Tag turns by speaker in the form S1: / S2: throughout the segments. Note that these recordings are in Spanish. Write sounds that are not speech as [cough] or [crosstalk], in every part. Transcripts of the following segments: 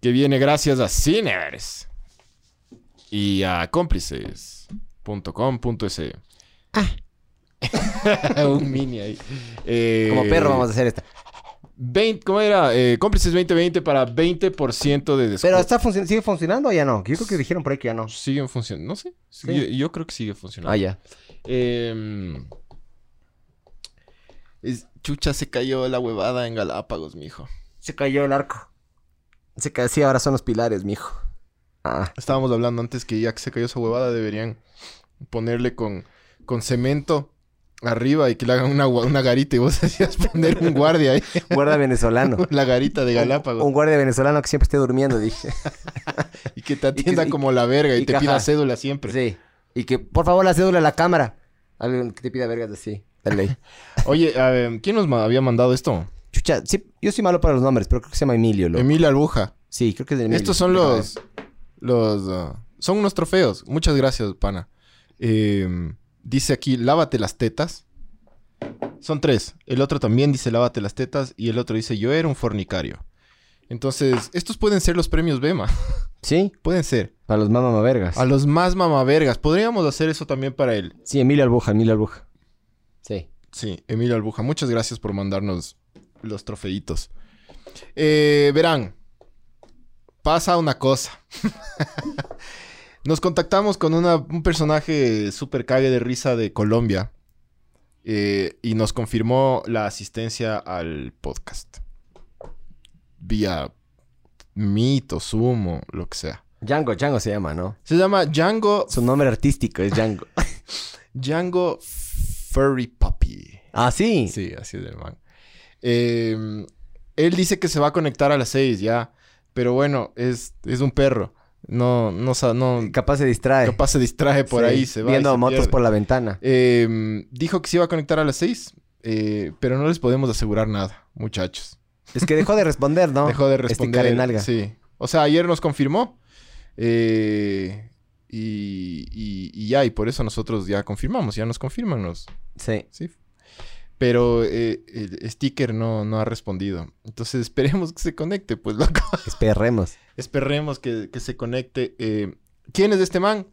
S1: Que viene gracias a Cinevers. Y a cómplices.com.es. Ah. [laughs] Un mini ahí. Eh,
S2: Como perro vamos a hacer esta.
S1: 20, ¿Cómo era? Eh, cómplices 2020 para 20% de descuento.
S2: Pero está func- sigue funcionando o ya no? Yo creo que dijeron por ahí que ya no.
S1: Siguen funcionando. No sé.
S2: Sí.
S1: Yo, yo creo que sigue funcionando.
S2: Ah, ya.
S1: Eh, es- chucha, se cayó la huevada en Galápagos, mijo.
S2: Se cayó el arco. Se cayó, sí, ahora son los pilares, mijo. Ah,
S1: Estábamos hablando antes que ya que se cayó esa huevada, deberían ponerle con, con cemento arriba y que le hagan una, gua- una garita y vos [laughs] hacías poner un guardia ahí.
S2: guardia venezolano.
S1: [laughs] La garita de Galápagos.
S2: Un guardia venezolano que siempre esté
S1: [laughs]
S2: durmiendo, dije.
S1: y que te atienda
S2: y que-
S1: como la verga y,
S2: y
S1: te
S2: que,
S1: pida
S2: ajá.
S1: cédula siempre.
S2: Sí. Y que, por favor, la cédula a la cámara. Alguien que te pida vergas así. La
S1: [laughs]
S2: ley.
S1: Oye, a ver, ¿quién nos ma- había mandado esto?
S2: Chucha, sí, yo soy malo para los nombres, pero creo que se llama Emilio, loco.
S1: Emilio Albuja.
S2: Sí, creo que es de Emilio.
S1: Em-, Estos son
S2: Déjame
S1: los.
S2: ver.
S1: los ah, son unos trofeos. Muchas gracias, pana. Eh, dice aquí: lávate las tetas. Son tres. El otro también dice: lávate las tetas. Y el otro dice: yo era un fornicario. Entonces, estos pueden ser los premios Bema. [laughs]
S2: Sí,
S1: pueden ser.
S2: para los mamá vergas.
S1: A los más mamavergas. Podríamos hacer eso también para él.
S2: Sí, Emilio Albuja, Emilio Albuja. Sí.
S1: Sí, Emilio Albuja. Muchas gracias por mandarnos los trofeitos. Eh, verán, pasa una cosa. [laughs] Nos contactamos con una- un personaje súper cague de risa de Colombia eh, y nos confirmó la asistencia al podcast. Vía mito, sumo, lo que sea.
S2: Django, Django se llama, ¿no?
S1: Se llama Django,
S2: Su nombre artístico es Django.
S1: Django Furry Puppy.
S2: ah, sí.
S1: Sí, así es el man. Eh, él dice que se va a conectar a las 6 ya. Pero bueno, es, es un perro. No, no, sa- no.
S2: Capaz se distrae.
S1: Capaz se distrae por
S2: Sí,
S1: ahí, se va. y
S2: Viendo
S1: se
S2: motos
S1: pierde.
S2: por la ventana.
S1: Eh, dijo que se iba a conectar a las 6. eh, pero no les podemos asegurar nada, muchachos.
S2: Es que dejó de responder,
S1: [laughs]
S2: ¿no?
S1: Dejó de
S2: Este
S1: responder.
S2: carenalga.
S1: Sí. O sea, ayer nos confirmó. eh, y, y- y ya, y por eso nosotros ya confirmamos, ya nos confirman los,
S2: Sí.
S1: Sí. Pero eh, el sticker no, no ha respondido. Entonces [laughs] esperemos que se conecte, pues loco. [laughs]
S2: Esperremos.
S1: Esperemos que, que se conecte. eh. ¿Quién es este man?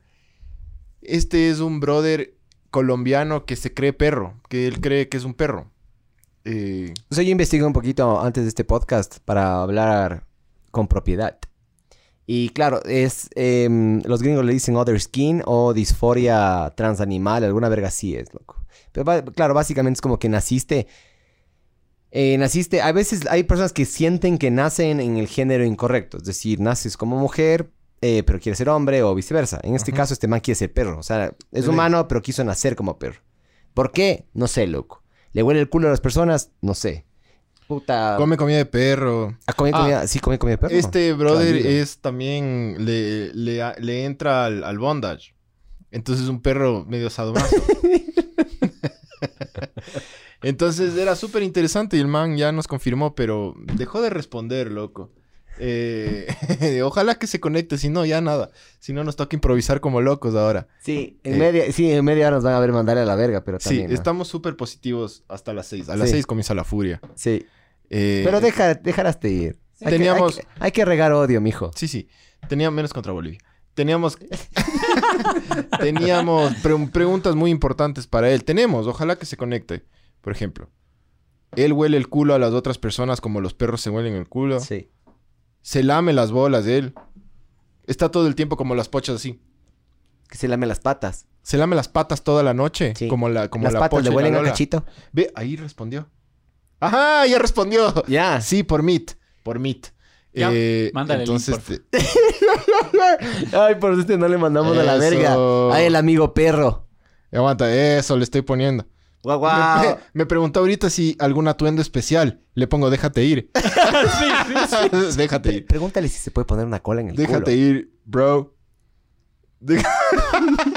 S1: Este es un brother colombiano que se cree perro, que él cree que es un perro. Eh,
S2: O sea, yo investigué un poquito antes de este podcast para hablar con propiedad. Y claro, es em, los gringos le dicen other skin o disforia transanimal, alguna verga así es, loco. Pero ba- claro, básicamente es como que naciste. eh, naciste, a veces hay personas que sienten que nacen en el género incorrecto, es decir, naces como mujer, eh, pero quieres ser hombre o viceversa. En este
S1: Ujú.
S2: caso, este man quiere ser perro, o sea, es
S1: Sí.
S2: humano, pero quiso nacer como perro. ¿Por qué? No sé, loco. ¿Le huele el culo a las personas? No sé. Puta.
S1: come comida de perro.
S2: ¿A comer
S1: Ah,
S2: comida? Sí, come comida de perro.
S1: Este brother
S2: Claro.
S1: es también le, le- le entra al, al bondage. Entonces es un perro medio sadomaso. [laughs] Entonces era súper interesante y el man ya nos confirmó, pero dejó de responder, loco. Eh, [laughs] ojalá que se conecte, si no, ya nada. Si no, nos toca improvisar como locos ahora.
S2: Sí, en
S1: Eh.
S2: media, sí, en media hora nos van a ver mandarle a la verga, pero
S1: sí,
S2: también. ¿no?
S1: estamos súper positivos hasta las 6. A las
S2: Sí.
S1: 6 comienza la furia.
S2: Sí.
S1: Eh,
S2: Pero deja, dejarás de ir. Hay que-
S1: Teníamos-
S2: hay que, hay que regar odio, mijo.
S1: Sí, sí. Tenía menos contra Bolivia. Teníamos. [laughs] Teníamos pre- preguntas muy importantes para él. Tenemos, ojalá que se conecte. Por ejemplo, él huele el culo a las otras personas como los perros se huelen el culo.
S2: Sí.
S1: Se lame las bolas él. Está todo el tiempo como las pochas así.
S2: Que se lame las patas.
S1: Se lame las patas toda la noche.
S2: Sí.
S1: Como la, como
S2: las
S1: la
S2: patas
S1: pocha y
S2: le
S1: la
S2: huelen a
S1: Lola.
S2: cachito.
S1: Ve, ahí respondió. ¡Ajá! Ya
S2: [laughs]
S1: respondió.
S2: Ya.
S1: Sí, por Meet. Por Meet.
S3: Ya,
S1: Eh,
S3: mándale el link,
S1: entonces,
S3: porfa.
S1: te-
S2: Ay, por este no le mandamos a la
S1: Eso.
S2: verga. Ay, el amigo perro.
S1: aguanta, eso le estoy poniendo.
S2: Guau, guau.
S1: [laughs] Me, me preguntó ahorita si algún atuendo especial. Le pongo déjate
S2: [laughs]
S1: ir. déjate ir.
S2: Pregúntale si se puede poner una cola en el
S1: Déjate
S2: culo.
S1: ir, bro. Deja-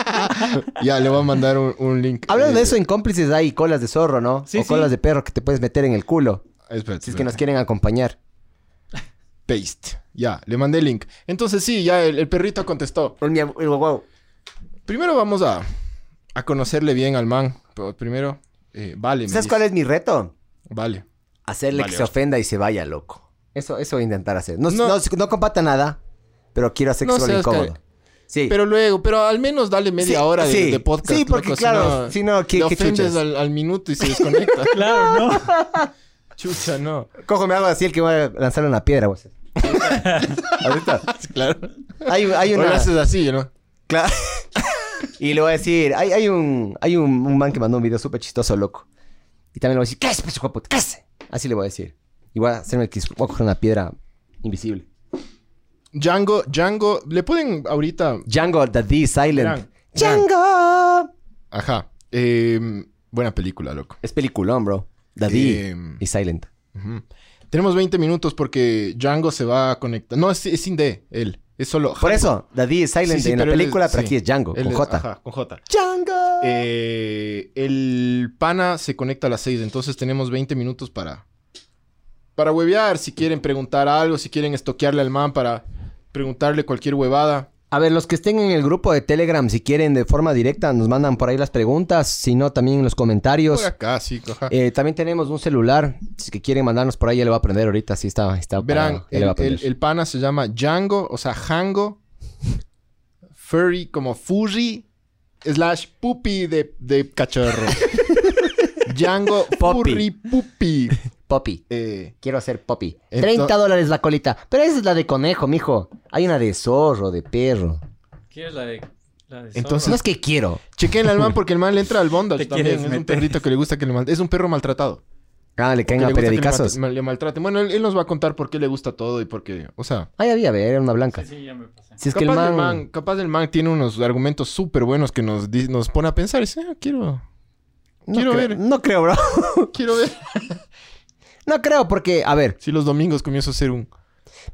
S1: [laughs] ya, le voy a mandar un, un link. Eh,
S2: Hablando de eso, en cómplices hay colas de zorro, ¿no?
S3: Sí,
S2: o
S3: sí.
S2: colas de perro que te puedes meter en el culo. Si es que nos quieren acompañar.
S1: Paste. Ya, le mandé el link. Entonces sí, ya el, el perrito contestó.
S2: Un miau- un guau, guau.
S1: Primero vamos a, a conocerle bien al man. Pero primero, eh, vale. me
S2: ¿Sabes
S1: dice.
S2: cuál es mi reto?
S1: Vale.
S2: Hacerle
S1: Vale,
S2: que se
S1: hostia.
S2: ofenda y se vaya, loco. Eso, eso voy a intentar hacer. No,
S1: No.
S2: no. no combata nada, pero quiero hacer que
S1: No
S2: se vuelva
S1: seas
S2: incómodo.
S1: ca-
S2: Sí.
S1: Pero luego, pero al menos dale media
S2: Sí,
S1: hora de,
S2: sí.
S1: de podcast.
S2: Sí, porque
S1: loco, si
S2: claro, si no, ¿qué-
S1: le
S2: qué
S1: ofendes
S2: chuchas?
S1: al, al minuto y se desconecta.
S3: [laughs] Claro, ¿no?
S1: [laughs] Chucha, no.
S2: Cojo, me hago así el que va a lanzar una
S1: [laughs]
S2: piedra, güey. Ahorita.
S1: Claro.
S2: Hay, hay
S1: O le
S2: una...
S1: haces así, ¿no?
S2: Claro. y le voy a decir, hay, hay un hay un, un man que mandó un video súper chistoso, loco. Y también le voy a decir, ¿qué es, peso guapo? ¿Qué es? Así le voy a decir. Y voy a hacerme el que voy a coger una piedra invisible.
S1: Django, Django, le pueden ahorita.
S2: Django, The D, Silent.
S1: Gran, gran.
S2: Django.
S1: Ajá. Eh, buena película, loco.
S2: Es peliculón, bro. The D
S1: Eh,
S2: y Silent.
S1: Ujú. Tenemos 20 minutos porque Django se va a conectar. No, es, es sin D, él. Es solo.
S2: Por eso, The D es
S1: Sí,
S2: Silent
S1: sí,
S2: en la
S1: pero él es-
S2: película, pero
S1: sí.
S2: aquí es Django,
S1: Él
S2: con
S1: es-
S2: J.
S1: Ajá, con J.
S2: ¡Django!
S1: Eh, el pana se conecta a las 6, entonces tenemos 20 minutos para. Para huevear, si quieren preguntar algo, si quieren estoquearle al man para preguntarle cualquier huevada.
S2: A ver, los que estén en el grupo de Telegram, si quieren de forma directa, nos mandan por ahí las preguntas. Si no, también en los comentarios.
S1: Por acá, sí, ajá.
S2: Eh, también tenemos un celular. Si que quieren mandarnos por ahí, ya le va a aprender ahorita. Sí, está. está
S1: Verán,
S2: parado. Ya le
S1: el,
S2: va a aprender.
S1: el- el pana se llama Django, o sea, Django. Furry como furry. Slash puppy de, de
S2: [laughs]
S1: cachorro. Django
S2: Poppy.
S1: furry puppy.
S2: Poppy.
S1: Eh,
S2: Quiero hacer Poppy.
S1: Ento-
S2: 30 dólares la colita. Pero esa es la de conejo, mijo. Hay una de zorro, de perro.
S3: ¿Quieres la de, la de
S1: Entonces-
S2: No
S3: zorro?
S2: es que quiero.
S1: chequen al man porque el man le entra al bondage
S3: Te
S1: también.
S3: quieres
S1: Es un
S3: meter.
S1: perrito que le gusta que le mal- Es un perro maltratado.
S2: Ah, le
S1: Que
S2: caen a
S1: le gusta que le
S2: periodicazos.
S1: maltra- le maltrate. Bueno, él, él nos va a contar por qué le gusta todo y por qué. O sea,
S2: Ahí había, ve, era una blanca.
S3: Sí, sí, ya me pasé.
S2: Si es
S1: capaz,
S2: que el man,
S1: el man, capaz el man tiene unos argumentos súper buenos que nos, di- nos pone a pensar. Dice, "Ah, quiero,
S2: No
S1: Quiero
S2: creo-
S1: ver.
S2: No creo, bro. [laughs]
S1: quiero ver.
S2: No creo, porque, a ver,
S1: Si los domingos comienzo a hacer un.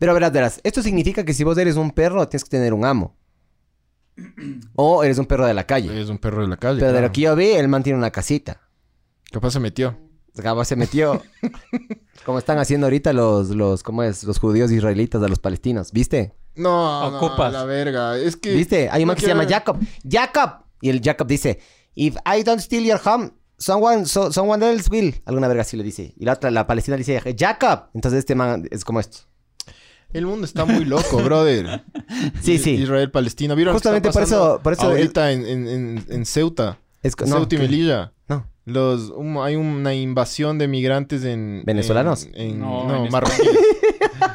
S2: pero verás, verás. Esto significa que si vos eres un perro, tienes que tener
S1: [clears throat]
S2: un amo. O eres un perro de la calle.
S1: Es un perro de la calle.
S2: Pero de
S1: claro.
S2: lo que yo vi, el man tiene una casita.
S1: Capaz se metió.
S2: Acaba,
S1: [laughs]
S2: se metió. Como están haciendo ahorita los, los, ¿cómo es? Los judíos israelitas a los palestinos. ¿Viste?
S1: No, no,
S3: Ocupas.
S1: la verga. Es que.
S2: ¿Viste? Hay un man
S1: no
S2: que se llama
S1: quiero-
S2: Jacob. ¡Jacob! Y el Jacob dice, If I don't steal your home, someone, so- someone else will. Alguna verga así le dice. Y la otra, la palestina le dice, Jacob. Entonces este man es como esto.
S1: El mundo está muy
S2: [laughs]
S1: loco, brother.
S2: Sí, sí.
S1: Israel-Palestina. ¿Vieron lo que
S2: Justamente
S1: está
S2: por eso-
S1: pasando
S2: por eso
S1: Ahorita en, en, en, en Ceuta.
S2: Es, co-
S1: Ceuta y
S2: que-
S1: Melilla.
S2: no.
S1: Los, un- hay una invasión de migrantes en...
S2: ¿Venezolanos?
S1: en- en- no,
S3: No,
S1: [laughs]
S3: en
S1: marroquíes.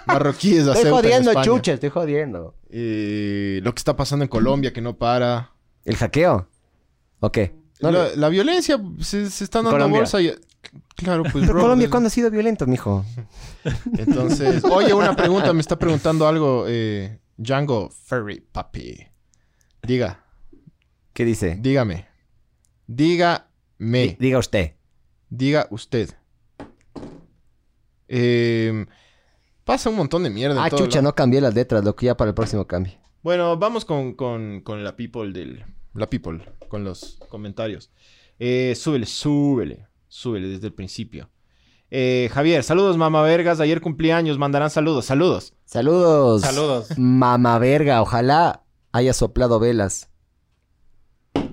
S1: marroquíes a
S2: Estoy
S1: Ceuta, en
S2: jodiendo,
S1: España.
S2: chucha. Estoy jodiendo.
S1: Eh, lo que está pasando en Colombia, que no para.
S2: ¿El hackeo? ¿O qué? No,
S1: la, la violencia se, se está dando
S2: Colombia.
S1: bolsa y... Claro, pues...
S2: Pero
S1: bro,
S2: [laughs] Colombia,
S1: desde-
S2: ¿cuándo ha sido violento, mijo? [laughs]
S1: Entonces, oye, una pregunta, me está preguntando algo eh, Django Ferry Papi. Diga,
S2: ¿Qué dice?
S1: dígame. Dígame.
S2: Diga usted.
S1: Diga usted. Eh, pasa un montón de mierda. en
S2: Ah,
S1: todo
S2: chucha,
S1: lado.
S2: no cambié las letras, lo que ya para el próximo cambio.
S1: Bueno, vamos con, con- con la people del... La people, con los comentarios. Eh, súbele, súbele, súbele desde el principio. Eh, Javier, saludos, mamá vergas. Ayer cumpleaños, mandarán saludos, saludos.
S2: Saludos.
S3: Saludos.
S2: Mamá verga, ojalá haya soplado velas.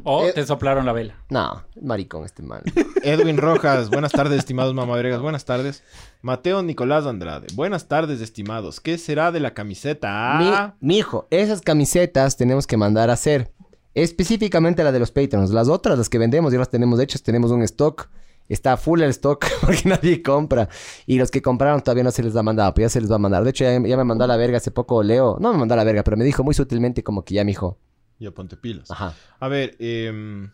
S3: O
S1: Eh,
S3: te soplaron la vela.
S2: No, maricón este mal.
S1: Edwin Rojas, buenas tardes, estimados mamavergas, buenas tardes. Mateo Nicolás Andrade, buenas tardes, estimados. ¿Qué será de la camiseta? Ah,
S2: Mi, mijo, esas camisetas tenemos que mandar a hacer. Específicamente la de los Patreons. Las otras, las que vendemos, ya las tenemos hechas. Tenemos un stock. Está full el stock [laughs] porque nadie compra. Y los que compraron todavía no se les ha mandado, pero ya se les va a mandar. De hecho, ya, ya me mandó a la verga hace poco Leo. No me mandó a la verga, pero me dijo muy sutilmente como que ya, mijo.
S1: Ya ponte pilas.
S2: Ajá.
S1: A ver, em,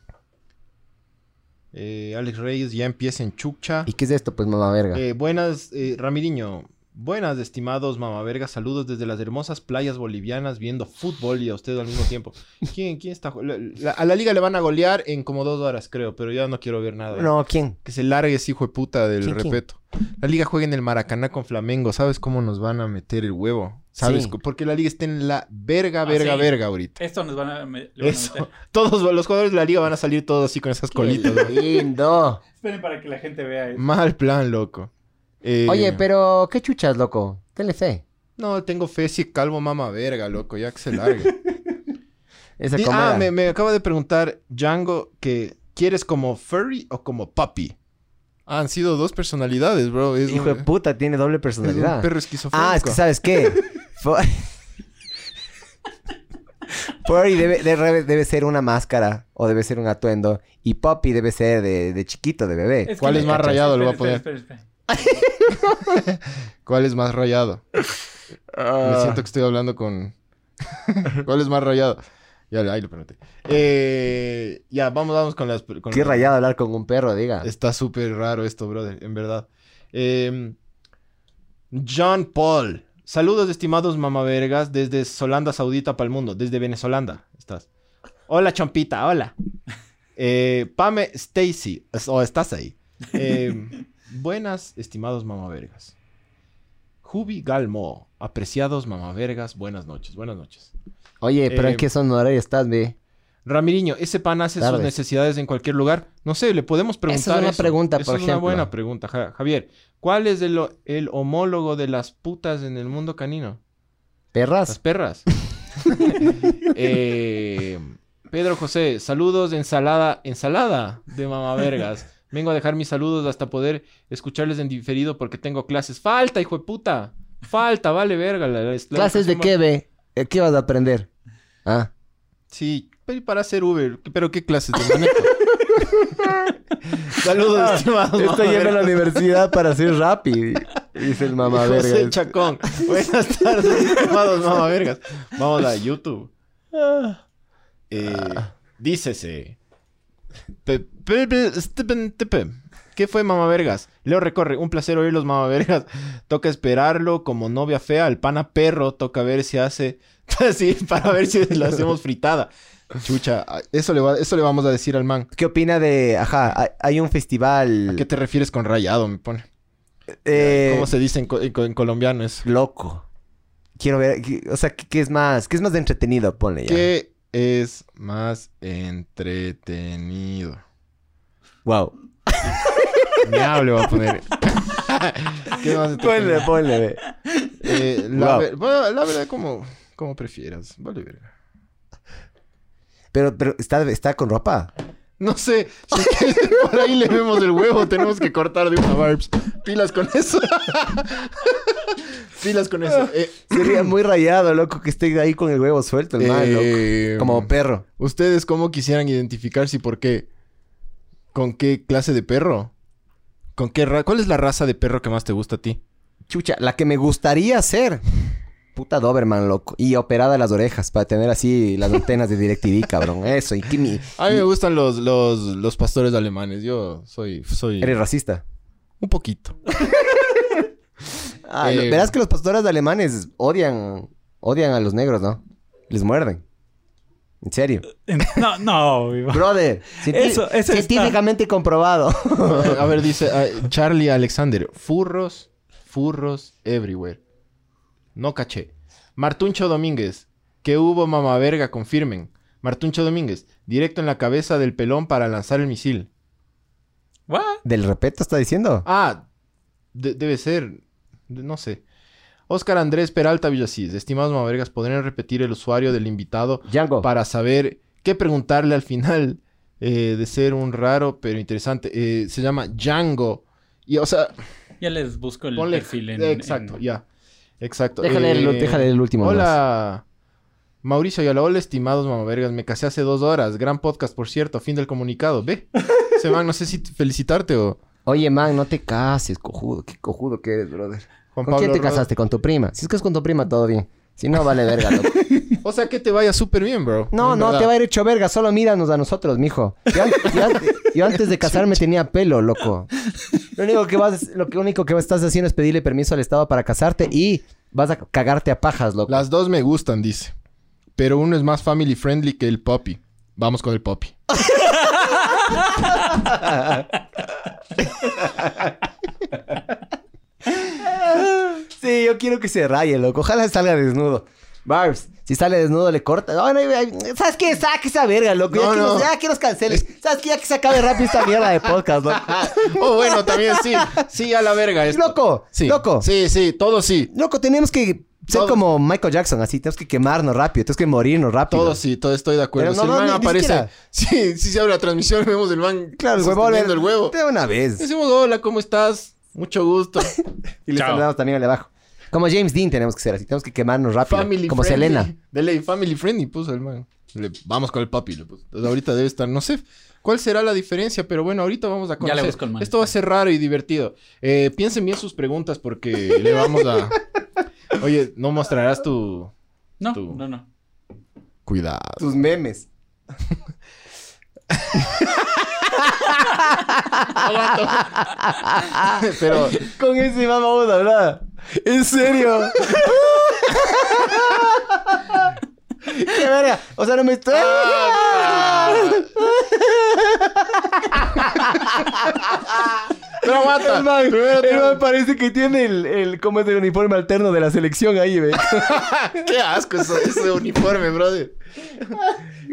S1: eh, Alex Reyes ya empieza en chucha.
S2: ¿Y qué es esto, pues, mamá verga?
S1: Eh, buenas, eh, Ramiriño. Buenas, estimados mamavergas. Saludos desde las hermosas playas bolivianas viendo fútbol y a ustedes al mismo tiempo. ¿Quién, quién está? jo- la- la- a la liga le van a golear en como dos horas, creo, pero ya no quiero ver nada.
S2: No, ¿quién?
S1: Que se largue ese hijo de puta del
S2: ¿Quién, quién?
S1: repeto. La liga juega en el Maracaná con Flamengo. ¿Sabes cómo nos van a meter el huevo? ¿Sabes?
S2: Sí.
S1: cu- Porque la liga está en la verga,
S3: Ah,
S1: verga,
S3: sí.
S1: verga ahorita.
S3: Esto nos van a, me- le van a
S1: Eso.
S3: meter.
S1: [laughs] Todos los jugadores de la liga van a salir todos así con esas colitas.
S2: [laughs]
S1: güey.
S2: Lindo.
S3: Esperen para que la gente vea esto.
S1: Mal plan, loco. Eh,
S2: Oye, pero qué chuchas, loco. Tenle fe.
S1: No, tengo fe si calvo mama verga, loco. Ya que se largue.
S2: [laughs] Esa
S1: Di-
S2: cómoda.
S1: ah, me, me acaba de preguntar Django que ¿quieres como furry o como puppy? Ah, han sido dos personalidades, bro. Es
S2: Hijo
S1: un,
S2: de puta, tiene doble
S1: es un
S2: personalidad.
S1: perro esquizofrénico.
S2: Ah, es que ¿sabes qué? Fu- Furry debe, debe, debe ser una máscara o debe ser un atuendo. Y Poppy debe ser de, de chiquito, de bebé.
S3: que
S1: ¿Cuál
S3: me-
S1: es más rayado? Lo voy a
S3: Esperen, esperen, esperen,
S1: ¿Cuál es más rayado?
S2: Ah.
S1: Me siento que estoy hablando con... [laughs] ¿Cuál es más rayado? Ya, ahí lo pregunté. Eh, ya, vamos, vamos con las... con
S2: Qué
S1: las-
S2: rayado hablar con un perro, diga.
S1: Está súper raro esto, brother, en verdad. Eh, John Paul. Saludos, estimados mamavergas, desde Solanda Saudita para el mundo, desde Venezolanda. Estás. Hola, chompita, hola. Eh, Pame Stacy, es- o estás ahí. Eh, buenas, estimados mamavergas. Jubi Galmo, apreciados mamavergas, buenas noches, buenas noches.
S2: Oye, pero
S1: eh,
S2: ¿en qué horario estás, ve?
S1: Ramiriño, ¿ese pan hace sus
S2: Tardes.
S1: necesidades en cualquier lugar? No sé, le podemos preguntar.
S2: Esa es una pregunta,
S1: Esa
S2: por
S1: es una
S2: ejemplo.
S1: buena pregunta, Ja- Javier. ¿Cuál es el, o- el homólogo de las putas en el mundo canino? Las
S2: ¿Perras? [laughs]
S1: perras. Eh, Pedro José, saludos de ensalada, ensalada de mamavergas. Vengo a dejar mis saludos hasta poder escucharles en diferido porque tengo clases. Falta, hijo de puta. Falta, vale verga. la- la- la
S2: ¿Clases de
S1: próxima-
S2: qué, ve? Eh, ¿Qué vas a aprender? Ah.
S1: Sí, pero para hacer Uber. ¿Pero qué clases de manejo? Saludos, estimados.
S2: Estoy yendo a la
S1: mamavergas.
S2: universidad para hacer Rappi. Dice el mamá
S1: José
S2: verga.
S1: Chacón. [laughs] Buenas tardes, [laughs] estimados mamavergas. Vamos a YouTube. Eh, dícese. Pe- pe- pe- stepen- tepe. ¿Qué fue mamavergas? Leo recorre. Un placer oír los mamavergas. Toca esperarlo como novia fea. al pana perro. Toca ver si hace... [laughs] Así, para ver si la hacemos fritada. Chucha, eso le, va- eso le vamos a decir al man.
S2: ¿Qué opina de, ajá, hay- hay un
S1: ¿A
S2: festival
S1: qué te refieres con rayado? Me pone.
S2: eh,
S1: ¿Cómo se dice en, co- en co- en colombiano eso?
S2: loco? Quiero ver, qui- o sea, ¿qué, qué es más? ¿Qué es más de entretenido? Ponle ya.
S1: ¿Qué es más entretenido?
S2: Wow.
S1: Me hablo, voy a poner. [laughs] ¿Qué es más
S2: Ponle,
S1: entretenido?
S2: ponle. ve.
S1: Eh, la,
S2: Wow.
S1: ver- bueno, la verdad, como, como prefieras. Vale, verga.
S2: Pero, pero está, está con ropa.
S1: No sé, si es que [laughs] por ahí le vemos el huevo, tenemos que cortar de una barbs. Pilas con eso. [laughs] Pilas con eso. Eh,
S2: Sería muy rayado, loco, que esté ahí con el huevo suelto, el man, loco.
S1: eh,
S2: Como perro.
S1: ¿Ustedes cómo quisieran identificarse y por qué? ¿Con qué clase de perro? ¿Con qué ra- ¿Cuál es la raza de perro que más te gusta a ti?
S2: Chucha, la que me gustaría ser. Puta Doberman, loco. Y operada las orejas para tener así las antenas de DirecTV, cabrón. Eso. Y que mi-
S1: A mí me gustan los, los, los pastores alemanes. Yo soy, soy
S2: Eres racista.
S1: un poquito.
S2: Ah, lo-
S1: Eh,
S2: verás que los pastores alemanes odian, odian a los negros, ¿no? Les muerden. En serio.
S3: No, no, vivo.
S2: Brother, cienti-
S3: Eso- eso está-
S2: científicamente comprobado. [laughs]
S1: Eh, a ver, dice ah, Charlie Alexander. Furros, furros everywhere. No caché. Martuncho Domínguez. Que hubo mamaverga? Confirmen. Martuncho Domínguez. Directo en la cabeza del pelón para lanzar el misil.
S3: What?
S2: Del respeto está diciendo.
S1: Ah, de- debe ser. de- no sé. Oscar Andrés Peralta Villasís. Estimados mamavergas, ¿podrían repetir el usuario del invitado
S2: Django.
S1: para saber qué preguntarle al final eh, de ser un raro pero interesante? Eh, se llama Django. Y, o sea,
S3: Ya les busco el
S1: ponle. eh,
S3: perfil en.
S1: exacto,
S3: en-
S1: ya. Exacto.
S2: Déjale el- déjale el último
S1: Hola. Mauricio Ayala, hola estimados mamavergas, me casé hace dos horas, gran podcast por cierto, fin del comunicado,
S2: [laughs]
S1: ve, se van, no sé si felicitarte o...
S2: Oye, man, no te cases, cojudo. Qué cojudo que eres, brother.
S1: Juan
S2: ¿Con quién
S1: Pablo
S2: te
S1: Rod-
S2: casaste? ¿Con tu prima? Si es que es con tu prima, todo bien. Si no, vale verga, loco.
S1: O sea, que te vaya súper bien, bro.
S2: No,
S1: En
S2: no,
S1: verdad.
S2: te va a ir hecho verga. Solo míranos a nosotros, mijo. Yo, an- yo an- yo antes de casarme tenía pelo, loco. Lo único que vas, lo que único que estás haciendo es pedirle permiso al Estado para casarte y vas a cagarte a pajas, loco.
S1: Las dos me gustan, dice. Pero uno es más family friendly que el Poppy. Vamos con el Poppy.
S2: Sí, yo quiero que se raye, loco. Ojalá salga desnudo. Barbs, si sale desnudo le corta. No, no, ay, ¿Sabes qué? Saque esa verga, loco. Ya,
S1: No,
S2: que
S1: no.
S2: Nos, ya que nos cancelen. ¿Sabes qué? Ya que se acabe rápido esta mierda de podcast,
S1: [laughs]
S2: loco.
S1: Oh, bueno, también sí. Sí, a la verga. esto.
S2: Loco,
S1: Sí.
S2: loco.
S1: Sí, sí, todo sí.
S2: Loco, tenemos que ser
S1: Todo-
S2: como Michael Jackson, así. Tenemos que quemarnos rápido. Tenemos que morirnos rápido.
S1: Todo sí, todo estoy de acuerdo.
S2: Pero
S1: si el
S2: no, no,
S1: man
S2: ni- ni
S1: aparece. [laughs]
S2: siquiera.
S1: Sí, sí se abre la transmisión, vemos el man
S2: Claro, el huevo.
S1: sosteniendo el huevo.
S2: De una vez.
S1: Decimos, hola, ¿cómo estás? Mucho
S2: [laughs]
S1: gusto.
S2: Y le
S3: Chao.
S2: saludamos también al de abajo. Como James Dean tenemos que ser así. Tenemos que quemarnos rápido.
S1: family
S2: como
S1: friendly.
S2: Selena.
S1: De ley, family friendly puso el man. Le- vamos con el papi. le puso. Entonces, ahorita debe estar, no sé cuál será la diferencia, pero bueno, ahorita vamos a
S3: le
S1: conocer.
S3: busco el man.
S1: Esto va a ser raro y divertido. Eh, piensen bien sus preguntas porque le vamos
S2: [laughs]
S1: a... Oye, no mostrarás tu...
S3: No,
S1: Tú.
S3: no, no.
S1: Cuidado.
S2: Tus memes.
S1: [laughs] Pero
S2: Con ese más vamos a hablar. ¿En serio? ¡Qué verga! O sea, no me estoy...
S1: Ah, Pero aguanta.
S2: El man,
S1: Primero
S2: el
S1: tengo-
S2: man parece que tiene el, el... ¿Cómo es el uniforme alterno de la selección ahí, ve?
S1: Qué asco eso, ese uniforme, brother.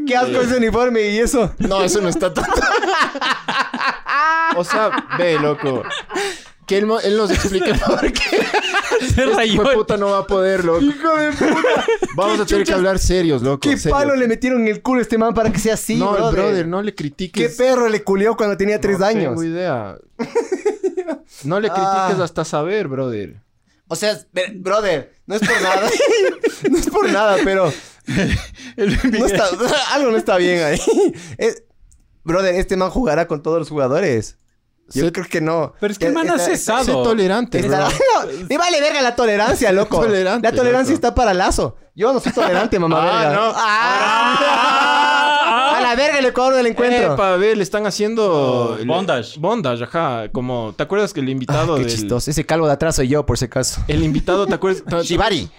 S2: ¡Qué asco ese uniforme y eso!
S1: No, eso no está tanto. [laughs] O sea, ve, loco. Que él, mo- él nos [laughs] explique por qué.
S3: Se rayó.
S1: Este Hijo de puta no va a poder, loco.
S2: ¡Hijo de puta!
S1: [laughs] Vamos a tener que hablar serios, loco.
S2: ¡Qué
S1: serios.
S2: palo le metieron en el culo a este man para que sea así,
S1: No, el
S2: brother!
S1: brother, no le
S2: ¡Qué
S1: critiques.
S2: perro le culió cuando tenía tres
S1: No
S2: años!
S1: tengo idea. [laughs] No le
S2: Ah.
S1: critiques hasta saber, brother.
S2: O sea, es- ver- brother, no es por nada. [laughs] no es por nada, pero. no está- [laughs] algo no está bien
S1: [laughs]
S2: ahí. Es- brother, este man jugará con todos los jugadores. Yo
S1: Sé-
S2: creo que no.
S3: Pero es que el
S2: Ya-
S3: man ha
S2: está-
S3: cesado.
S1: Sé tolerante, [laughs]
S2: está-
S1: bro.
S2: [laughs] no, me vale verga
S1: [laughs]
S2: la tolerancia, loco.
S1: Tolerante,
S2: la tolerancia
S1: loco.
S2: está para lazo. Yo no soy tolerante, mamá
S1: Ah,
S2: verga.
S1: no.
S2: Ah. a la verga le cobro del encuentro.
S1: Epa, ve, le están haciendo...
S3: Oh, bondage.
S1: Bondage, ajá. Como... ¿Te acuerdas que el invitado
S2: Ah, Qué
S1: del-
S2: chistoso. Ese calvo de atrás soy yo, por si acaso.
S1: El invitado, ¿te
S2: [laughs]
S1: acuerdas?
S2: Shibari.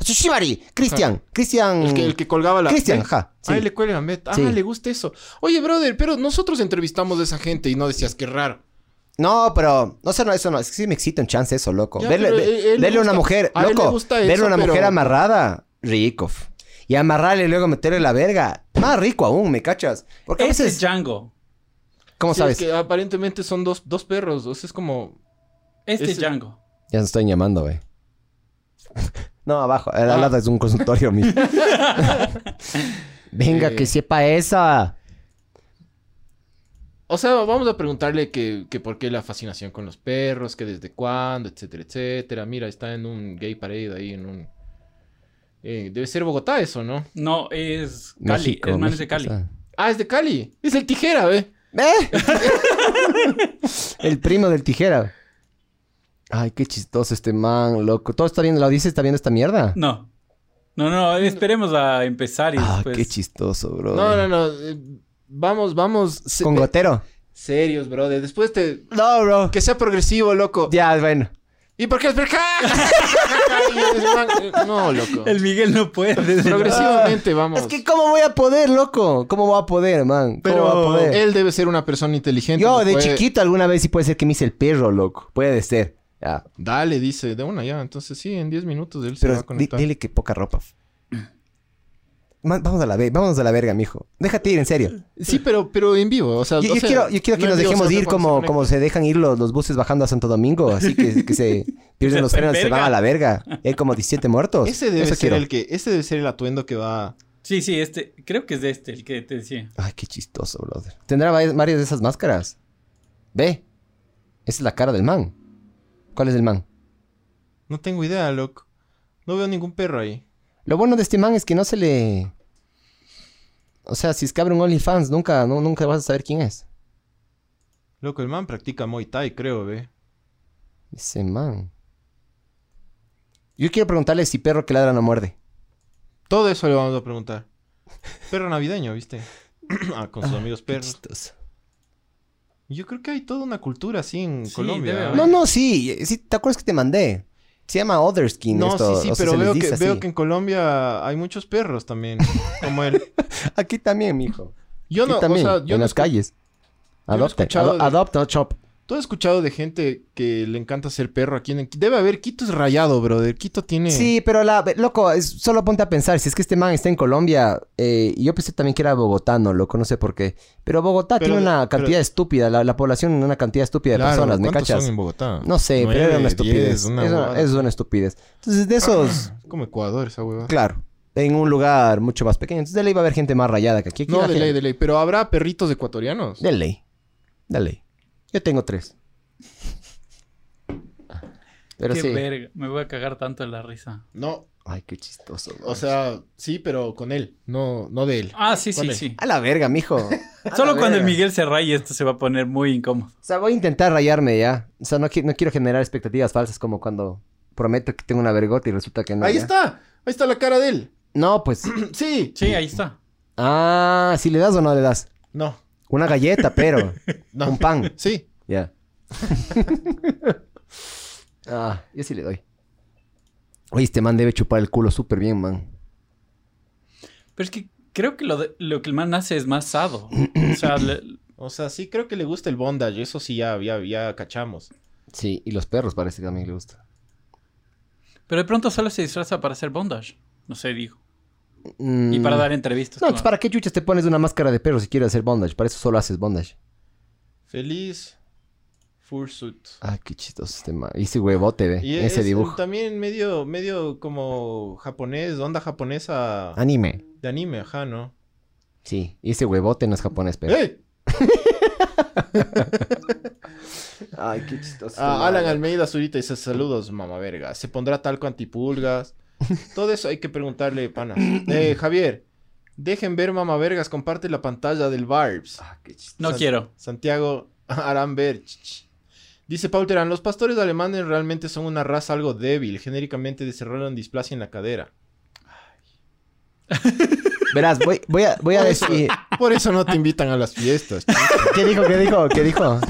S2: Shibari. Cristian. Cristian.
S1: El que, el que colgaba la...
S2: Cristian, ajá. Sí.
S1: Ah, le cuelga met. Ah,
S2: Sí.
S1: le gusta eso. Oye, brother, pero nosotros entrevistamos a esa gente y no decías que raro.
S2: No, pero... No sé, no, eso no. Es que sí me excita un chance eso, loco.
S1: Ya,
S2: verle
S1: pero
S2: ve-
S1: él- él
S2: verle a una
S1: gusta-
S2: mujer...
S1: a él le
S2: loco,
S1: gusta
S2: verle
S1: eso,
S2: a una
S1: pero-
S2: mujer amarrada, rico. f. Y amarrarle y luego meterle la verga. Más rico aún, ¿me cachas? Porque a
S3: Ese
S2: veces...
S3: es Este Django.
S2: ¿Cómo
S1: Sí,
S2: sabes?
S1: Es que aparentemente son dos, dos perros. O sea, es como...
S3: Este es
S1: Ese-
S3: Django.
S2: Ya nos estoy llamando, güey. [laughs] No, abajo. Al
S1: Ah.
S2: lado es un consultorio mío.
S1: [laughs]
S2: Venga,
S1: Eh.
S2: que sepa esa.
S1: O sea, vamos a preguntarle que, que por qué la fascinación con los perros, que desde cuándo, etcétera, etcétera. Mira, está en un gay parade ahí, en un... Eh, debe ser Bogotá eso, ¿no?
S3: No, es Cali.
S2: México,
S3: el man es de
S2: México,
S3: Cali.
S2: o sea.
S1: Ah, es de Cali. Es el tijera, ¿ve?
S2: ¿Eh? El primo del tijera. Ay, qué chistoso este man, loco. Todo está bien, la Odisea está viendo esta mierda.
S3: No. No, no, esperemos a empezar y
S2: Ah,
S3: después.
S2: qué chistoso, bro.
S1: pues. No, no, no. eh, vamos, vamos. se-
S2: Con gotero.
S1: Serios, brother. Después te...
S2: No, bro.
S1: Que sea progresivo, loco.
S2: Ya, bueno.
S1: ¿Y por qué es [laughs] No, loco.
S3: El Miguel no puede.
S1: Progresivamente vamos.
S2: [laughs] Es que, ¿cómo voy a poder, loco? ¿Cómo voy a poder, man? ¿Cómo voy a
S1: Pero
S2: poder?
S1: él debe ser una persona inteligente.
S2: Yo,
S1: no
S2: de
S1: puede-
S2: chiquito, alguna vez sí puede ser que me hice el perro, loco. Puede ser. Ya.
S1: Dale, dice, de una ya. Entonces sí, en 10 minutos él se va
S2: Pero
S1: a
S2: di-
S1: conectar.
S2: dile que poca ropa. [clears throat] Man, vamos a la verga, vamos a la verga, mijo. Déjate ir, en serio.
S1: Sí, pero, pero en vivo. O sea,
S2: Yo, yo
S1: o sea,
S2: quiero, yo quiero que
S1: no
S2: nos
S1: en vivo,
S2: dejemos
S1: o sea,
S2: ir
S1: cuando
S2: como,
S1: se
S2: como se dejan ir los, los buses bajando a Santo Domingo. Así que, que
S1: [laughs]
S2: se pierden los
S3: Se
S2: frenos, se van
S3: verga.
S2: a la verga. Y hay como 17 muertos.
S1: conecta. Ese debe
S2: Eso
S1: ser
S2: quiero.
S1: el que, ese debe ser el atuendo que va.
S3: Sí, sí, este. Creo que es de este, el que te decía.
S2: Ay, qué chistoso, brother. ¿Tendrá va- varias de esas máscaras? Ve. Esa es la cara del man. ¿Cuál es el man?
S1: No tengo idea, loco. No veo ningún perro ahí.
S2: Lo bueno de este man es que no se le... O sea, si es que abre un OnlyFans, nunca, no, nunca vas a saber quién es.
S1: Loco, el man practica Muay Thai, creo, ve.
S2: Ese man. Yo quiero preguntarle si perro que ladra no muerde.
S1: Todo eso le vamos a preguntar. Perro navideño, ¿viste? [clears throat] Ah, con sus amigos perros.
S2: Chistoso.
S1: Yo creo que hay toda una cultura así en
S3: Sí,
S1: Colombia.
S3: debe
S1: ¿eh?
S3: haber.
S2: No, no, sí. sí, ¿Te acuerdas que te mandé? Se llama Other Skin
S1: No,
S2: esto.
S1: sí, sí,
S2: o sea,
S1: pero
S2: se les
S1: veo que,
S2: dice
S1: veo
S2: así.
S1: que en Colombia hay muchos perros también, como él.
S2: [laughs] Aquí también, mijo.
S1: Yo
S2: Aquí
S1: no,
S2: también,
S1: o sea, yo
S2: en
S1: no
S2: las
S1: escu-
S2: calles.
S1: no he
S2: Adopten.
S1: escuchado
S2: ado-
S1: de-
S2: Adopta, no chop.
S1: ¿Tú has escuchado de gente que le encanta ser perro aquí en el... Debe haber, Quito es rayado, brother. Quito tiene...
S2: Sí, pero la... Loco, es- solo ponte a pensar. Si es que este man está en Colombia... eh, y yo pensé también que era bogotano, loco. No sé por qué. Pero Bogotá
S1: Pero-
S2: tiene una
S1: pero-
S2: cantidad estúpida. La, la población una cantidad estúpida de
S1: Claro,
S2: personas. ¿Me
S1: ¿cuántos
S2: cachas?
S1: son en Bogotá?
S2: No sé, pero era
S1: Nueve,
S2: una estupidez.
S1: diez, una
S2: es, una,
S1: huevada.
S2: es una estupidez. Entonces, de esos...
S1: [clears throat] Como Ecuador esa hueva.
S2: claro. En un lugar mucho más pequeño. Entonces, de ley va a haber gente más rayada que aquí. Aquí
S1: No,
S2: la
S1: de ley,
S2: gente-
S1: de ley. Pero ¿habrá perritos ecuatorianos?
S2: De ley. De ley. Yo tengo tres. Pero
S3: Qué
S2: sí.
S3: verga. Me voy a cagar tanto de la risa.
S1: No,
S2: Ay, qué chistoso.
S1: o sea, sí, pero con él. No, no de él.
S3: Ah, sí, sí,
S1: Ponle.
S3: sí.
S2: A la verga, mijo. A
S3: Solo
S2: la
S3: cuando el
S2: verga.
S3: Miguel se raye esto se va a poner muy incómodo.
S2: O sea, voy a intentar rayarme ya. O sea, no, qui- no quiero generar expectativas falsas como cuando prometo que tengo una vergota y resulta que no.
S1: Ahí
S2: ya.
S1: está. Ahí está la cara de él. [clears throat]
S2: No, pues.
S1: Sí.
S3: Sí, ahí está.
S2: Ah, si le das o no le das.
S1: No.
S2: Una galleta, pero.
S3: [laughs]
S1: No.
S2: Un pan.
S1: Sí.
S2: Ya. [laughs] ah, yo sí le doy. Oye, este man debe chupar el culo súper bien, man.
S3: Pero es que creo que lo, de- lo que el man hace es más sado. O sea, le-
S1: O sea, sí creo que le gusta el bondage. Eso sí ya, ya, ya cachamos.
S2: Sí, y los perros parece que también le gusta.
S3: pero de pronto solo se disfraza para hacer bondage. No sé, digo.
S2: Mm.
S3: Y para dar entrevistas.
S2: No,
S3: como-
S2: pues, ¿para qué chuchas te pones una máscara de perro si quieres hacer bondage? Para eso solo haces bondage.
S1: Feliz Fursuit.
S2: Ay, qué chistoso este ma... Y ese huevote, ve.
S1: Y
S2: ese
S1: es
S2: dibujo.
S1: También medio, medio como japonés, onda japonesa
S2: Anime.
S1: de anime, ajá, ¿no?
S2: Sí. Y ese huevote no es japonés, pero...
S1: ¡Ey!
S2: Ay, qué chistoso. este
S1: A Ah, Alan Almeida Zurita dice saludos, mamá verga. ¿Se pondrá talco [laughs] antipulgas? Todo eso hay que preguntarle, pana. Eh, Javier, dejen ver mamá vergas, comparte la pantalla del Barbs.
S3: No
S1: Ah, San-
S3: quiero.
S1: Santiago [laughs] Aramberch. Dice Pauterán, los pastores alemanes realmente son una raza algo débil. Genéricamente desarrollan displasia en la cadera.
S2: Verás, voy, voy a, voy a
S1: Por eso-
S2: decir...
S1: [laughs] Por eso no te invitan a las fiestas. [laughs]
S2: ¿Qué dijo? ¿Qué dijo? ¿Qué dijo?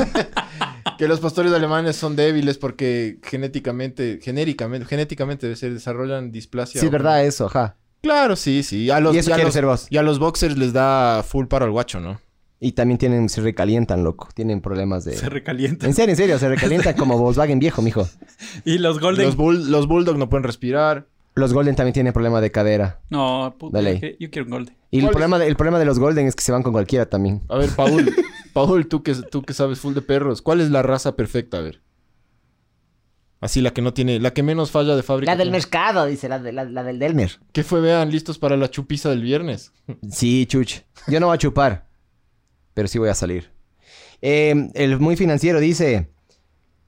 S1: Que los pastores alemanes son débiles porque genéticamente, genéricamente, genéticamente debe ser, desarrollan displasia.
S2: Sí, es verdad eso, ajá.
S1: Claro, sí, sí. A los,
S2: Y eso
S1: y a
S2: quiere
S1: los-
S2: ser vos.
S1: y a los boxers les da full paro al guacho, ¿no?
S2: Y también tienen... Se recalientan, loco. Tienen problemas
S3: [laughs] Se
S2: de...
S3: recalienta.
S2: En serio, en serio. Se recalientan como Volkswagen viejo, mijo.
S3: Y los Golden.
S1: Los, bull, los bulldog no pueden respirar.
S2: Los Golden también tienen problema de cadera.
S3: No, puta,
S2: Dale.
S3: yo quiero- yo quiero un Golden.
S2: Y
S1: ¿Cuál
S2: el
S1: es?
S2: problema, de- el problema de los Golden es que se van con cualquiera también.
S1: A ver,
S2: [laughs]
S1: Paul, Paul, tú que, tú que sabes full de perros, ¿cuál es la raza perfecta? A ver. Así la que no tiene, la que menos falla de fábrica.
S2: La del
S1: tiene.
S2: mercado, dice, la, de- la- la del Delmer.
S1: ¿Qué fue? Vean, listos para la chupiza del viernes.
S2: Sí, chuch. Yo no voy a chupar, pero sí voy a salir. Eh, el muy financiero dice: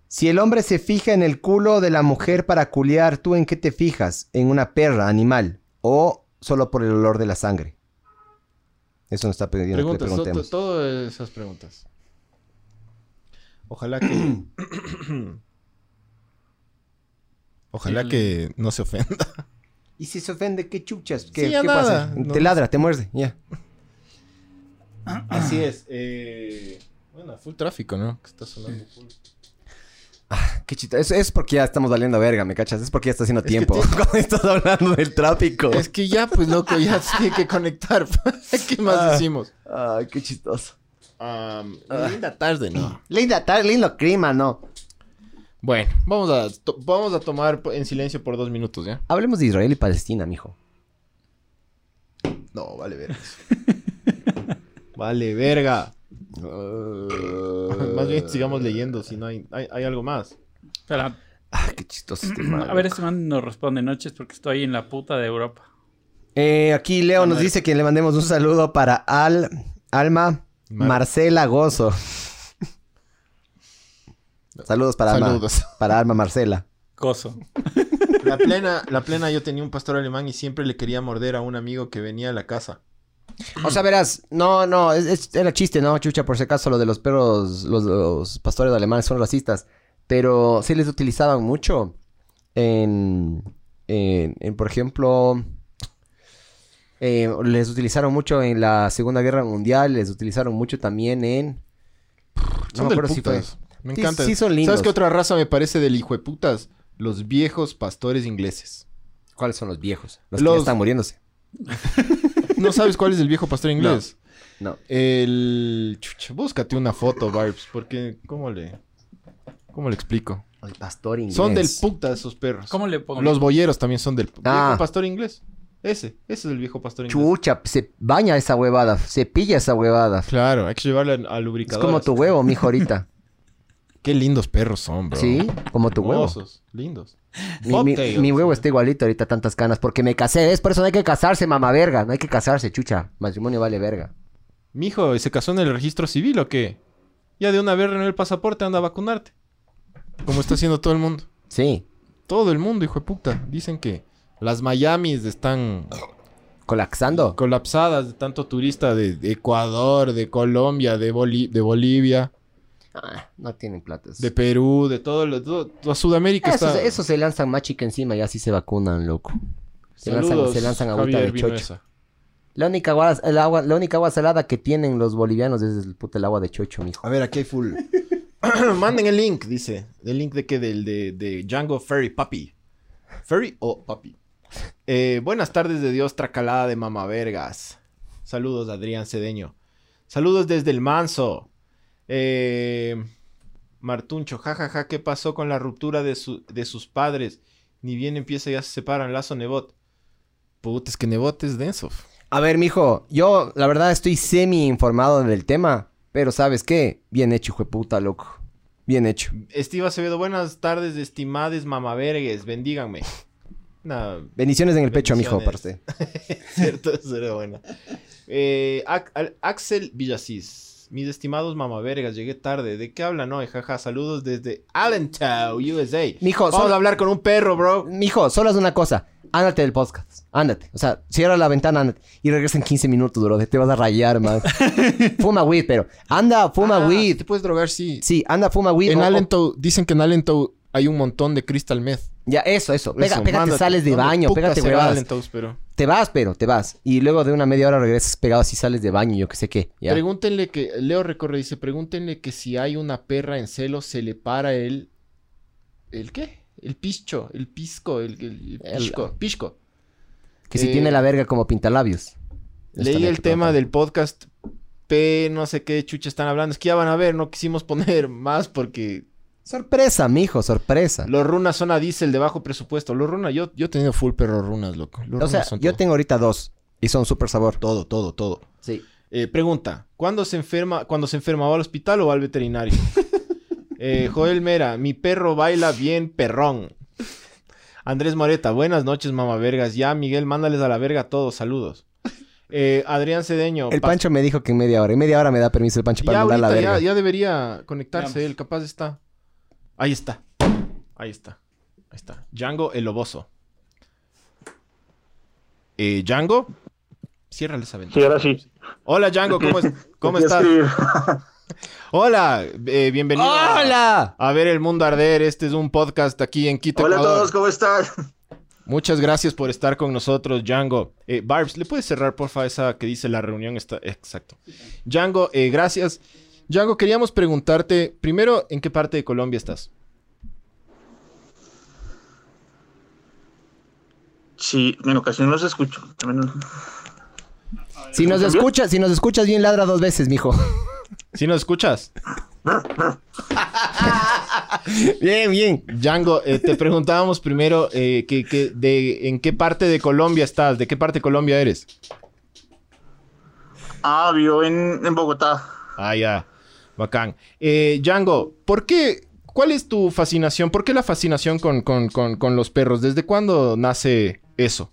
S2: Si el hombre se fija en el culo de la mujer para culiar, ¿tú en qué te fijas? ¿En una perra, animal? ¿O solo por el olor de la sangre? Eso nos está pidiendo que le
S1: Preguntas, to- to-
S2: preguntemos.
S1: todas esas preguntas. Ojalá
S2: [clears throat]
S1: que. Ojalá
S3: El-
S1: que no se ofenda.
S2: ¿Y si se ofende, qué chuchas? ¿Qué,
S1: Sí, ya
S2: qué pasa?
S1: nada, no.
S2: Te ladra, te muerde, ya.
S1: Así es. eh, Bueno, full tráfico, ¿no? Que está sonando full.
S2: Qué chito. Es, es porque ya estamos valiendo verga, ¿me cachas? Es porque ya está haciendo
S1: que
S2: tiempo.
S1: te-
S2: [laughs] Cuando estás hablando del tráfico.
S1: Es que ya, pues loco, ya se tiene que conectar. [laughs] ¿Qué más
S2: Ah.
S1: decimos? Ah.
S2: Ay, qué chistoso.
S1: Linda tarde, ¿no?
S2: Linda tarde, lindo clima, ¿no?
S1: Bueno, vamos a, to- vamos a tomar po- en silencio por dos minutos, ¿ya?
S2: Hablemos de Israel y Palestina, mijo.
S1: No, vale
S2: [laughs]
S1: verga. vale verga. [laughs] [laughs] Más bien sigamos leyendo, si no hay, hay, hay algo más.
S3: Espera,
S2: Ah, qué chistoso este man.
S3: a ver, este man nos responde noches porque estoy en la puta de Europa.
S2: Eh, aquí Leo nos dice que le mandemos un saludo para Al, Alma
S1: Mar- [laughs]
S2: Marcela Gozo. Saludos para
S1: Saludos.
S2: Alma. Para Alma Marcela.
S3: Coso.
S1: [laughs] La plena, la plena, yo tenía un pastor alemán y siempre le quería morder a un amigo que venía a la casa.
S2: O sea, verás, no, no, es- es- era chiste, ¿no? Chucha, por si acaso, lo de los perros, los, los pastores alemanes son racistas. Pero sí les utilizaban mucho en, en, en, por ejemplo, Eh, les utilizaron mucho en la Segunda Guerra Mundial, les utilizaron mucho también en... No
S1: Son
S2: me
S1: del
S2: acuerdo si fue-
S1: putas. Me
S2: Sí,
S1: encanta.
S2: sí son lindos.
S1: ¿Sabes qué otra raza me parece del hijo de putas? Los viejos pastores ingleses.
S2: ¿Cuáles son los viejos? Los, que
S1: Los-
S2: ya están muriéndose.
S1: ¿No sabes cuál es el viejo pastor inglés?
S2: No.
S1: El... Chucha, búscate una foto, Barbs, porque... ¿Cómo le...? ¿Cómo le explico?
S2: El pastor inglés.
S1: Son del puta esos perros.
S3: ¿Cómo le pongo?
S1: Los boyeros también son del...
S2: Ah.
S1: ¿Viejo pastor inglés? Ese. Ese es el viejo pastor inglés.
S2: Chucha, se baña esa huevada, se pilla esa huevada.
S1: Claro, hay que llevarle a,
S2: Es
S1: lubricador.
S2: como tu huevo,
S1: [laughs]
S2: mijo, ahorita.
S1: Qué lindos perros son, bro.
S2: Sí, como tu huevo.
S1: Hermosos, lindos.
S2: Mi, mi-
S1: Bobtails.
S2: mi huevo está igualito ahorita, tantas canas, porque me casé. Es por eso no hay que casarse, mamá verga. No hay que casarse, chucha. Matrimonio vale verga.
S1: Mijo, ¿y ¿se casó en el registro civil o qué? Ya de una vez renueve el pasaporte, anda a vacunarte. Como está haciendo todo el mundo.
S2: Sí,
S1: Todo el mundo, hijo de puta. Dicen que las Miamis están
S2: colapsando.
S1: colapsadas de tanto turista de, de Ecuador, de Colombia, de, Boli- de Bolivia,
S2: Ah, no tienen platas.
S1: de Perú, de todo, lo- todo- toda Sudamérica.
S2: Eso,
S1: está...
S2: eso se lanzan más chica encima y así se vacunan, loco. Se lanzan,
S1: Saludos,
S2: se lanzan agüita
S1: Javier
S2: de chocho.
S1: Vinuesa.
S2: La única, agua, el agua, la única agua salada que tienen los bolivianos es el puto el agua de chocho, mijo.
S1: A ver, aquí hay full. [clears throat] Manden el link, dice. ¿El link de qué? Del de, de Django Ferry Papi. ¿Ferry o Papi? Eh, buenas tardes de Dios, tracalada de mamavergas. Saludos, Adrián Cedeño. Saludos desde el Manso. Eh, Martuncho, jajaja, ¿qué pasó con la ruptura de, su- de sus padres? Ni bien empieza, ya se separan. Lazo Nebot. Puta, es que Nebot es denso.
S2: A ver, mijo, yo la verdad estoy semi informado del tema, pero ¿sabes qué? Bien hecho, hijo de puta, loco. Bien hecho.
S1: Steve Acevedo, buenas tardes, estimades mamavergues. Bendíganme. Nah,
S2: Bendiciones en el pecho, mijo, para usted.
S1: Bendiciones. [laughs] Cierto, eso era buena. Eh, Ac- Al- Axel Villasís. Mis estimados mamavergas, llegué tarde. ¿De qué hablan hoy? Jaja, saludos desde Allentown, USA.
S2: Mijo,
S1: Vamos
S2: solo-
S1: a hablar con un perro, bro.
S2: Mijo, solo es una cosa. Ándate del podcast. Ándate. O sea, cierra la ventana, ándate. Y regresa en 15 minutos, bro. Te vas a
S1: [laughs]
S2: rayar, man. fuma weed, pero. Anda, fuma
S1: Ah,
S2: weed.
S1: Te puedes drogar, sí.
S2: Sí, anda, fuma weed.
S1: En
S2: o- o-
S1: Allentown, dicen que en Allentown hay un montón de crystal meth.
S2: Ya, eso, eso. Pega,
S1: Eso,
S2: pégate,
S1: mándate.
S2: sales de
S1: ¿Dónde
S2: baño,
S1: puta
S2: pégate
S1: se va
S2: huevadas.
S1: Allentown, pero...
S2: Te vas, pero te vas. Y luego de una media hora regresas pegado así, sales de baño, yo qué sé qué. Ya.
S1: Pregúntenle que, Leo Recorre dice, pregúntenle que si hay una perra en celo, se le para el... ¿El qué? El picho, el pisco, el, el- el
S2: El-
S1: pisco, pisco.
S2: Que si
S1: Eh,
S2: tiene la verga como pintalabios.
S1: Leí el tema del podcast P, no sé qué chucha están hablando. Es que ya van a ver, no quisimos [laughs] poner más porque
S2: Sorpresa, mijo, sorpresa.
S1: los runas son a diésel de bajo presupuesto. Los runas, yo, yo he tenido full perro runas, loco. Los
S2: o
S1: runas
S2: sea,
S1: son
S2: yo
S1: todo.
S2: tengo ahorita dos. Y son súper sabor.
S1: todo, todo, todo.
S2: Sí.
S1: Eh, pregunta, ¿cuándo se enferma, cuando se enferma va al hospital o va al
S2: [laughs]
S1: veterinario? Eh, Joel Mera, mi perro baila bien perrón. Andrés Moreta, buenas noches, mamá vergas. Ya, Miguel, mándales a la verga a todos, saludos. Eh, Adrián Cedeño,
S2: El
S1: pas-
S2: Pancho me dijo que en media hora. En media hora me da permiso el Pancho para
S1: ya,
S2: mandar la
S1: ahorita, ya,
S2: verga.
S1: ya debería conectarse
S3: Veamos.
S1: él, capaz está. Ahí está. Ahí está. Ahí está. Django el Loboso. Eh, Django, ciérrale esa ventana.
S4: Sí, ahora sí.
S1: Hola Django, ¿cómo,
S4: [laughs]
S1: es- cómo estás? Hola, eh, bienvenido. a-
S2: ¡Hola!
S1: A ver el mundo arder. Este es un podcast aquí en Quito.
S4: Hola a
S1: Ecuador.
S4: todos, ¿cómo están?
S1: Muchas gracias por estar con nosotros, Django. Eh, Barbs, ¿le puedes cerrar, porfa, esa que dice la reunión está. Exacto. Django, eh, gracias. Django, queríamos preguntarte primero en qué parte de Colombia estás.
S4: Sí, en ocasiones los escucho. También no-
S2: Si nos
S4: ¿Cambió?
S2: escuchas, si nos escuchas bien, ladra dos
S1: [laughs]
S2: veces, mijo.
S1: ¿Sí nos escuchas?
S2: bien, bien.
S1: Django, eh, te preguntábamos primero eh, que, que de, en qué parte de Colombia estás, de qué parte de Colombia eres.
S4: Ah, vivo en, en Bogotá.
S1: Ah, ya. Bacán. Eh, Django, ¿por qué? ¿Cuál es tu fascinación? ¿Por qué la fascinación con, con- con- con los perros? ¿Desde cuándo nace eso?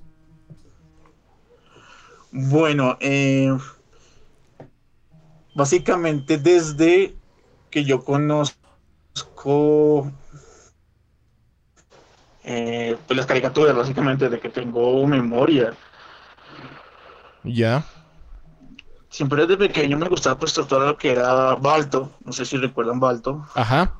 S4: Bueno, eh, básicamente desde que yo conozco eh, pues las caricaturas, básicamente, desde que tengo memoria.
S1: Ya.
S4: Siempre desde pequeño me gustaba pues todo lo que era Balto. No sé si recuerdan Balto.
S1: Ajá.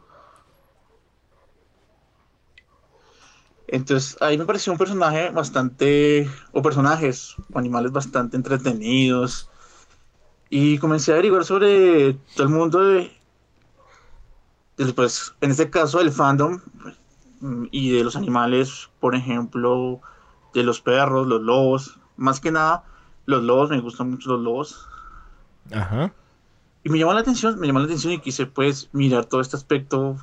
S4: Entonces, ahí me pareció un personaje bastante, o personajes, o animales bastante entretenidos. Y comencé a averiguar sobre todo el mundo de, del, pues, en este caso del fandom mm, y de los animales, por ejemplo, de los perros, los lobos. Más que nada, los lobos, me gustan mucho los lobos.
S1: Ajá.
S4: Y me llamó la atención, me llamó la atención y quise pues mirar todo este aspecto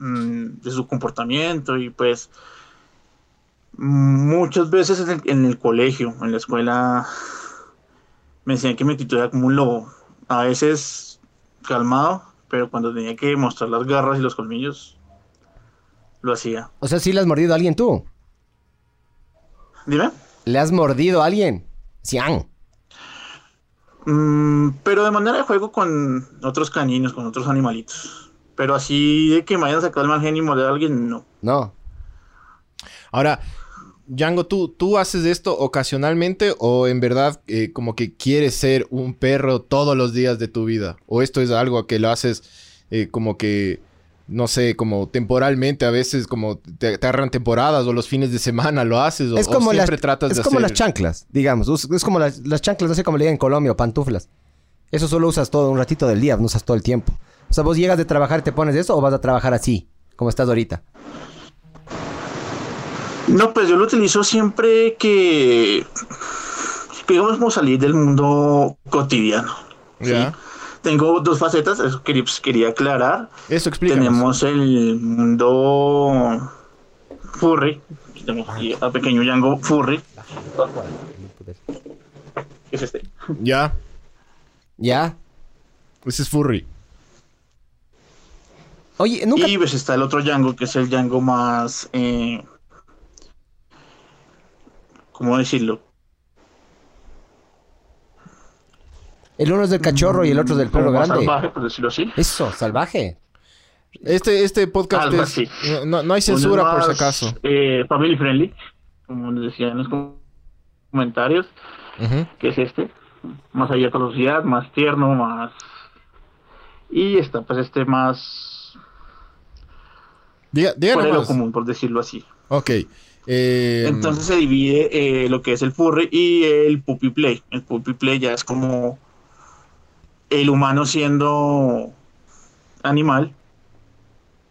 S4: mm, de su comportamiento y pues muchas veces en el, en el colegio, en la escuela, me decían que mi actitud era como un lobo. A veces calmado, pero cuando tenía que mostrar las garras y los colmillos, lo hacía.
S2: O sea, sí le has mordido a alguien tú.
S4: Dime.
S2: ¿Le has mordido a alguien? Sian.
S4: Mm, pero de manera de juego con otros caninos, con otros animalitos. Pero así de que me hayan sacado el mal genio y morder a alguien, no.
S2: No.
S1: Ahora, Django, ¿tú, ¿tú haces esto ocasionalmente o en verdad eh, como que quieres ser un perro todos los días de tu vida? ¿O esto es algo que lo haces eh, como que, no sé, como temporalmente, a veces como te, te agarran temporadas o los fines de semana lo haces o,
S2: es
S1: o
S2: como, las,
S1: siempre tratas
S2: es
S1: de
S2: como
S1: hacer...
S2: las chanclas, digamos. Us- Es como las, las chanclas, no sé cómo le digan en Colombia, o pantuflas. Eso solo usas todo un ratito del día, no usas todo el tiempo. O sea, vos llegas de trabajar y te pones eso o vas a trabajar así, como estás ahorita.
S4: No, pues yo lo utilizo siempre que, que digamos como salir del mundo cotidiano.
S1: Ya.
S4: Tengo dos facetas, eso quería, pues, quería aclarar.
S1: Eso explícanos.
S4: Tenemos el mundo furry. Tenemos aquí a pequeño Django furry. que Es este.
S1: Ya.
S2: ¿Ya?
S1: Ese es Furry.
S2: Oye, nunca...
S4: Y pues está el otro Django, que es el Django más... eh, ¿Cómo decirlo?
S2: El uno es del cachorro y el otro es del perro
S4: Como más
S2: grande.
S4: salvaje, por decirlo así.
S2: Eso, salvaje.
S1: Este, este podcast
S4: Algo
S1: es-
S4: así.
S1: no- no, no hay censura
S4: Uno
S1: por
S4: es
S1: si
S4: más,
S1: acaso.
S4: eh, family friendly, como les decía en los com- comentarios,
S1: Ujú.
S4: que es este. Más allá de velocidad, más tierno, más. Y está, pues este más.
S1: Diga-
S4: Fuera de lo
S1: díganos.
S4: común, por decirlo así.
S1: Ok. Eh,
S4: Entonces se divide eh, lo que es el furry y el puppy play. El puppy play ya es como el humano siendo animal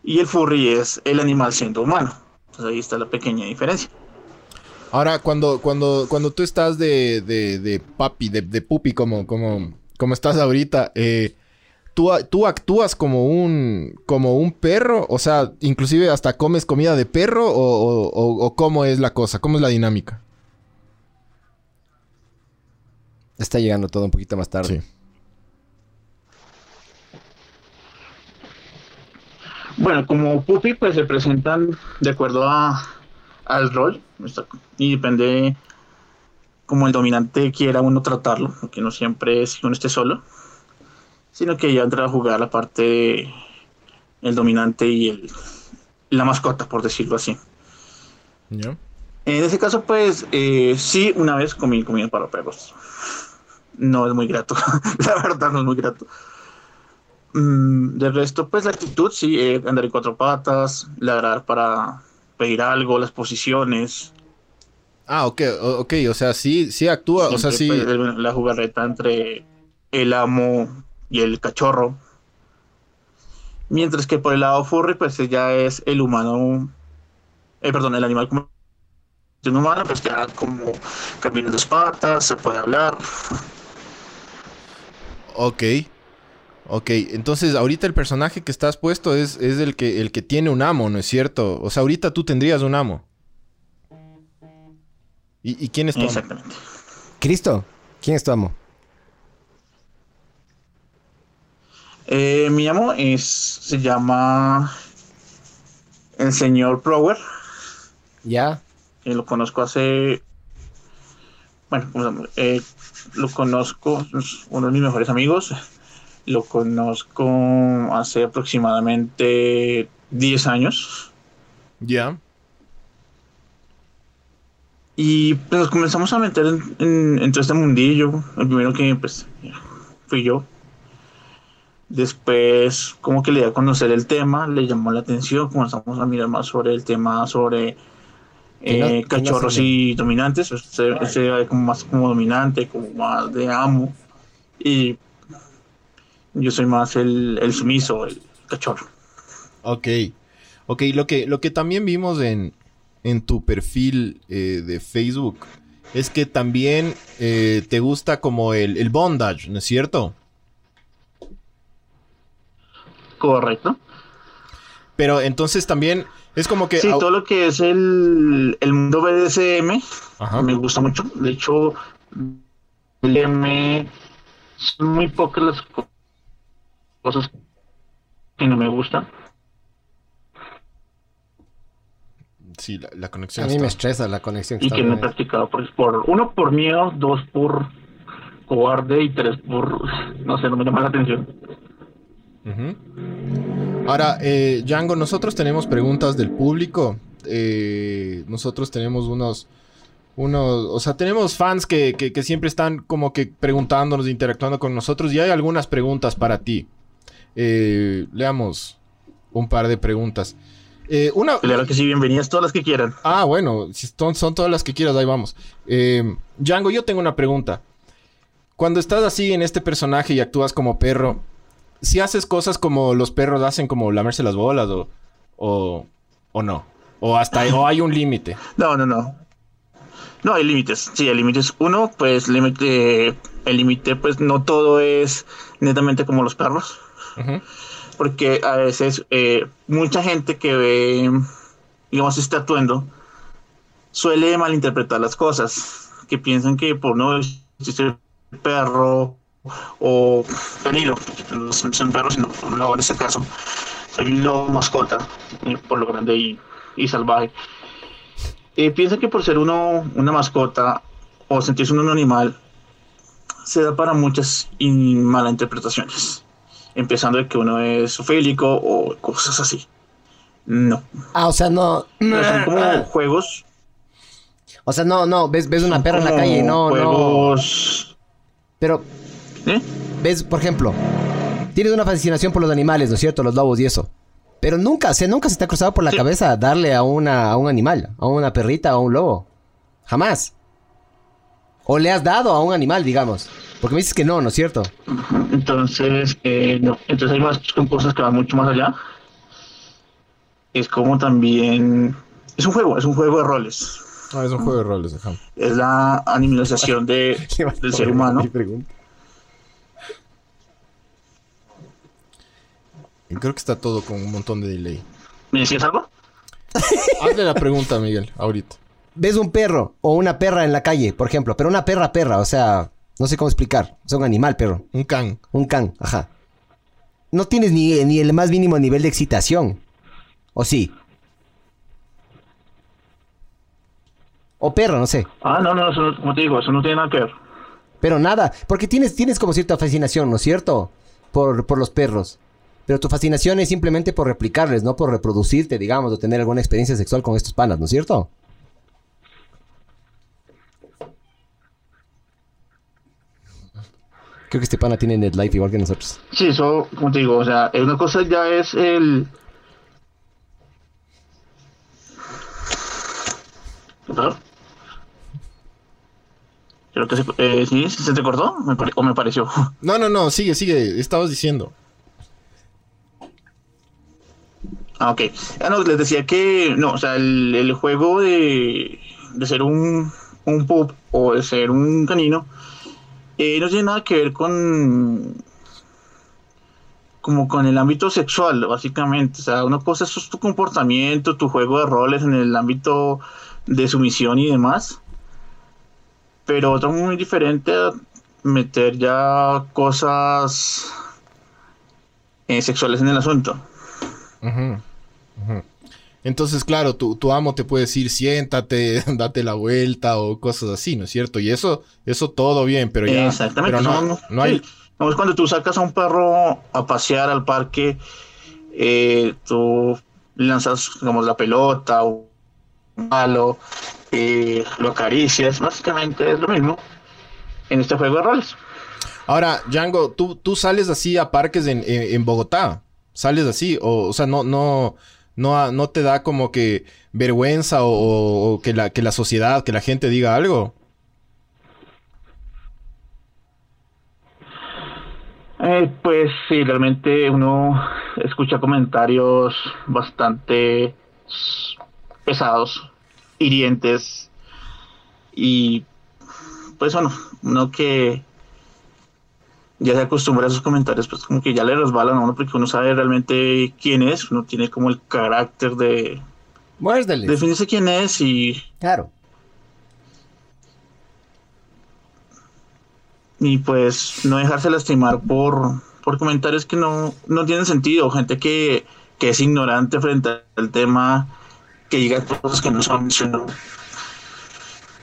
S4: y el furry es el animal siendo humano. Entonces ahí está la pequeña diferencia.
S1: Ahora, cuando, cuando, cuando tú estás de, de, de papi, de, de pupi, como, como, como estás ahorita, eh, ¿tú, a- ¿tú actúas como un, como un perro? O sea, inclusive hasta comes comida de perro o, o- o- o cómo es la cosa, cómo es la dinámica.
S2: Está llegando todo un poquito más tarde.
S4: Bueno, como puppy, pues se presentan de acuerdo a, al rol está- y depende como el dominante quiera uno tratarlo, que no siempre es que uno esté solo, sino que ya entra a jugar la parte de el dominante y el, la mascota, por decirlo así.
S1: ¿Ya?
S4: En ese caso, pues eh, sí, una vez comí comida para perros. No es muy grato, [laughs] la verdad no es muy grato. Mm, del resto, pues la actitud, sí, eh, andar en cuatro patas, ladrar para pedir algo, las posiciones,
S1: Ah, ok, o- ok, o sea, sí, sí actúa, o sea,
S4: siempre,
S1: sí.
S4: pues, el- la jugarreta entre el amo y el cachorro. Mientras que por el lado furry, pues ya es el humano, eh, perdón, el animal como de un humano, pues ya como camina en dos patas, se puede hablar.
S1: Ok. Ok, entonces ahorita el personaje que estás puesto es, es el que el que tiene un amo, ¿no es cierto? O sea, ahorita tú tendrías un amo. ¿Y, y quién es tu amo?
S4: Exactamente.
S2: Cristo, ¿quién es tu amo?
S4: Eh, mi amo es, se llama el señor Prower,
S2: ¿Ya?
S4: que eh, lo conozco hace. Bueno, ¿cómo se llama? Eh, lo conozco, es uno de mis mejores amigos. Lo conozco hace aproximadamente 10 años.
S1: Ya.
S4: Y pues, nos comenzamos a meter en, en- en todo este mundillo. El primero que pues, fui yo. Después, como que le di a conocer el tema, le llamó la atención. Comenzamos a mirar más sobre el tema, sobre
S5: Que no-
S4: eh,
S5: que no
S4: cachorros
S5: se ve.
S4: y dominantes, pues, se, se ve como más como dominante, como más de amo. Y yo soy más el, el sumiso, el cachorro.
S1: Ok. Ok, lo que, lo que también vimos en, en tu perfil eh, de Facebook es que también eh, te gusta como el, el bondage, ¿no es cierto?
S4: Correcto.
S1: Pero entonces también es como que...
S4: Sí,
S1: au-
S4: todo lo que es el, el mundo BDSM
S1: Ajá.
S4: me gusta mucho. De hecho, BDSM son muy pocas las co- cosas que no me gustan.
S1: Sí, la, la conexión
S2: A mí me
S1: está-
S2: estresa la conexión que
S4: y
S2: está
S4: que no he
S2: hablando.
S4: practicado por, por uno por miedo, dos por cobarde y tres por no sé, no me llama la atención.
S1: Ujú. Ahora, eh, Django, nosotros tenemos preguntas del público. Eh, nosotros tenemos unos, unos, o sea, tenemos fans que, que- que siempre están como que preguntándonos, interactuando con nosotros y hay algunas preguntas para ti. Eh, leamos un par de preguntas. Eh, una,
S4: Claro que sí, bienvenidas todas las que quieran.
S1: Ah, bueno, si son, son todas las que quieras, ahí vamos. Eh, Django, yo tengo una pregunta. Cuando estás así en este personaje y actúas como perro, si haces cosas como los perros hacen, como lamerse las bolas o, o, o no, o hasta o hay un límite.
S4: No, no, no. No, hay límites. Sí, hay límites. Uno, pues límite, el límite, pues no todo es netamente como los perros,
S1: Ujú.
S4: porque a veces eh, mucha gente que ve, digamos, este atuendo, suele malinterpretar las cosas, que piensan que por no decir perro o canino, no son, son perros, sino no, en este caso, soy un lobo mascota, eh, por lo grande y, y salvaje. Eh, piensa que por ser uno una mascota o sentirse uno un animal, se da para muchas y malas interpretaciones. Empezando de que uno es zoofílico o cosas así. No.
S2: Ah, o sea, no.
S4: Pero son como juegos.
S2: O sea, no, no. Ves, ves una perra en la calle y no, no.
S4: juegos...
S2: Pero
S4: ¿Eh?
S2: ves, por ejemplo, tienes una fascinación por los animales, ¿no es cierto? Los lobos y eso. Pero nunca, o sea, nunca se te ha cruzado por la
S4: Sí.
S2: cabeza darle a, una, a un animal, a una perrita o a un lobo. Jamás. O le has dado a un animal, digamos. Porque me dices que no, ¿no es cierto?
S4: Entonces, eh, no. Entonces hay más son cosas que van mucho más allá. Es como también. Es un juego, es un juego de roles.
S1: Ah, es un juego de roles, [laughs] ajá.
S4: Es la
S2: [laughs]
S4: animalización de, del ser humano.
S1: Y creo que está todo con un montón de delay.
S4: ¿Me decías algo?
S1: Hazle la pregunta, Miguel, ahorita.
S2: ves un perro o una perra en la calle, por ejemplo, pero una perra perra, o sea, no sé cómo explicar, o sea, un animal perro,
S1: Un can.
S2: un can, ajá. No tienes ni, ni el más mínimo nivel de excitación, ¿o sí? O perro, no sé,
S4: Ah, no, no, eso no, como te digo, eso no tiene nada que ver.
S2: pero nada, porque tienes, tienes como cierta fascinación, ¿no es cierto? Por, por los perros. Pero tu fascinación es simplemente por replicarles, no por reproducirte, digamos, o tener alguna experiencia sexual con estos panas, ¿no es cierto? Creo que este pana tiene NetLife igual que nosotros.
S4: Sí, eso, como te digo, o sea, eh, una cosa ya es el. ¿Qué pasó? Creo que se, eh, sí, se te cortó Me pare- o me pareció. [laughs]
S1: No, no, no, sigue, sigue. Estabas diciendo.
S4: Ah, ok. Ah, no, les decía que, no, o sea, el, el juego de, de ser un, un pup o de ser un canino eh, no tiene nada que ver con como con el ámbito sexual, básicamente. O sea, una cosa es tu comportamiento, tu juego de roles en el ámbito de sumisión y demás. Pero otro muy diferente a meter ya cosas eh, sexuales en el asunto.
S1: Ujú, ujú. Entonces, claro, tu, tu amo te puede decir, siéntate, [laughs] date la vuelta o cosas así, ¿no es cierto? Y eso, eso todo bien, pero ya...
S4: Exactamente.
S1: pero no,
S4: son-
S1: no hay...
S4: sí, no, es cuando tú sacas a un perro a pasear al parque, eh, tú lanzas, digamos, la pelota o un palo, eh, lo acaricias, básicamente es lo mismo en este juego de roles.
S1: Ahora, Django, tú, tú sales así a parques en, en- en Bogotá. Sales así, o, o sea, no, no, no, ha- no te da como que vergüenza o, o- o que, la, que la sociedad, que la gente diga algo.
S4: Eh, pues sí, realmente uno escucha comentarios bastante pesados, hirientes y pues bueno, uno que ya se acostumbra a esos comentarios, pues como que ya le resbalan a uno porque uno sabe realmente quién es, uno tiene como el carácter de
S6: Muérdele.
S4: definirse quién es y,
S6: Claro.
S4: y pues no dejarse lastimar por, por comentarios que no, no tienen sentido, gente que, que es ignorante frente al tema, que diga cosas que no son, sino,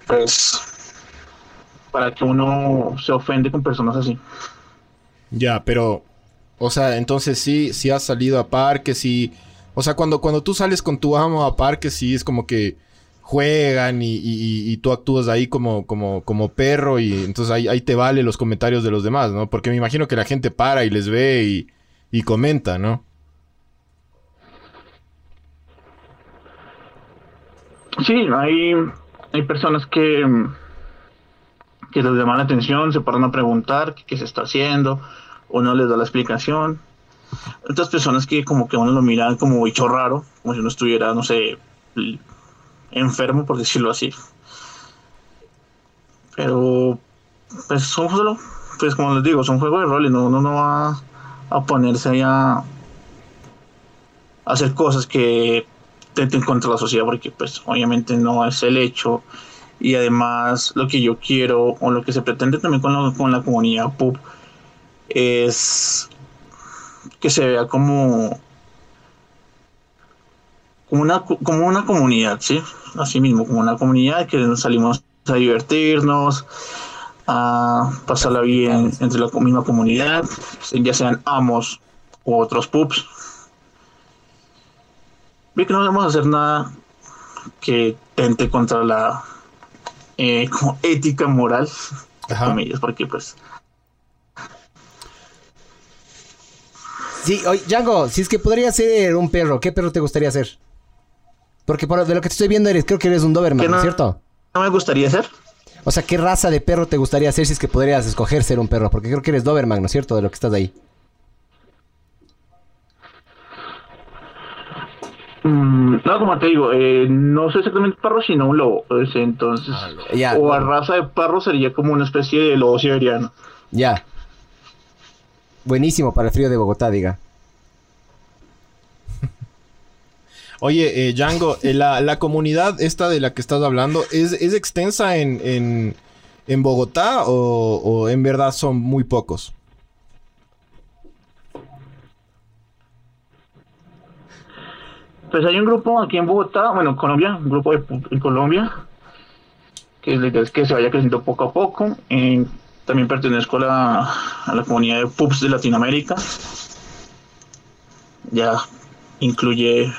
S4: pues para que uno se ofende con personas así.
S1: Ya, pero, o sea, entonces sí, sí has salido a parques y, o sea, cuando, cuando tú sales con tu amo a parques, sí es como que juegan y, y- y- y tú actúas ahí como, como, como perro y entonces ahí, ahí te vale los comentarios de los demás, ¿no? Porque me imagino que la gente para y les ve y, y comenta, ¿no?
S4: Sí, hay, hay personas que, que les llaman la atención, se paran a preguntar qué, qué se está haciendo, uno les da la explicación. Otras personas que como que uno lo miran como bicho raro, como si uno estuviera, no sé, l- enfermo, por decirlo así. Pero, pues son solo, pues como les digo, son juegos de rol y no, uno no va a ponerse ahí a, a hacer cosas que atenten contra la sociedad porque pues obviamente no es el hecho y además lo que yo quiero o lo que se pretende también con la, con la comunidad pub es que se vea como como una, co- como una comunidad, ¿sí? Así mismo, como una comunidad que nos salimos a divertirnos, a pasarla bien entre la misma comunidad, ya sean amos u otros pubs. Vi que no vamos a hacer nada que tente contra la eh, como ética moral,
S1: Ajá.
S4: comillas, porque pues
S6: Sí, oye, Django, si es que podría ser un perro, ¿qué perro te gustaría ser? Porque por, de lo que te estoy viendo eres, creo que eres un Doberman,
S4: Que no-
S6: ¿no es ¿cierto?
S4: no me gustaría ser.
S6: O sea, ¿qué raza de perro te gustaría ser si es que podrías escoger ser un perro? Porque creo que eres Doberman, ¿no es cierto? De lo que estás ahí.
S4: Mm, no, como te digo, eh, no soy exactamente perro, sino un lobo. pues, entonces,
S2: Ah,
S6: Ya,
S4: o a raza de perro sería como una especie de lobo siberiano.
S6: ya. Buenísimo para el frío de Bogotá, diga.
S1: Oye, eh, Django, eh, la, la comunidad esta de la que estás hablando, ¿es, es extensa en, en, en Bogotá o, o en verdad son muy pocos?
S4: Pues hay un grupo aquí en Bogotá, bueno, en Colombia, un grupo de pu- en Colombia, que la idea es que se vaya creciendo poco a poco. Eh, también pertenezco a la, a la comunidad de pubs de Latinoamérica. Ya incluye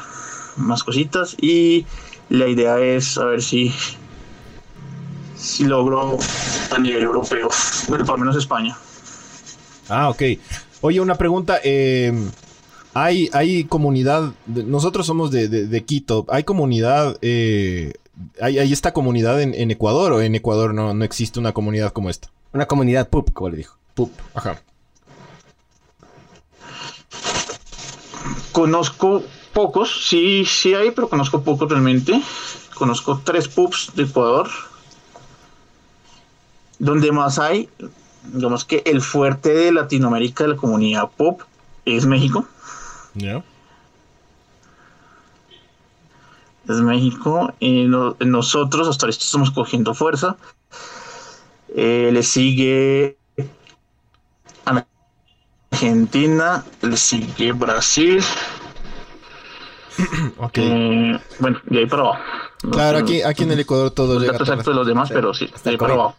S4: más cositas y la idea es a ver si, si logro a nivel europeo, bueno, por lo menos España.
S1: Ah, ok. Oye, una pregunta. eh, hay, hay comunidad. de- nosotros somos de, de- de Quito. ¿Hay comunidad? eh, hay, hay esta comunidad en, en Ecuador o en Ecuador no, no existe una comunidad como esta?
S6: Una comunidad pup, como le dijo. Pup.
S1: Ajá.
S4: Conozco pocos, sí, sí hay, pero conozco pocos realmente. Conozco tres pubs de Ecuador. Donde más hay, digamos que el fuerte de Latinoamérica de la comunidad pop es México.
S1: ¿Ya?
S4: es México. Y no- nosotros hasta ahorita estamos cogiendo fuerza. Eh, le sigue a Argentina, le sigue Brasil.
S1: Ok.
S4: eh, bueno, de ahí para abajo. No
S1: Claro,
S4: sé
S1: aquí, aquí en el Ecuador todo
S4: los
S1: llega.
S4: Pues datos
S1: tarde.
S4: exactos de los demás, pero sí, de ahí para abajo.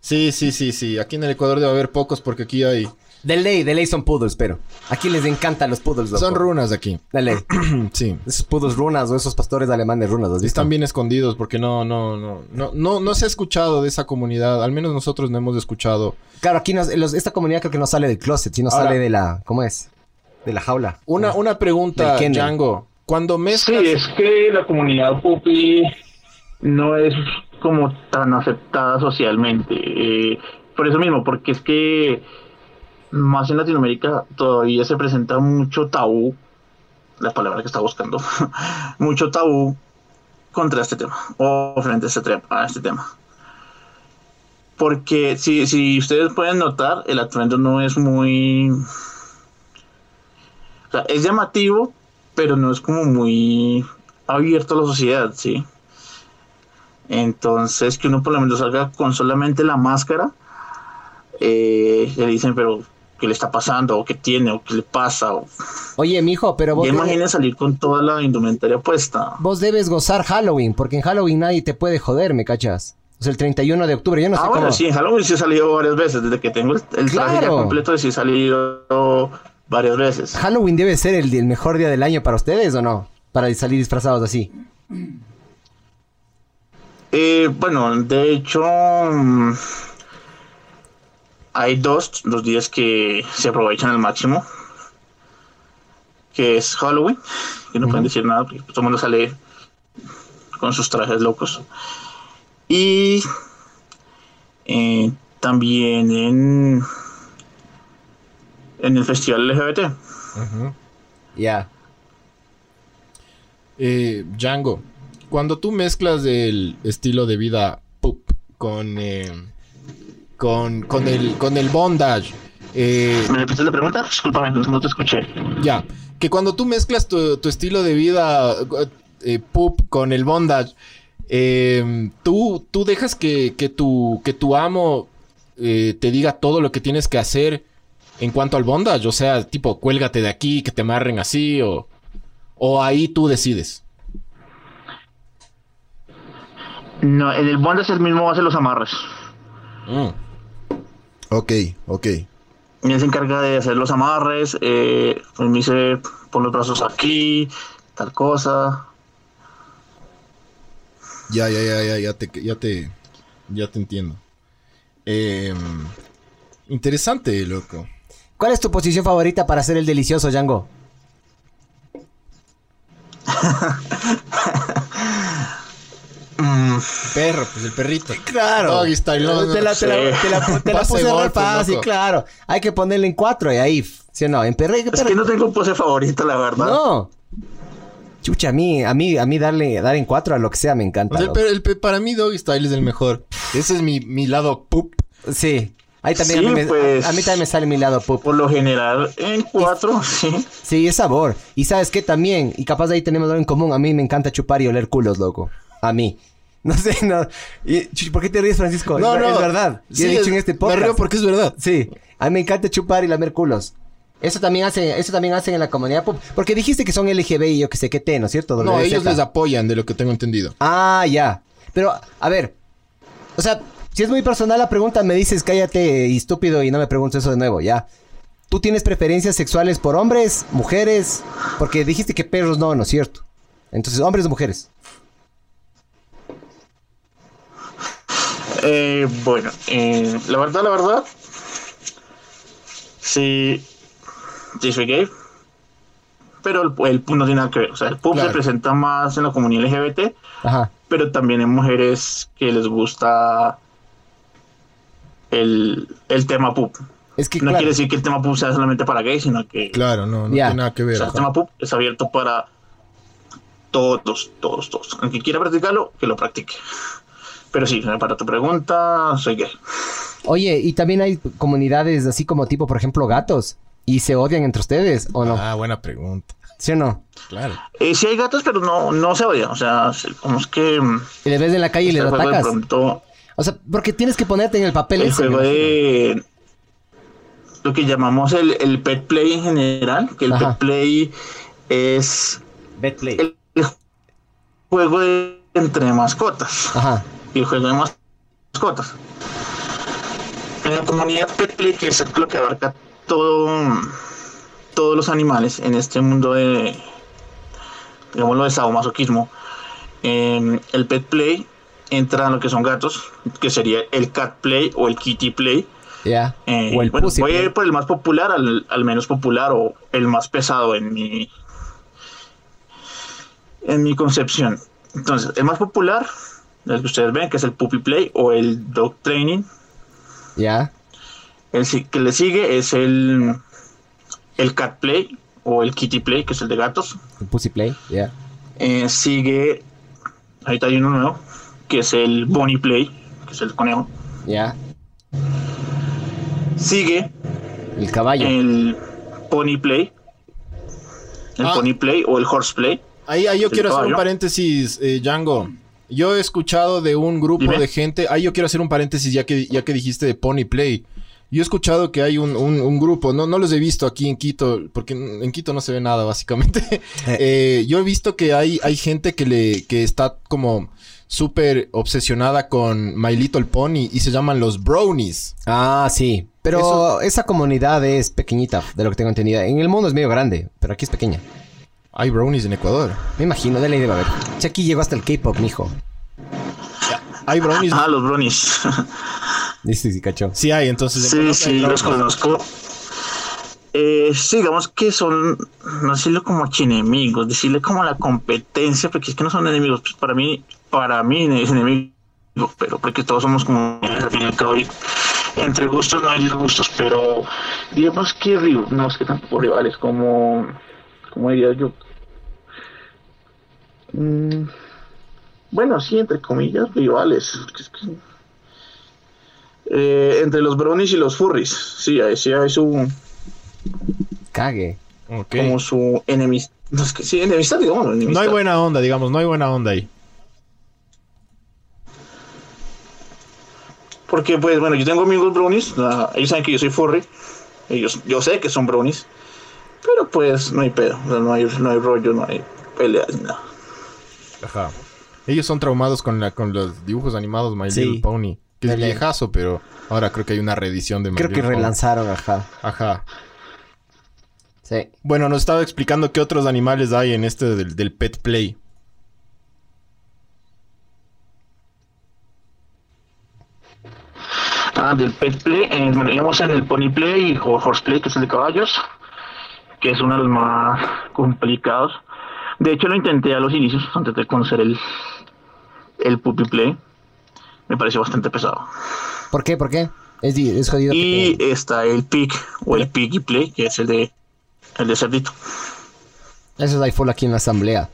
S1: Sí, sí, sí, sí. Aquí en el Ecuador debe haber pocos porque aquí hay.
S6: De ley, de ley son poodles, pero. Aquí les encantan los poodles, loco.
S1: Son runas aquí. [clears throat]
S6: De ley.
S1: sí.
S6: Esos poodles runas o esos pastores alemanes runas, ¿los
S1: Están
S6: visto?
S1: bien escondidos porque no, no, no, no, no, no se ha escuchado de esa comunidad. Al menos nosotros no hemos escuchado.
S6: Claro, aquí no- los- esta comunidad creo que no sale del closet, sino
S1: Ahora-
S6: sale de la... ¿Cómo es? De la jaula.
S2: Ah,
S1: Una, una pregunta,
S6: Del Kennel.
S1: Django. Cuando
S4: Sí,
S1: mezclas...
S4: es que la comunidad pupi no es como tan aceptada socialmente. eh, por eso mismo, porque es que más en Latinoamérica todavía se presenta mucho tabú, la palabra que está buscando, [laughs] mucho tabú contra este tema, o frente a este, tre- a este tema. Porque si, si ustedes pueden notar, el atuendo no es muy... O sea, es llamativo, pero no es como muy abierto a la sociedad, ¿sí? Entonces, que uno por lo menos salga con solamente la máscara, eh, le dicen, pero ¿qué le está pasando? ¿O qué tiene? ¿O qué le pasa? O...
S2: Oye, mijo, pero vos,
S4: Ya imagina salir con toda la indumentaria puesta.
S2: vos debes gozar Halloween, porque en Halloween nadie te puede joder, ¿me cachas? O sea, el 31 de octubre, yo no sé
S4: ah,
S2: cómo.
S4: bueno, sí, en Halloween sí he salido varias veces, desde que tengo el, el traje ya
S2: Claro.
S4: completo, sí he salido varias veces.
S2: Halloween debe ser el, el mejor día del año para ustedes, ¿o no? Para salir disfrazados así.
S4: Eh, bueno, de hecho, mm, hay dos, dos días que se aprovechan al máximo, que es Halloween, que no pueden decir nada, porque pues, todo el mundo sale con sus trajes locos. Y eh, también en, en el Festival LGBT.
S2: Ya.
S1: Eh, Django, cuando tú mezclas el estilo de vida pup con, eh, con, con el, con el bondage, eh,
S4: ¿Me repites la pregunta? Disculpame, no no te escuché.
S1: ya, que cuando tú mezclas tu, tu estilo de vida eh, pup con el bondage, eh, tú, tú dejas que, que tu, que tu amo eh, te diga todo lo que tienes que hacer en cuanto al bondage, o sea, tipo, cuélgate de aquí, que te amarren así, o, o ahí tú decides.
S4: No, en el Bond es el mismo, hace los amarres.
S1: Mm.
S7: Ok, ok.
S4: Él se encarga de hacer los amarres, eh, él me dice pon los brazos aquí, tal cosa.
S7: Ya, ya, ya, ya, ya te, ya te, ya te entiendo. Em, interesante, loco.
S2: ¿Cuál es tu posición favorita para hacer el delicioso, Django?
S1: Perro, pues el perrito.
S2: Claro.
S1: Doggy style, no, no,
S2: te, la, te la-
S4: sí.
S2: te la pu- te la
S1: Pase
S2: puse re
S1: golpe,
S2: fácil,
S1: loco.
S2: claro. Hay que ponerle en cuatro y ahí, ¿sí o no? En perre,
S4: Es que no tengo pose favorita, la verdad.
S2: No. Chucha, a mí, a mí, a mí darle, dar en cuatro a lo que sea me encanta.
S1: O sea, el
S2: loco.
S1: per- el pe- para mí Doggy Style es el mejor. Ese es mi, mi lado pup.
S2: Sí. Ahí también
S4: Sí,
S2: a, mí me,
S4: pues.
S2: a mí también me sale mi lado pop.
S4: Por lo general, en cuatro, [laughs] sí.
S2: Sí, es sabor. Y sabes qué también, y capaz ahí tenemos algo en común, a mí me encanta chupar y oler culos, loco. A mí. [laughs] No sé, no. Y, chuch, ¿Por qué te ríes, Francisco? es, ver- es verdad. Y
S1: Sí,
S2: he dicho
S1: es-
S2: en este podcast.
S1: Me río porque es verdad.
S2: Sí, a mí me encanta chupar y lamer culos. Eso también hacen, eso también hacen en la comunidad pop. Porque dijiste que son LGB y yo que sé qué T, ¿no es cierto?
S1: No,
S2: WZ.
S1: ellos les apoyan de lo que tengo entendido.
S2: Ah, ya. Pero, a ver. O sea, si es muy personal la pregunta, me dices cállate y estúpido y no me preguntes eso de nuevo, ya. ¿Tú tienes preferencias sexuales por hombres, mujeres? Porque dijiste que perros no, ¿no es cierto? Entonces, hombres o mujeres.
S4: Eh, bueno, eh, la verdad, la verdad, sí, sí soy gay, pero el, el pub no tiene nada que ver. O sea, el pub
S1: Claro.
S4: se presenta más en la comunidad LGBT,
S2: Ajá.
S4: pero también en mujeres que les gusta el, el tema pub.
S2: Es que,
S4: No
S2: claro,
S4: quiere decir que el tema pub sea solamente para gays, sino que
S1: Claro, no, no
S2: Ya.
S1: tiene nada que
S4: o
S1: ver.
S4: sea, el tema pub es abierto para todos, todos, todos. El que quiera practicarlo, que lo practique. Pero sí, eh, para tu pregunta, soy gay.
S2: Oye, y también hay comunidades así como tipo, por ejemplo, gatos. ¿Y se odian entre ustedes o no?
S1: Ah, buena pregunta.
S2: ¿Sí o no?
S1: Claro.
S4: Eh, sí hay gatos, pero no, no se odian. O sea, se- como es que... mm,
S2: Y les ves en la calle y les
S4: está el juego
S2: atacas.
S4: De pronto,
S2: O sea, porque tienes que ponerte en el papel
S4: el
S2: ese.
S4: juego
S2: me imagino.
S4: de... Lo que llamamos el, el pet play en general, que el
S2: Ajá.
S4: pet play es el, el juego de- entre mascotas.
S2: Ajá.
S4: y el juego de mascotas. En la comunidad Pet Play, que es lo que abarca todo, todos los animales en este mundo de, digámoslo, de sadomasoquismo, eh, el Pet Play entra en lo que son gatos, que sería el Cat Play o el Kitty Play.
S2: Ya.
S4: Eh,
S2: o el
S4: bueno,
S2: pussy,
S4: voy a
S2: play.
S4: ir por el más popular al, al menos popular o el más pesado en mi en mi concepción. Entonces, el más popular, el que ustedes ven, que es el Puppy Play o el Dog Training.
S2: ¿Ya?
S4: El si- que le sigue es el, el Cat Play o el Kitty Play, que es el de gatos.
S2: El Pussy Play, ya.
S4: Eh, sigue, ahorita hay uno nuevo, que es el Bonnie Play, que es el conejo.
S2: Ya.
S4: Sigue
S2: El caballo.
S4: el Pony Play. El
S1: Ah.
S4: Pony Play o el Horse Play.
S1: Ahí, ahí yo
S4: Sí,
S1: quiero hacer un
S4: caballo.
S1: paréntesis, eh, Django. Yo he escuchado de un grupo
S4: Dime.
S1: de gente. Ahí yo quiero hacer un paréntesis ya que, ya que dijiste de Pony Play. Yo he escuchado que hay un, un- un grupo, no, no los he visto aquí en Quito, porque en en Quito no se ve nada, básicamente. [laughs] Eh, yo he visto que hay, hay gente que le, que está como súper obsesionada con My Little Pony y se llaman los brownies.
S2: Ah, sí. Pero
S1: Eso-
S2: esa comunidad es pequeñita, de lo que tengo entendida. En el mundo es medio grande, pero aquí es pequeña.
S1: Hay brownies en Ecuador.
S2: Me imagino, de la idea, a ver. Si aquí llegó hasta el K-pop, mijo. [laughs]
S1: Hay brownies.
S4: Ah, los [laughs] Bronies.
S2: Dice, sí, cacho.
S1: Sí hay, entonces. en
S4: sí,
S1: Ecuador hay
S4: sí, los
S1: brownies.
S4: conozco. Eh, sí, digamos que son, no decirlo como enemigos, decirle como la competencia, porque es que no son enemigos. Pues para mí, para mí es enemigo, pero porque todos somos como al fin y al cabo, y entre gustos no hay gustos, pero digamos que rival- no es que tampoco rivales, como, como diría yo. Mm, bueno, sí, entre comillas, rivales. porque es que- eh, entre los brownies y los furries. Sí, ahí sí hay su,
S2: Cague.
S1: Ok.
S4: como su enemistad. No, es que sí, enemistad, digamos.
S1: No
S4: enemistad.
S1: hay buena onda, digamos, no hay buena onda ahí.
S4: Porque, pues, bueno, yo tengo amigos brownies. ah, ellos saben que yo soy furry. Ellos, yo sé que son brownies. Pero, pues, no hay pedo. o sea, no, hay, no hay rollo, no hay peleas, ni nada.
S1: Ajá. Ellos son traumados con, la, con los dibujos animados My
S2: Sí.
S1: Little Pony. Que es
S2: Dale.
S1: viejazo, pero ahora creo que hay una reedición de My
S2: Creo que
S1: Little Pony.
S2: relanzaron, ajá.
S1: Ajá.
S2: Sí.
S1: Bueno, nos estaba explicando qué otros animales hay en este del, del Pet Play.
S4: Ah, del Pet Play. eh, bueno, íbamos en el Pony Play y Ho- Horse Play, que es el de caballos, que es uno de los más complicados. De hecho, lo intenté a los inicios, antes de conocer el, el Puppy Play. Me pareció bastante pesado.
S2: ¿Por qué? ¿Por qué? Es, di- es jodido.
S4: Y
S2: que te-
S4: está el Pig, o el Piggy Play, que es el de, el de cerdito.
S2: Eso es iFull aquí en la asamblea.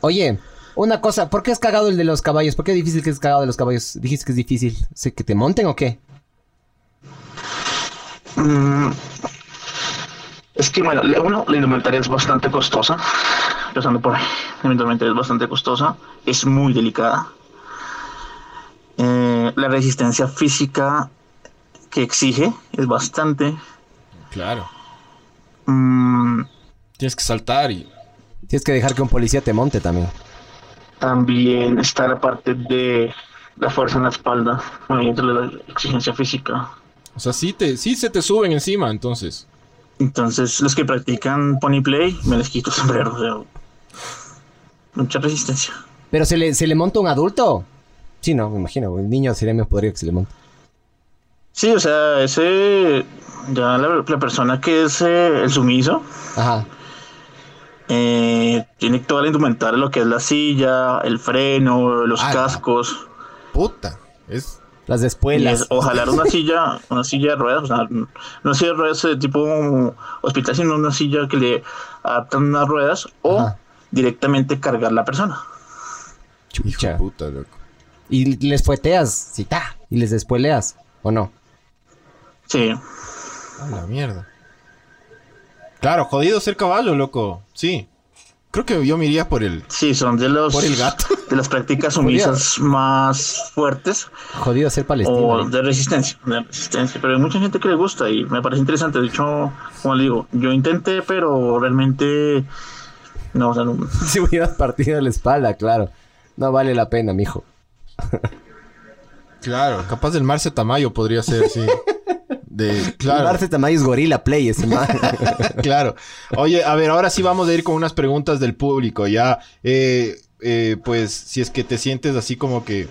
S2: Oye, una cosa. ¿Por qué es cagado el de los caballos? ¿Por qué es difícil que es cagado de los caballos? ¿Dijiste que es difícil? ¿Sí, ¿Que te monten o qué?
S4: Mm, Es que, bueno, la- uno, la indumentaria es bastante costosa. Empezando por ahí, la indumentaria es bastante costosa. Es muy delicada. Eh, la resistencia física que exige es bastante.
S1: Claro.
S4: Mm,
S1: Tienes que saltar y.
S2: Tienes que dejar que un policía te monte también.
S4: también está la parte de la fuerza en la espalda. Bueno, dentro de la exigencia física.
S1: O sea, sí, te, sí se te suben encima, entonces.
S4: Entonces, los que practican Pony Play, me les quito el sombrero. o sea, mucha resistencia.
S2: ¿Pero se le, se le monta un adulto? Sí, no, me imagino. El niño sería menos podrido que se le monte.
S4: Sí, o sea, ese. Ya la, la persona que es eh, el sumiso
S2: Ajá.
S4: eh, tiene toda la indumentaria, lo que es la silla, el freno, los
S1: Ah, la-
S4: cascos.
S1: Puta. Es.
S2: Las
S4: Y
S2: espuelas.
S4: es- o jalar
S1: [laughs]
S4: una silla, una silla de ruedas, o sea, no una silla de ruedas de tipo hospital, sino una silla que le adaptan unas ruedas o
S2: Ajá.
S4: directamente cargar la persona.
S1: Hijo de
S2: Chucha.
S1: puta, loco.
S2: Y les fueteas, sí, ta. Y les despueleas, ¿o no?
S4: Sí,
S1: A la mierda. Claro, jodido ser caballo, loco. Sí. Creo que yo me iría por el.
S4: Sí, son de los
S1: Por el gato.
S4: de
S1: [laughs]
S4: las prácticas sumisas más fuertes
S2: Jodido ser
S4: o
S2: [laughs] palestino.
S4: de resistencia, de resistencia, pero hay mucha gente que le gusta y me parece interesante. De hecho, como le digo, yo intenté, pero realmente no, o sea, no-
S2: Si hubieras partido la espalda, claro. No vale la pena, mijo.
S1: Claro, capaz del Marce Tamayo podría ser, [laughs] sí. De, claro.
S2: Claro. Marce Tamayo es gorila play ese [laughs] man.
S1: [laughs] Claro. Oye, a ver, ahora sí vamos a ir con unas preguntas del público. Ya, eh, eh, pues, si es que te sientes así como que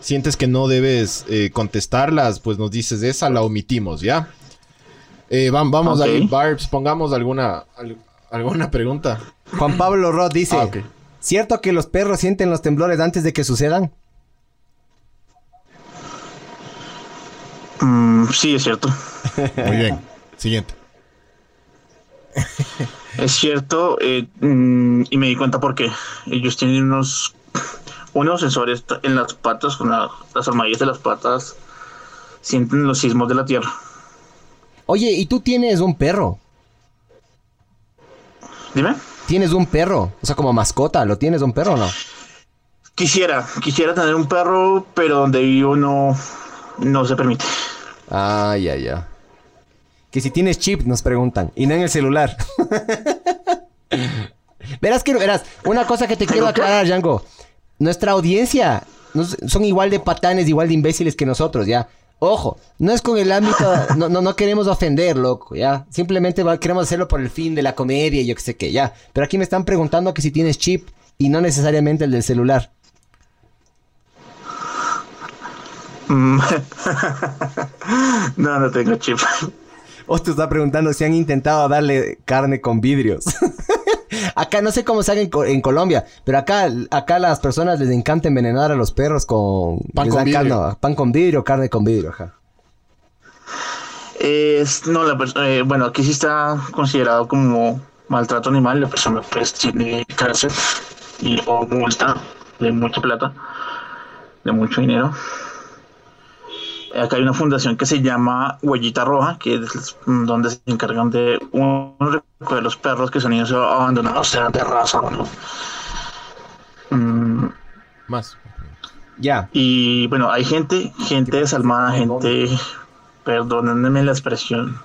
S1: sientes que no debes eh, contestarlas, pues nos dices esa, la omitimos, ¿ya? Eh, vam- vamos
S4: Ok.
S1: ahí, Barbs, pongamos alguna, al- alguna pregunta.
S2: Juan Pablo Roth dice:
S1: Ah, ok.
S2: ¿Cierto que los perros sienten los temblores antes de que sucedan?
S4: Mm, sí, es cierto.
S1: Muy bien. Siguiente.
S4: Es cierto, eh, mm, y me di cuenta porque ellos tienen unos, unos sensores t- en las patas, con la- las armadillas de las patas, sienten los sismos de la Tierra.
S2: Oye, y tú tienes un perro.
S4: Dime,
S2: Tienes un perro. O sea, como mascota, ¿lo tienes un perro o no?
S4: quisiera, quisiera tener un perro, pero donde vivo no, no se permite.
S2: Ah, ya, ya. Que si tienes chip, nos preguntan. Y no en el celular. [laughs] verás que, verás, una cosa que te quiero aclarar, Django. Nuestra audiencia no s- son igual de patanes, igual de imbéciles que nosotros, ya. Ojo, no es con el ámbito, no, no, no queremos ofender, loco, ya. Simplemente va- queremos hacerlo por el fin de la comedia y yo qué sé qué, ya. Pero aquí me están preguntando que si tienes chip y no necesariamente el del celular.
S4: Mm. [laughs] no, no tengo chip.
S2: O te está preguntando si han intentado darle carne con vidrios. [laughs] acá no sé cómo se haga en, Co- en Colombia, pero acá, acá las personas les encanta envenenar a los perros con
S1: Pan
S2: les
S1: con
S2: dan
S1: vidrio.
S2: carne- pan con vidrio, carne con vidrio, ajá.
S4: Es, no, la pers- eh, bueno, aquí sí está considerado como maltrato animal, la persona pues tiene cárcel y, o multa de mucha plata, de mucho dinero. Acá hay una fundación que se llama Huellita Roja, que es mm, donde se encargan de un de los perros que son niños abandonados, sean de raza o no. Mm,
S1: Más.
S2: Ya.
S4: y bueno, hay gente, gente desalmada, gente, perdónenme la expresión,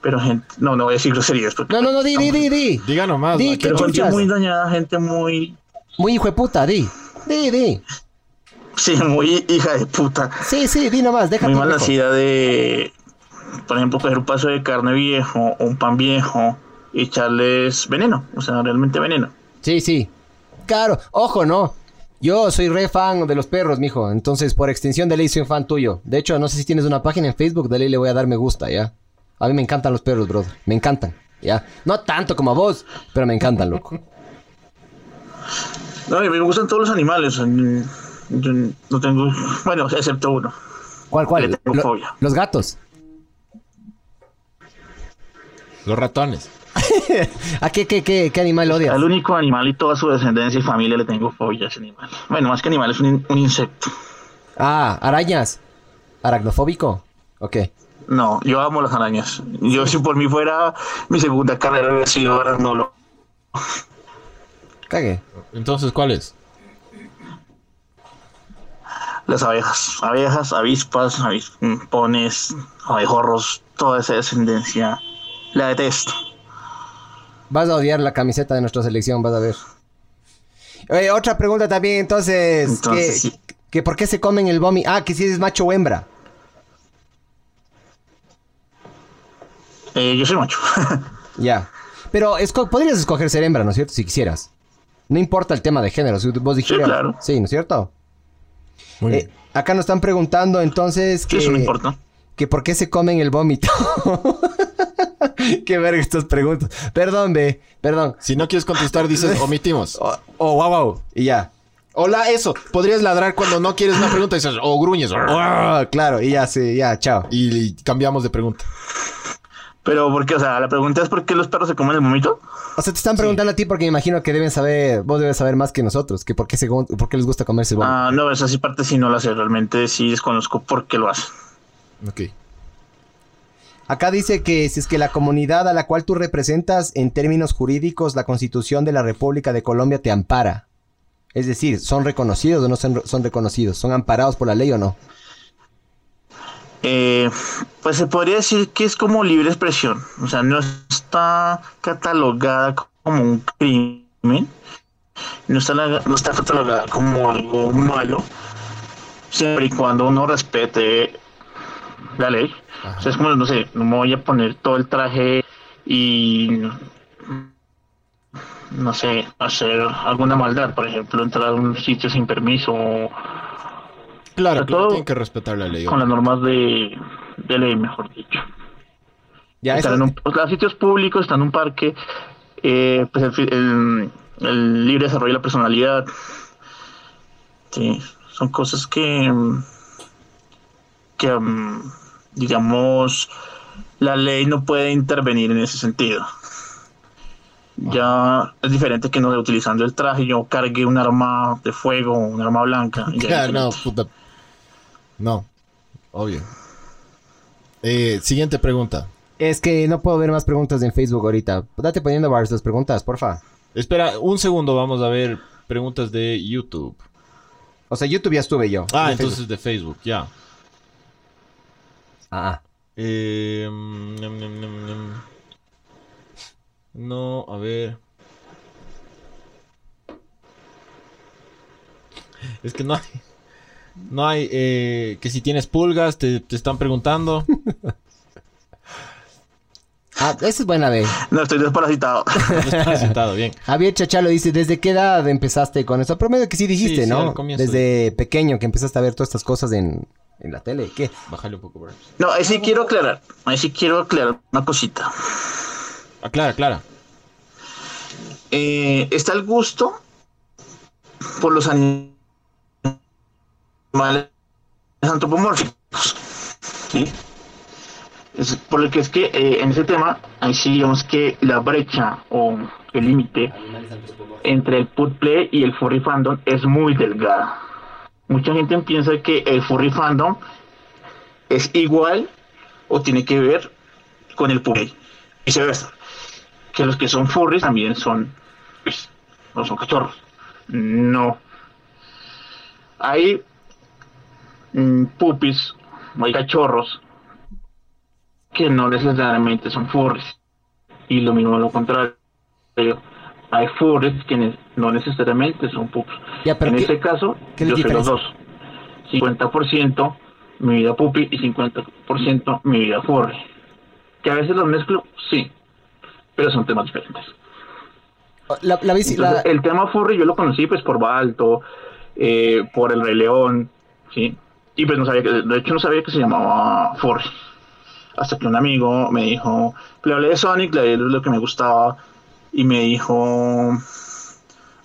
S4: pero gente, no, no voy a decir groserías, porque,
S2: No, no, no, di, di, di, di.
S1: Diga nomás.
S2: Di,
S1: va,
S2: ¿qué
S4: pero gente
S2: chuchas?
S4: muy dañada, gente muy,
S2: Muy hijo de puta, di. Di, di.
S4: sí, muy hija de puta,
S2: Sí, sí, di nomás, déjate.
S4: muy mala
S2: viejo.
S4: idea de, por ejemplo, coger un paso de carne viejo, un pan viejo y echarles veneno, o sea, realmente veneno.
S2: Sí, sí. Claro, ojo, ¿no? Yo soy re fan de los perros, mijo. Entonces, por extensión de ley, soy un fan tuyo. De hecho, no sé si tienes una página en Facebook, de ley le voy a dar me gusta, ¿ya? A mí me encantan los perros, brother. Me encantan, ¿ya? No tanto como a vos, pero me encantan, loco.
S4: No, y me gustan todos los animales, mm, yo no tengo, bueno, excepto uno.
S2: ¿Cuál,
S4: Le
S2: cuál?
S4: tengo
S2: Lo-
S4: fobia.
S2: los gatos.
S1: Los ratones.
S2: ¿A Ah, qué, qué, qué, qué animal odias?
S4: Al único animal y toda su descendencia y familia le tengo fobia a ese animal. Bueno, más que animal, es un, in- un insecto.
S2: Ah, arañas. Aracnofóbico. Ok.
S4: No, yo amo las arañas. Yo, si por mí fuera, mi segunda carrera hubiera sido arañolo.
S2: Cague.
S1: Entonces, ¿cuáles?
S4: Las abejas. Abejas, avispas, avis- mm, pones, abejorros, toda esa descendencia. La detesto.
S2: Vas a odiar la camiseta de nuestra selección, vas a ver. Oye, otra pregunta también, entonces.
S4: Entonces,
S2: ¿que,
S4: sí.
S2: que ¿Por qué se comen el vómito? Ah, que si es macho o hembra.
S4: Eh, yo soy macho. [laughs]
S2: Ya. Pero esco- podrías escoger ser hembra, ¿no es cierto? Si quisieras. No importa el tema de género, si vos dijeras.
S4: claro.
S2: Sí, ¿no es cierto?
S1: Muy
S2: Eh, acá nos están preguntando entonces que,
S4: Eso no importa.
S2: que por qué se comen el vómito. [laughs] qué verga estas preguntas. Perdón, ve, perdón.
S1: Si no quieres contestar, dices omitimos.
S2: Oh, oh, wow, wow. Y ya.
S1: Hola, eso. Podrías ladrar cuando no quieres una pregunta y dices, o gruñes.
S2: [laughs] Ah, claro, y ya, sí, ya, chao.
S1: Y, y cambiamos de pregunta.
S4: Pero, porque, o sea, la pregunta es: ¿por qué los perros se comen el vomito?
S2: O sea, te están preguntando a ti porque me imagino que deben saber, vos debes saber más que nosotros, que por qué, se, gon- por qué les gusta comerse el vómito.
S4: Ah, no, esa sí parte sí no la sé. Realmente sí desconozco por qué lo hacen.
S1: Ok.
S2: Acá dice que si es que la comunidad a la cual tú representas, en términos jurídicos, la Constitución de la República de Colombia te ampara. Es decir, ¿son reconocidos o no son, son reconocidos? ¿Son amparados por la ley o no?
S4: Eh, pues se podría decir que es como libre expresión, o sea, no está catalogada como un crimen, no está, la- no está catalogada como algo malo, siempre y cuando uno respete la ley. O sea, es como, no sé, no me voy a poner todo el traje y, no sé, hacer alguna maldad, por ejemplo, entrar a un sitio sin permiso o
S1: Claro,
S4: Pero
S1: claro,
S4: todo-
S1: tienen que respetar la ley.
S4: con las normas de, de ley, mejor dicho.
S2: Ya,
S4: Están
S2: eso-
S4: en un- o sea, sitios públicos, están en un parque. eh, pues el, fi- el- el libre desarrollo de la personalidad. Sí, son cosas que, mm, que mm, digamos, la ley no puede intervenir en ese sentido. Ya es diferente que no utilizando el traje, yo cargué un arma de fuego, un arma blanca.
S1: [laughs]
S4: y ya
S1: Ya,
S4: es
S1: Ah, no,
S4: diferente.
S1: puta. No, obvio. Eh, siguiente pregunta.
S2: Es que no puedo ver más preguntas en Facebook ahorita. Date poniendo bars las preguntas, porfa.
S1: Espera, un segundo, vamos a ver preguntas de YouTube.
S2: O sea, YouTube ya estuve yo.
S1: Ah,
S2: De
S1: entonces
S2: Facebook.
S1: de Facebook, ya.
S2: Ah, ah.
S1: Eh, mm, nem, nem, nem, nem. No, a ver. Es que no hay. No hay. eh, que si tienes pulgas, te, te están preguntando.
S2: Ah, esa es buena, ve.
S4: No, estoy desparasitado. [laughs]
S1: No [laughs] estás citado, bien.
S2: Javier Chachalo dice, ¿desde qué edad empezaste con esto? Promedio que sí dijiste,
S1: Sí, sí,
S2: ¿no?
S1: al comienzo
S2: Desde pequeño que empezaste a ver todas estas cosas en, en la tele. ¿Qué?
S1: Bájale un poco, bro.
S4: No, ahí sí quiero aclarar. Ahí sí quiero aclarar una cosita.
S1: Aclara, aclara.
S4: Eh, está el gusto por los ani- animales antropomórficos. ¿sí? Es por lo que es que eh, en ese tema, ahí sí digamos que la brecha o el límite entre el put play y el furry fandom es muy delgada. Mucha gente piensa que el furry fandom es igual o tiene que ver con el put play. Viceversa que los que son furries también son pues, no son cachorros no hay mm, pupis hay cachorros que no necesariamente son furries y lo mismo lo contrario hay furries que no necesariamente son pupis
S2: Ya, pero
S4: en
S2: ¿qué-
S4: este caso
S2: qué
S4: yo soy los
S2: diferencia?
S4: dos 50% mi vida pupi y 50% mi vida furry que a veces los mezclo sí pero son temas diferentes.
S2: La, la bici- la-
S4: Entonces, el tema furry yo lo conocí pues por Balto, eh, por El Rey León, ¿sí? Y pues no sabía que, de hecho no sabía que se llamaba furry. Hasta que un amigo me dijo, le hablé de Sonic, le hablé de lo que me gustaba, y me dijo,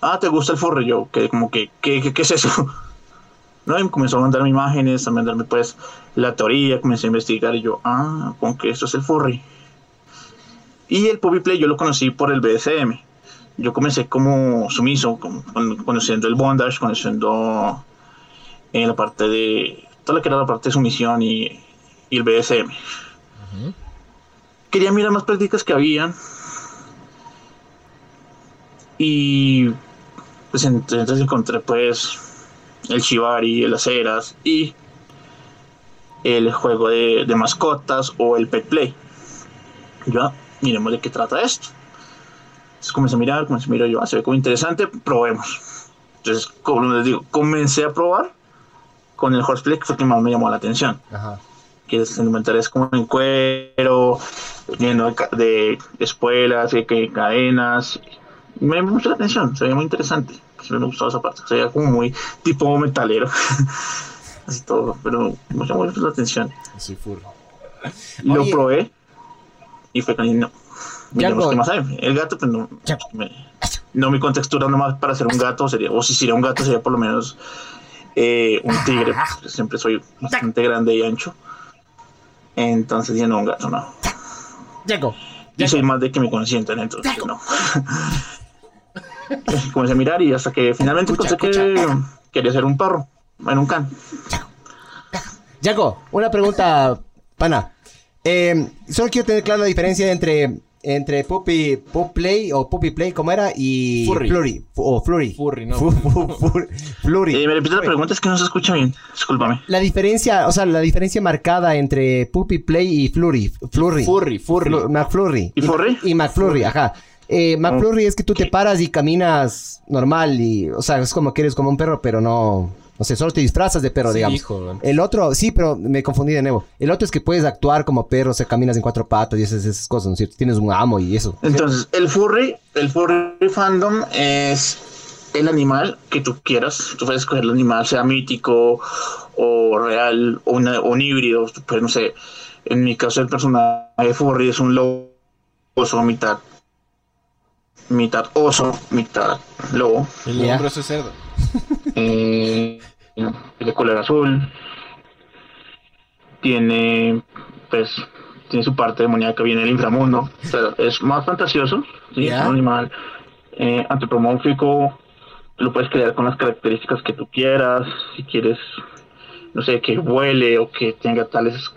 S4: ah, ¿te gusta el furry? Yo, que como que, ¿qué, qué, qué es eso? [laughs] No, y comenzó a mandarme imágenes, a mandarme pues la teoría, comencé a investigar y yo, ah, con que esto es el furry. Y el Puppy Play yo lo conocí por el BDSM. Yo comencé como sumiso, como- con- conociendo el bondage, conociendo eh, la parte de. toda lo que era la parte de sumisión y, y el BDSM. Quería mirar más prácticas que habían. Y. Pues entonces encontré, pues. el Shibari, el Aceras y. el juego de, de mascotas o el Pet Play. Yo, ah, miremos de qué trata esto. Entonces comencé a mirar, comencé a mirar yo, ah, se ve como interesante, probemos. Entonces, como les digo, comencé a probar con el horseplay, que fue el que más me llamó la atención.
S2: Ajá.
S4: Que es inventares como en cuero, lleno de, ca- de espuelas, de, que- cadenas. Me llamó mucho la atención, se veía muy interesante. Siempre me gustaba esa parte, se veía como muy tipo metalero. [laughs] Así todo, pero me llamó mucho la atención.
S1: Soy furro.
S4: Lo
S2: Oye.
S4: probé y fue con no. Miremos
S2: Django.
S4: qué más hay. El gato, pues no.
S2: Django.
S4: me- no, mi contextura nomás para ser un gato sería, o si sería un gato, sería por lo menos eh, un tigre. porque Siempre soy bastante grande y ancho. Entonces, ya no, un gato no.
S2: Django.
S4: Y soy más de que me consientan, entonces no. [laughs] Comencé a mirar y hasta que finalmente
S2: Escucha,
S4: encontré que quería ser un perro en un can.
S2: Django, una pregunta, pana. Eh, solo quiero tener clara la diferencia entre, entre Puppy Pup Play o Puppy Play, ¿cómo era? Y
S1: Furry.
S2: Flurry. fu- O Flurry.
S1: Furry, no.
S2: Fu- fu- fur- Flurry.
S4: Eh, me repite la pregunta, es que no se escucha bien. Discúlpame.
S2: La diferencia, o sea, la diferencia marcada entre Puppy Play y Flurry. Flurry.
S1: Furry, furry.
S2: Flu- McFlurry.
S4: ¿Y Furry?
S2: Y McFlurry, ajá. Eh, McFlurry es que tú te paras y caminas normal y, o sea, es como que eres como un perro, pero no, no sé, solo te disfrazas de perro,
S8: Sí,
S2: digamos.
S8: hijo.
S2: El otro, sí, pero me confundí de nuevo. El otro es que puedes actuar como perro, o sea, caminas en cuatro patas y esas, esas cosas, ¿no es cierto? Tienes un amo y eso.
S4: Entonces, el furry, el furry fandom es el animal que tú quieras. Tú puedes escoger el animal, sea mítico o real o, una- o un híbrido. Tú puedes, no sé, en mi caso el personaje furry es un lobo, mitad mitad oso, mitad lobo.
S1: El
S6: Ya.
S1: hombro es cerdo.
S4: Eh, de color azul. Tiene, pues, tiene su parte demoníaca, viene del inframundo. O sea, es más fantasioso, ¿sí?
S6: Ya.
S4: Es un animal eh, antropomórfico. Lo puedes crear con las características que tú quieras. Si quieres, no sé, que vuele o que tenga tales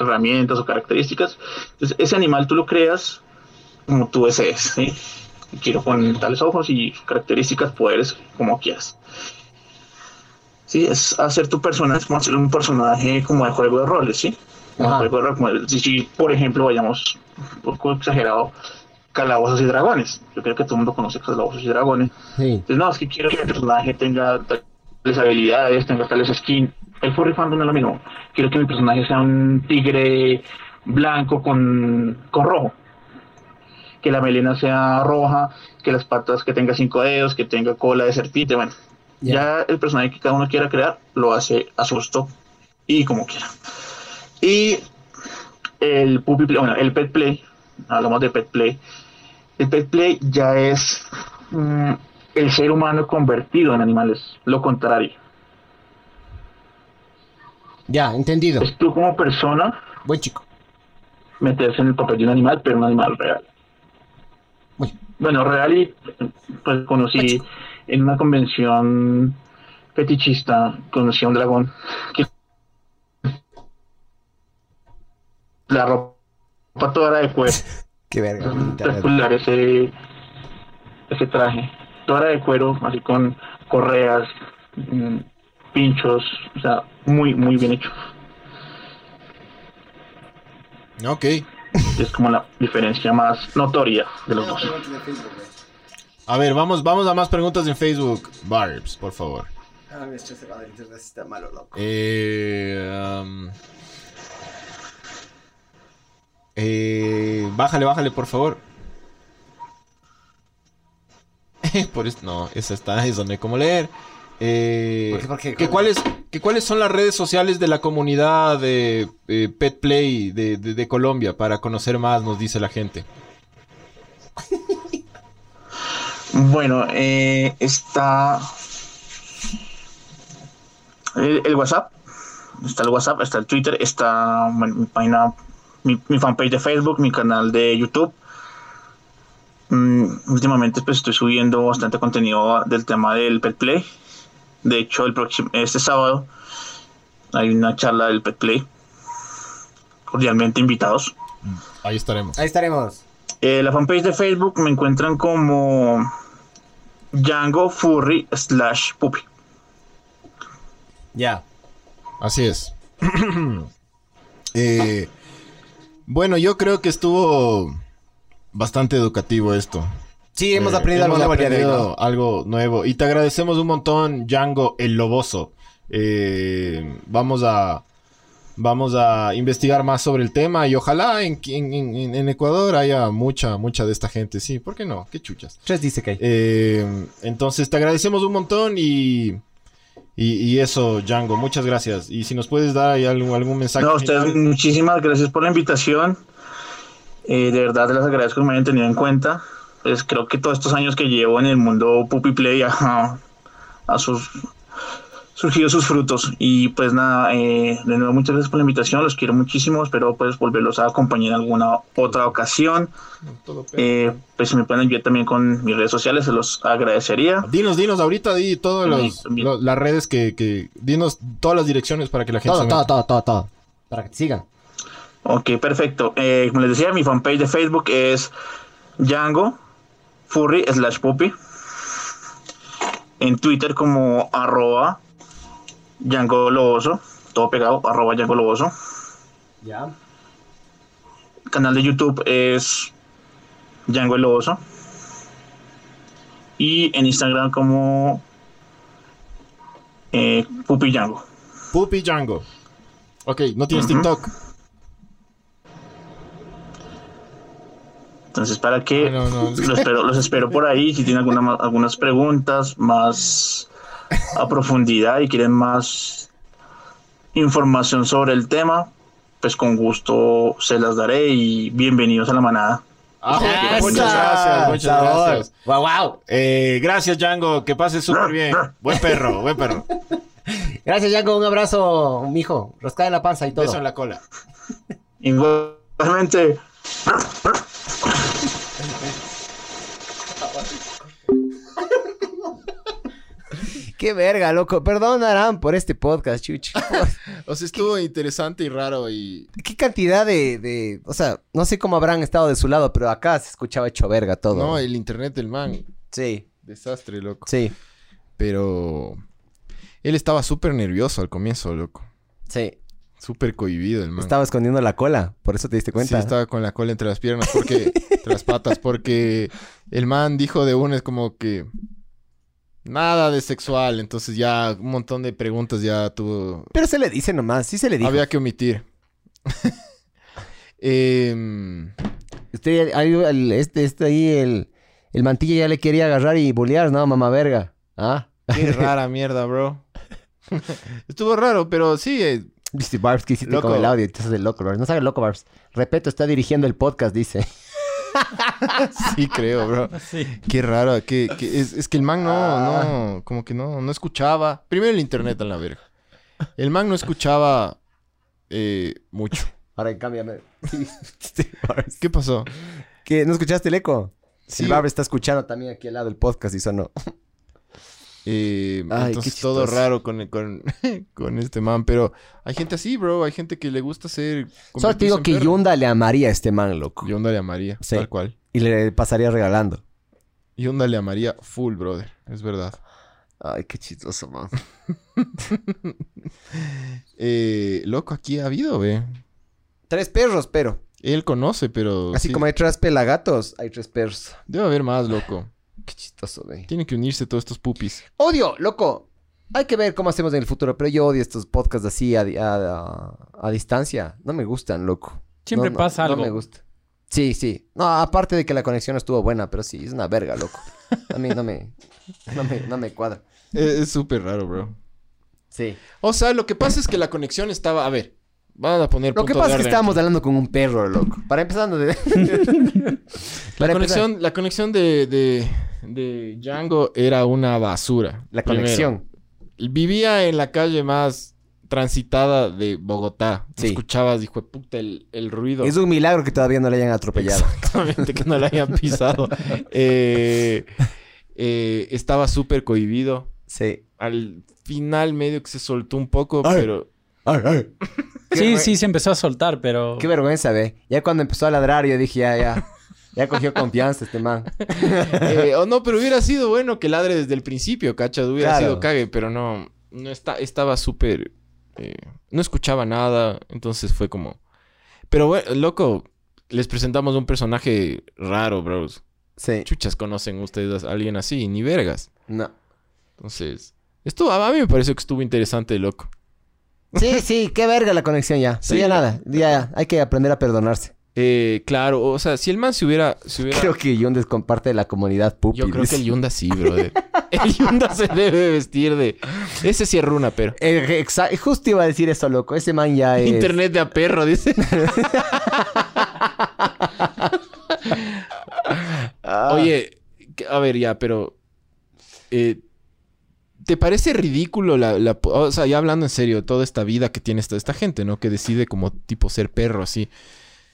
S4: herramientas o características. Entonces, ese animal tú lo creas como tú desees, ¿sí? Quiero con tales ojos y características, poderes, como quieras. Sí, es hacer tu personaje, es como hacer un personaje como de juego de roles, ¿sí? Como de
S6: Ajá.
S4: juego de roles, como el- si, si, por ejemplo, vayamos un poco exagerado, Calabozos y Dragones. Yo creo que todo el mundo conoce Calabozos y Dragones.
S6: Sí.
S4: Entonces, no, es que quiero que mi personaje tenga tales habilidades, tenga tales skins. El furry fandom no es lo mismo. Quiero que mi personaje sea un tigre blanco con, con rojo. Que la melena sea roja, que las patas que tenga cinco dedos, que tenga cola de serpiente. Bueno,
S6: Ya.
S4: ya el personaje que cada uno quiera crear lo hace a su gusto y como quiera. Y el puppy play, bueno, el pet play, hablamos de pet play. El pet play ya es mm, el ser humano convertido en animales, lo contrario.
S6: Ya, entendido.
S4: Es tú como persona
S6: Buen chico.
S4: meterse en el papel de un animal, pero un animal real.
S6: Uy.
S4: Bueno, real y pues conocí en una convención fetichista, conocí a un dragón que la ropa toda era de cuero.
S6: Qué verga.
S4: espectacular ese, ese traje. Toda era de cuero, así con correas, mm, pinchos, o sea, muy, muy bien hecho.
S1: Ok.
S4: Es como la diferencia más notoria de los dos.
S1: A ver, vamos, vamos a más preguntas en Facebook. Barbs, por favor.
S6: Ah, Está malo, loco.
S1: Eh, um, eh, bájale, bájale, por favor. [laughs] por eso, no, esa está, es donde como leer. Eh,
S6: ¿Por qué, por qué?
S1: que cuáles, que ¿Cuáles son las redes sociales de la comunidad de eh, Pet Play de, de- de Colombia para conocer más? Nos dice la gente.
S4: Bueno, eh, está el, el WhatsApp, está el WhatsApp, está el Twitter, está bueno, mi página, mi, mi fanpage de Facebook, mi canal de YouTube. Mm, últimamente pues estoy subiendo bastante contenido del tema del Pet Play. De hecho, el próximo, este sábado hay una charla del Pet Play. Cordialmente invitados.
S1: Ahí estaremos.
S6: Ahí estaremos.
S4: Eh, la fanpage de Facebook me encuentran como Django Furry slash Puppy.
S6: Ya.
S1: Así es. [clears throat] Eh, bueno, yo creo que estuvo bastante educativo esto.
S6: Sí, hemos
S1: Eh,
S6: aprendido algo
S1: hemos
S6: nuevo el día de hoy, ¿no?
S1: aprendido algo nuevo. Y te agradecemos un montón, Django el Loboso. Eh, vamos a. Vamos a investigar más sobre el tema y ojalá en, en- en- en Ecuador haya mucha, mucha de esta gente. Sí, ¿por qué no? Qué chuchas.
S6: Tres dice que hay.
S1: Eh, entonces te agradecemos un montón y, y, y eso, Django, muchas gracias. Y si nos puedes dar ahí algún, algún mensaje.
S4: No, a ustedes
S1: final.
S4: muchísimas gracias por la invitación. Eh, de verdad les agradezco que me hayan tenido en cuenta. Pues creo que todos estos años que llevo en el mundo Puppy Play ajá, ha sus, surgido sus frutos. Y pues nada, eh, de nuevo muchas gracias por la invitación, los quiero muchísimo, espero pues volverlos a acompañar en alguna otra ocasión. Eh, pues si me pueden ayudar también con mis redes sociales, se los agradecería.
S1: Dinos, dinos ahorita, di todas los-
S4: También.
S1: lo- las redes que, que- Dinos todas las direcciones para que la gente
S6: Todo,
S1: se
S6: todo,
S1: meta.
S6: todo, todo, todo. Para que te sigan.
S4: Ok, perfecto. Eh, como les decía, mi fanpage de Facebook es Django Furry slash Puppy. En Twitter como arroba Django Loboso. Todo pegado, arroba Django Loboso.
S6: Ya.
S4: Canal de YouTube es Django el Loboso. Y en Instagram como eh, Puppy Django.
S1: Pupi Django. Ok, no tienes
S4: Ujú.
S1: TikTok.
S4: Entonces, para que
S1: Ah, no, no.
S4: los espero, los espero por ahí. Si tienen alguna, ma- algunas preguntas más a profundidad y quieren más información sobre el tema, pues con gusto se las daré y bienvenidos a la manada.
S1: Ah,
S6: Esa.
S1: muchas gracias, muchas
S2: Sabor.
S1: gracias.
S2: Guau, guau.
S1: Eh, gracias, Django. Que pases súper
S4: [laughs]
S1: bien. Buen perro, buen perro.
S2: Gracias, Yanko. Un abrazo, mijo. Rascada en la panza y todo.
S1: Beso en la cola.
S4: Igualmente,
S2: Qué verga, loco. Perdonarán por este podcast,
S6: [laughs]
S2: chuchi.
S6: O sea, estuvo interesante y raro y...
S2: Qué cantidad de, de- O sea, no sé cómo habrán estado de su lado, pero acá se escuchaba hecho verga todo.
S6: No, el internet del man.
S2: Sí,
S6: Desastre, loco.
S2: sí,
S6: Pero... Él estaba súper nervioso al comienzo, loco.
S2: sí.
S6: Súper cohibido el man.
S2: Estaba escondiendo la cola, por eso te diste cuenta.
S6: Sí, estaba con la cola entre las piernas, porque... entre las patas, porque... El man dijo de una, es como que... Nada de sexual, entonces ya un montón de preguntas ya tuvo...
S2: Pero se le dice nomás, sí se le dijo.
S6: Había que omitir. Em,
S2: Usted, ahí, el- este, este ahí, el, el mantilla ya le quería agarrar y bolear, no, mamá verga. Ah.
S6: qué rara mierda, bro. [laughs] Estuvo raro, pero sí, eh,
S2: Viste, Barbs, que hiciste
S6: Loco.
S2: con el audio? Te haces el loco, Barbs. No sabe loco, Barbs. Repeto, está dirigiendo el podcast, dice.
S6: [laughs] sí creo, bro.
S3: Sí.
S6: Qué raro, que, que es, es que el man no, no, como que no, no escuchaba. Primero el internet a la verga. El man no escuchaba eh, mucho.
S2: Ahora [laughs] cámbiame.
S6: ¿Qué pasó?
S2: ¿Qué? ¿No escuchaste el eco?
S6: Sí.
S2: El Barbs está escuchando también aquí al lado el podcast y sonó.
S6: Eh,
S2: Ay, qué
S6: entonces todo
S2: chistoso.
S6: raro con, con, [laughs] con este man, pero hay gente así, bro. Hay gente que le gusta ser.
S2: Solo te digo que Yunda le amaría a este man, loco.
S6: Yo andaría a María,
S2: Sí.
S6: tal cual.
S2: Y le pasaría regalando.
S6: Y onda le amaría full, brother. Es verdad.
S2: Ay, qué chistoso, man.
S6: Eh, loco, aquí ha habido, ve.
S2: Tres perros, pero.
S6: Él conoce, pero.
S2: Así
S6: Pues sí,
S2: como hay tres pelagatos, hay tres perros.
S6: Debe haber más, loco.
S2: Qué chistoso, güey.
S6: Tienen que unirse todos estos pupis.
S2: Odio, loco. Hay que ver cómo hacemos en el futuro, pero yo odio estos podcasts así a, di- a- a- a distancia. No me gustan, loco.
S3: Siempre
S2: No, no,
S3: pasa algo.
S2: No me gusta. Sí, sí. No, aparte de que la conexión no estuvo buena, pero sí, es una verga, loco. A mí no me, no me, no me cuadra.
S6: Eh, es súper raro, bro.
S2: Sí.
S6: O sea, lo que pasa es que la conexión estaba. A ver, van a poner.
S2: Lo que
S6: punto de
S2: pasa es que
S6: orden
S2: estábamos
S6: aquí.
S2: hablando con un perro, loco. Para empezar, de...
S6: [laughs] La conexión, la conexión de, de, de Django era una basura.
S2: La
S6: primero.
S2: conexión.
S6: Vivía en la calle más transitada de Bogotá.
S2: Sí.
S6: Escuchabas, hijo de puta, el, el ruido.
S2: Es un milagro que todavía no le hayan atropellado.
S6: Exactamente, que no la hayan pisado. Eh, eh, estaba súper cohibido.
S2: Sí.
S6: Al final medio que se soltó un poco,
S2: Ay.
S6: pero...
S3: Sí, sí, se empezó a soltar, pero.
S2: Qué vergüenza, ve. Ya cuando empezó a ladrar, yo dije, ya, ya. Ya cogió confianza este man.
S6: eh, o no, pero hubiera sido bueno que ladre desde el principio, cacha. Hubiera
S2: Claro.
S6: sido cague, pero no... no está, estaba súper... eh, no escuchaba nada, entonces fue como... Pero bueno, loco, les presentamos un personaje raro, bros.
S2: Sí.
S6: Chuchas conocen ustedes a alguien así, ni vergas.
S2: No.
S6: Entonces, esto a mí me pareció que estuvo interesante, loco.
S2: Sí, sí, qué verga la conexión ya. Sí,
S6: Sí.
S2: ya nada. Ya, ya. Hay que aprender a perdonarse.
S6: Eh, claro, o sea, si el man se hubiera. se hubiera-
S2: Creo que Yundes comparte la comunidad pupi.
S6: yo creo que
S2: dice.
S6: el Yunda
S2: [laughs]
S6: sí, brother. El Yunda se debe vestir de. Ese sí es runa, pero.
S2: Eh, exa- Justo iba a decir eso, loco. Ese man ya Ah, es...
S6: Internet de a perro,
S2: [laughs]
S6: dice.
S2: Ah.
S6: Oye, que- a ver, ya, pero. eh, ¿Te parece ridículo la, la po- O sea, ya hablando en serio, toda esta vida que tiene esta, esta gente, ¿no? Que decide como tipo ser perro así.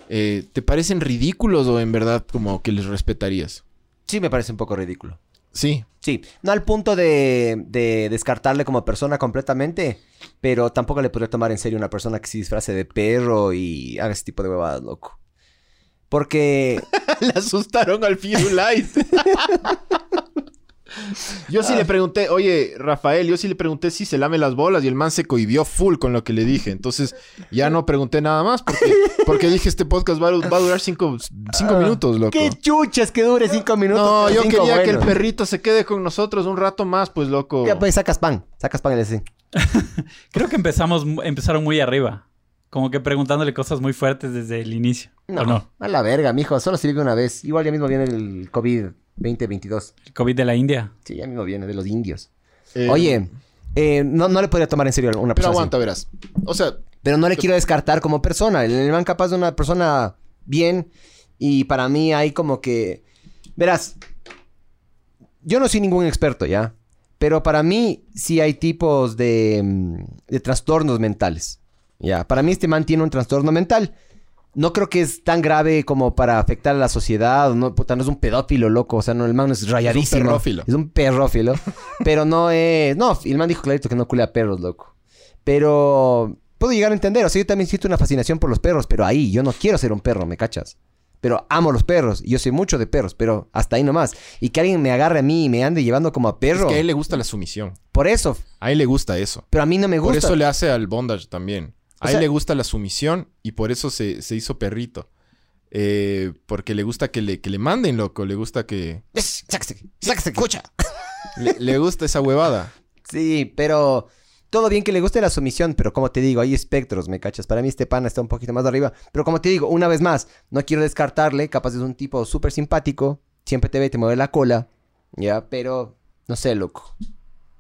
S6: Eh, ¿Te parecen ridículos o en verdad como que les respetarías?
S2: Sí, me parece un poco ridículo.
S6: Sí.
S2: Sí, no al punto de, de descartarle como persona completamente, pero tampoco le podría tomar en serio una persona que se disfrace de perro y haga ese tipo de huevadas, loco. Porque
S6: [laughs] Le asustaron al Firulais. [laughs] yo sí le pregunté, oye, Rafael, yo sí le pregunté si se lame las bolas y el man se cohibió full con lo que le dije. Entonces ya no pregunté nada más porque, porque dije, este podcast va, a- va a durar cinco, cinco minutos, loco.
S2: Ah, qué chuchas que dure cinco minutos.
S6: No,
S2: pero
S6: yo
S2: cinco
S6: quería que el
S2: buenos.
S6: perrito se quede con nosotros un rato más, pues, loco.
S2: Ya, pues sacas pan, sacas pan y le dices,
S3: Creo que empezamos, empezaron muy arriba. Como que preguntándole cosas muy fuertes desde el inicio. ¿O
S2: No,
S3: no?
S2: a la verga, mijo, solo sirve una vez. Igual ya mismo viene el COVID 2022.
S3: El COVID de la India.
S2: Sí, ya mismo viene de los indios.
S6: Eh,
S2: Oye, eh, no, no le podría tomar en serio a una
S6: Pero
S2: persona. así.
S6: aguanta, verás. O sea,
S2: Pero no le quiero descartar como persona. El man capaz de una persona bien Y para mí hay como que... Verás, yo no soy ningún experto, ¿ya? Pero para mí sí hay tipos de, mm, de trastornos mentales. Ya, para mí este man tiene un trastorno mental. No creo que es tan grave como para afectar a la sociedad. No, puta, no es un pedófilo, loco. O sea, no, el man es rayadísimo.
S6: perrófilo.
S2: Es un perrófilo. pero no es... No, el man dijo clarito que no culea perros, loco. Pero puedo llegar a entender. O sea, yo también siento una fascinación por los perros. Pero ahí, yo no quiero ser un perro, ¿me cachas? Pero amo los perros. y Yo sé mucho de perros, pero hasta ahí nomás. Y que alguien me agarre a mí y me ande llevando como a
S6: Es
S2: perro.
S6: que a él le gusta la sumisión.
S2: Por eso.
S6: A él le gusta eso.
S2: Pero a mí no me gusta.
S6: Por eso le hace al bondage también. A
S2: O
S6: él
S2: sea-
S6: le gusta la sumisión y por eso se, se hizo perrito. Eh, porque le gusta que le, que le manden, loco. Le gusta que...
S2: Escucha.
S6: Le, le gusta esa huevada.
S2: Sí, pero todo bien que le guste la sumisión, pero como te digo, hay espectros, ¿me cachas? Para mí este pana está un poquito más arriba. Pero como te digo, una vez más, no quiero descartarle, capaz es un tipo súper simpático, siempre te ve, y te mueve la cola, ya, pero no sé, loco.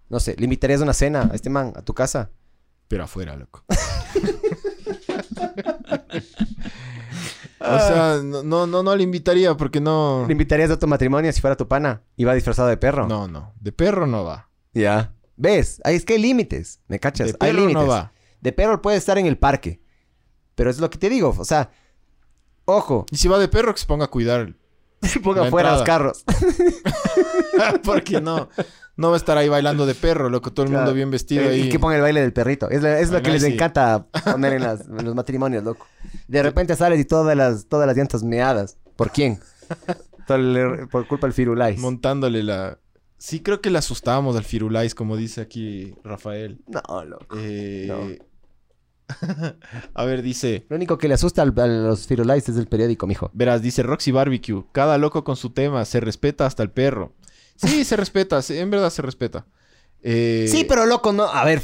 S2: No sé, ¿le invitarías a una cena a este man, a tu casa?
S6: Pero afuera, loco. o sea, no, no, no, no le invitaría porque no...
S2: ¿Le invitarías a tu matrimonio si fuera tu pana y va disfrazado de perro?
S6: No, no. De perro no va.
S2: Ya. ¿Ves? Ahí es que hay límites, ¿me cachas?
S6: De
S2: hay
S6: perro
S2: límites.
S6: no va.
S2: De perro puede estar en el parque. Pero es lo que te digo, o sea, ojo, [laughs]
S6: Y si va de perro, que se ponga a cuidar. [laughs]
S2: se ponga
S6: La
S2: fuera los
S6: entrada.
S2: carros.
S6: porque no... No va a estar ahí bailando de perro, loco. Todo el
S2: Claro.
S6: mundo bien vestido
S2: Eh,
S6: ahí.
S2: Y que ponga el baile del perrito. Es, la- es lo
S6: Ah,
S2: que les
S6: sí. [laughs]
S2: encanta poner en, las- en los matrimonios, loco. De repente sales y todas las, todas las llantas meadas. ¿Por
S6: [laughs]
S2: quién? Todo el- por culpa del Firulais.
S6: montándole la... Sí, creo que le asustábamos al Firulais, como dice aquí Rafael.
S2: No, loco.
S6: Eh,
S2: No.
S6: [laughs] a ver, dice...
S2: Lo único que le asusta al- a los Firulais es el periódico, mijo.
S6: Verás, dice Roxy Barbecue. Cada loco con su tema. Se respeta hasta el perro. Sí, se respeta. se- en verdad se respeta. Eh,
S2: Sí, pero loco, no. A ver.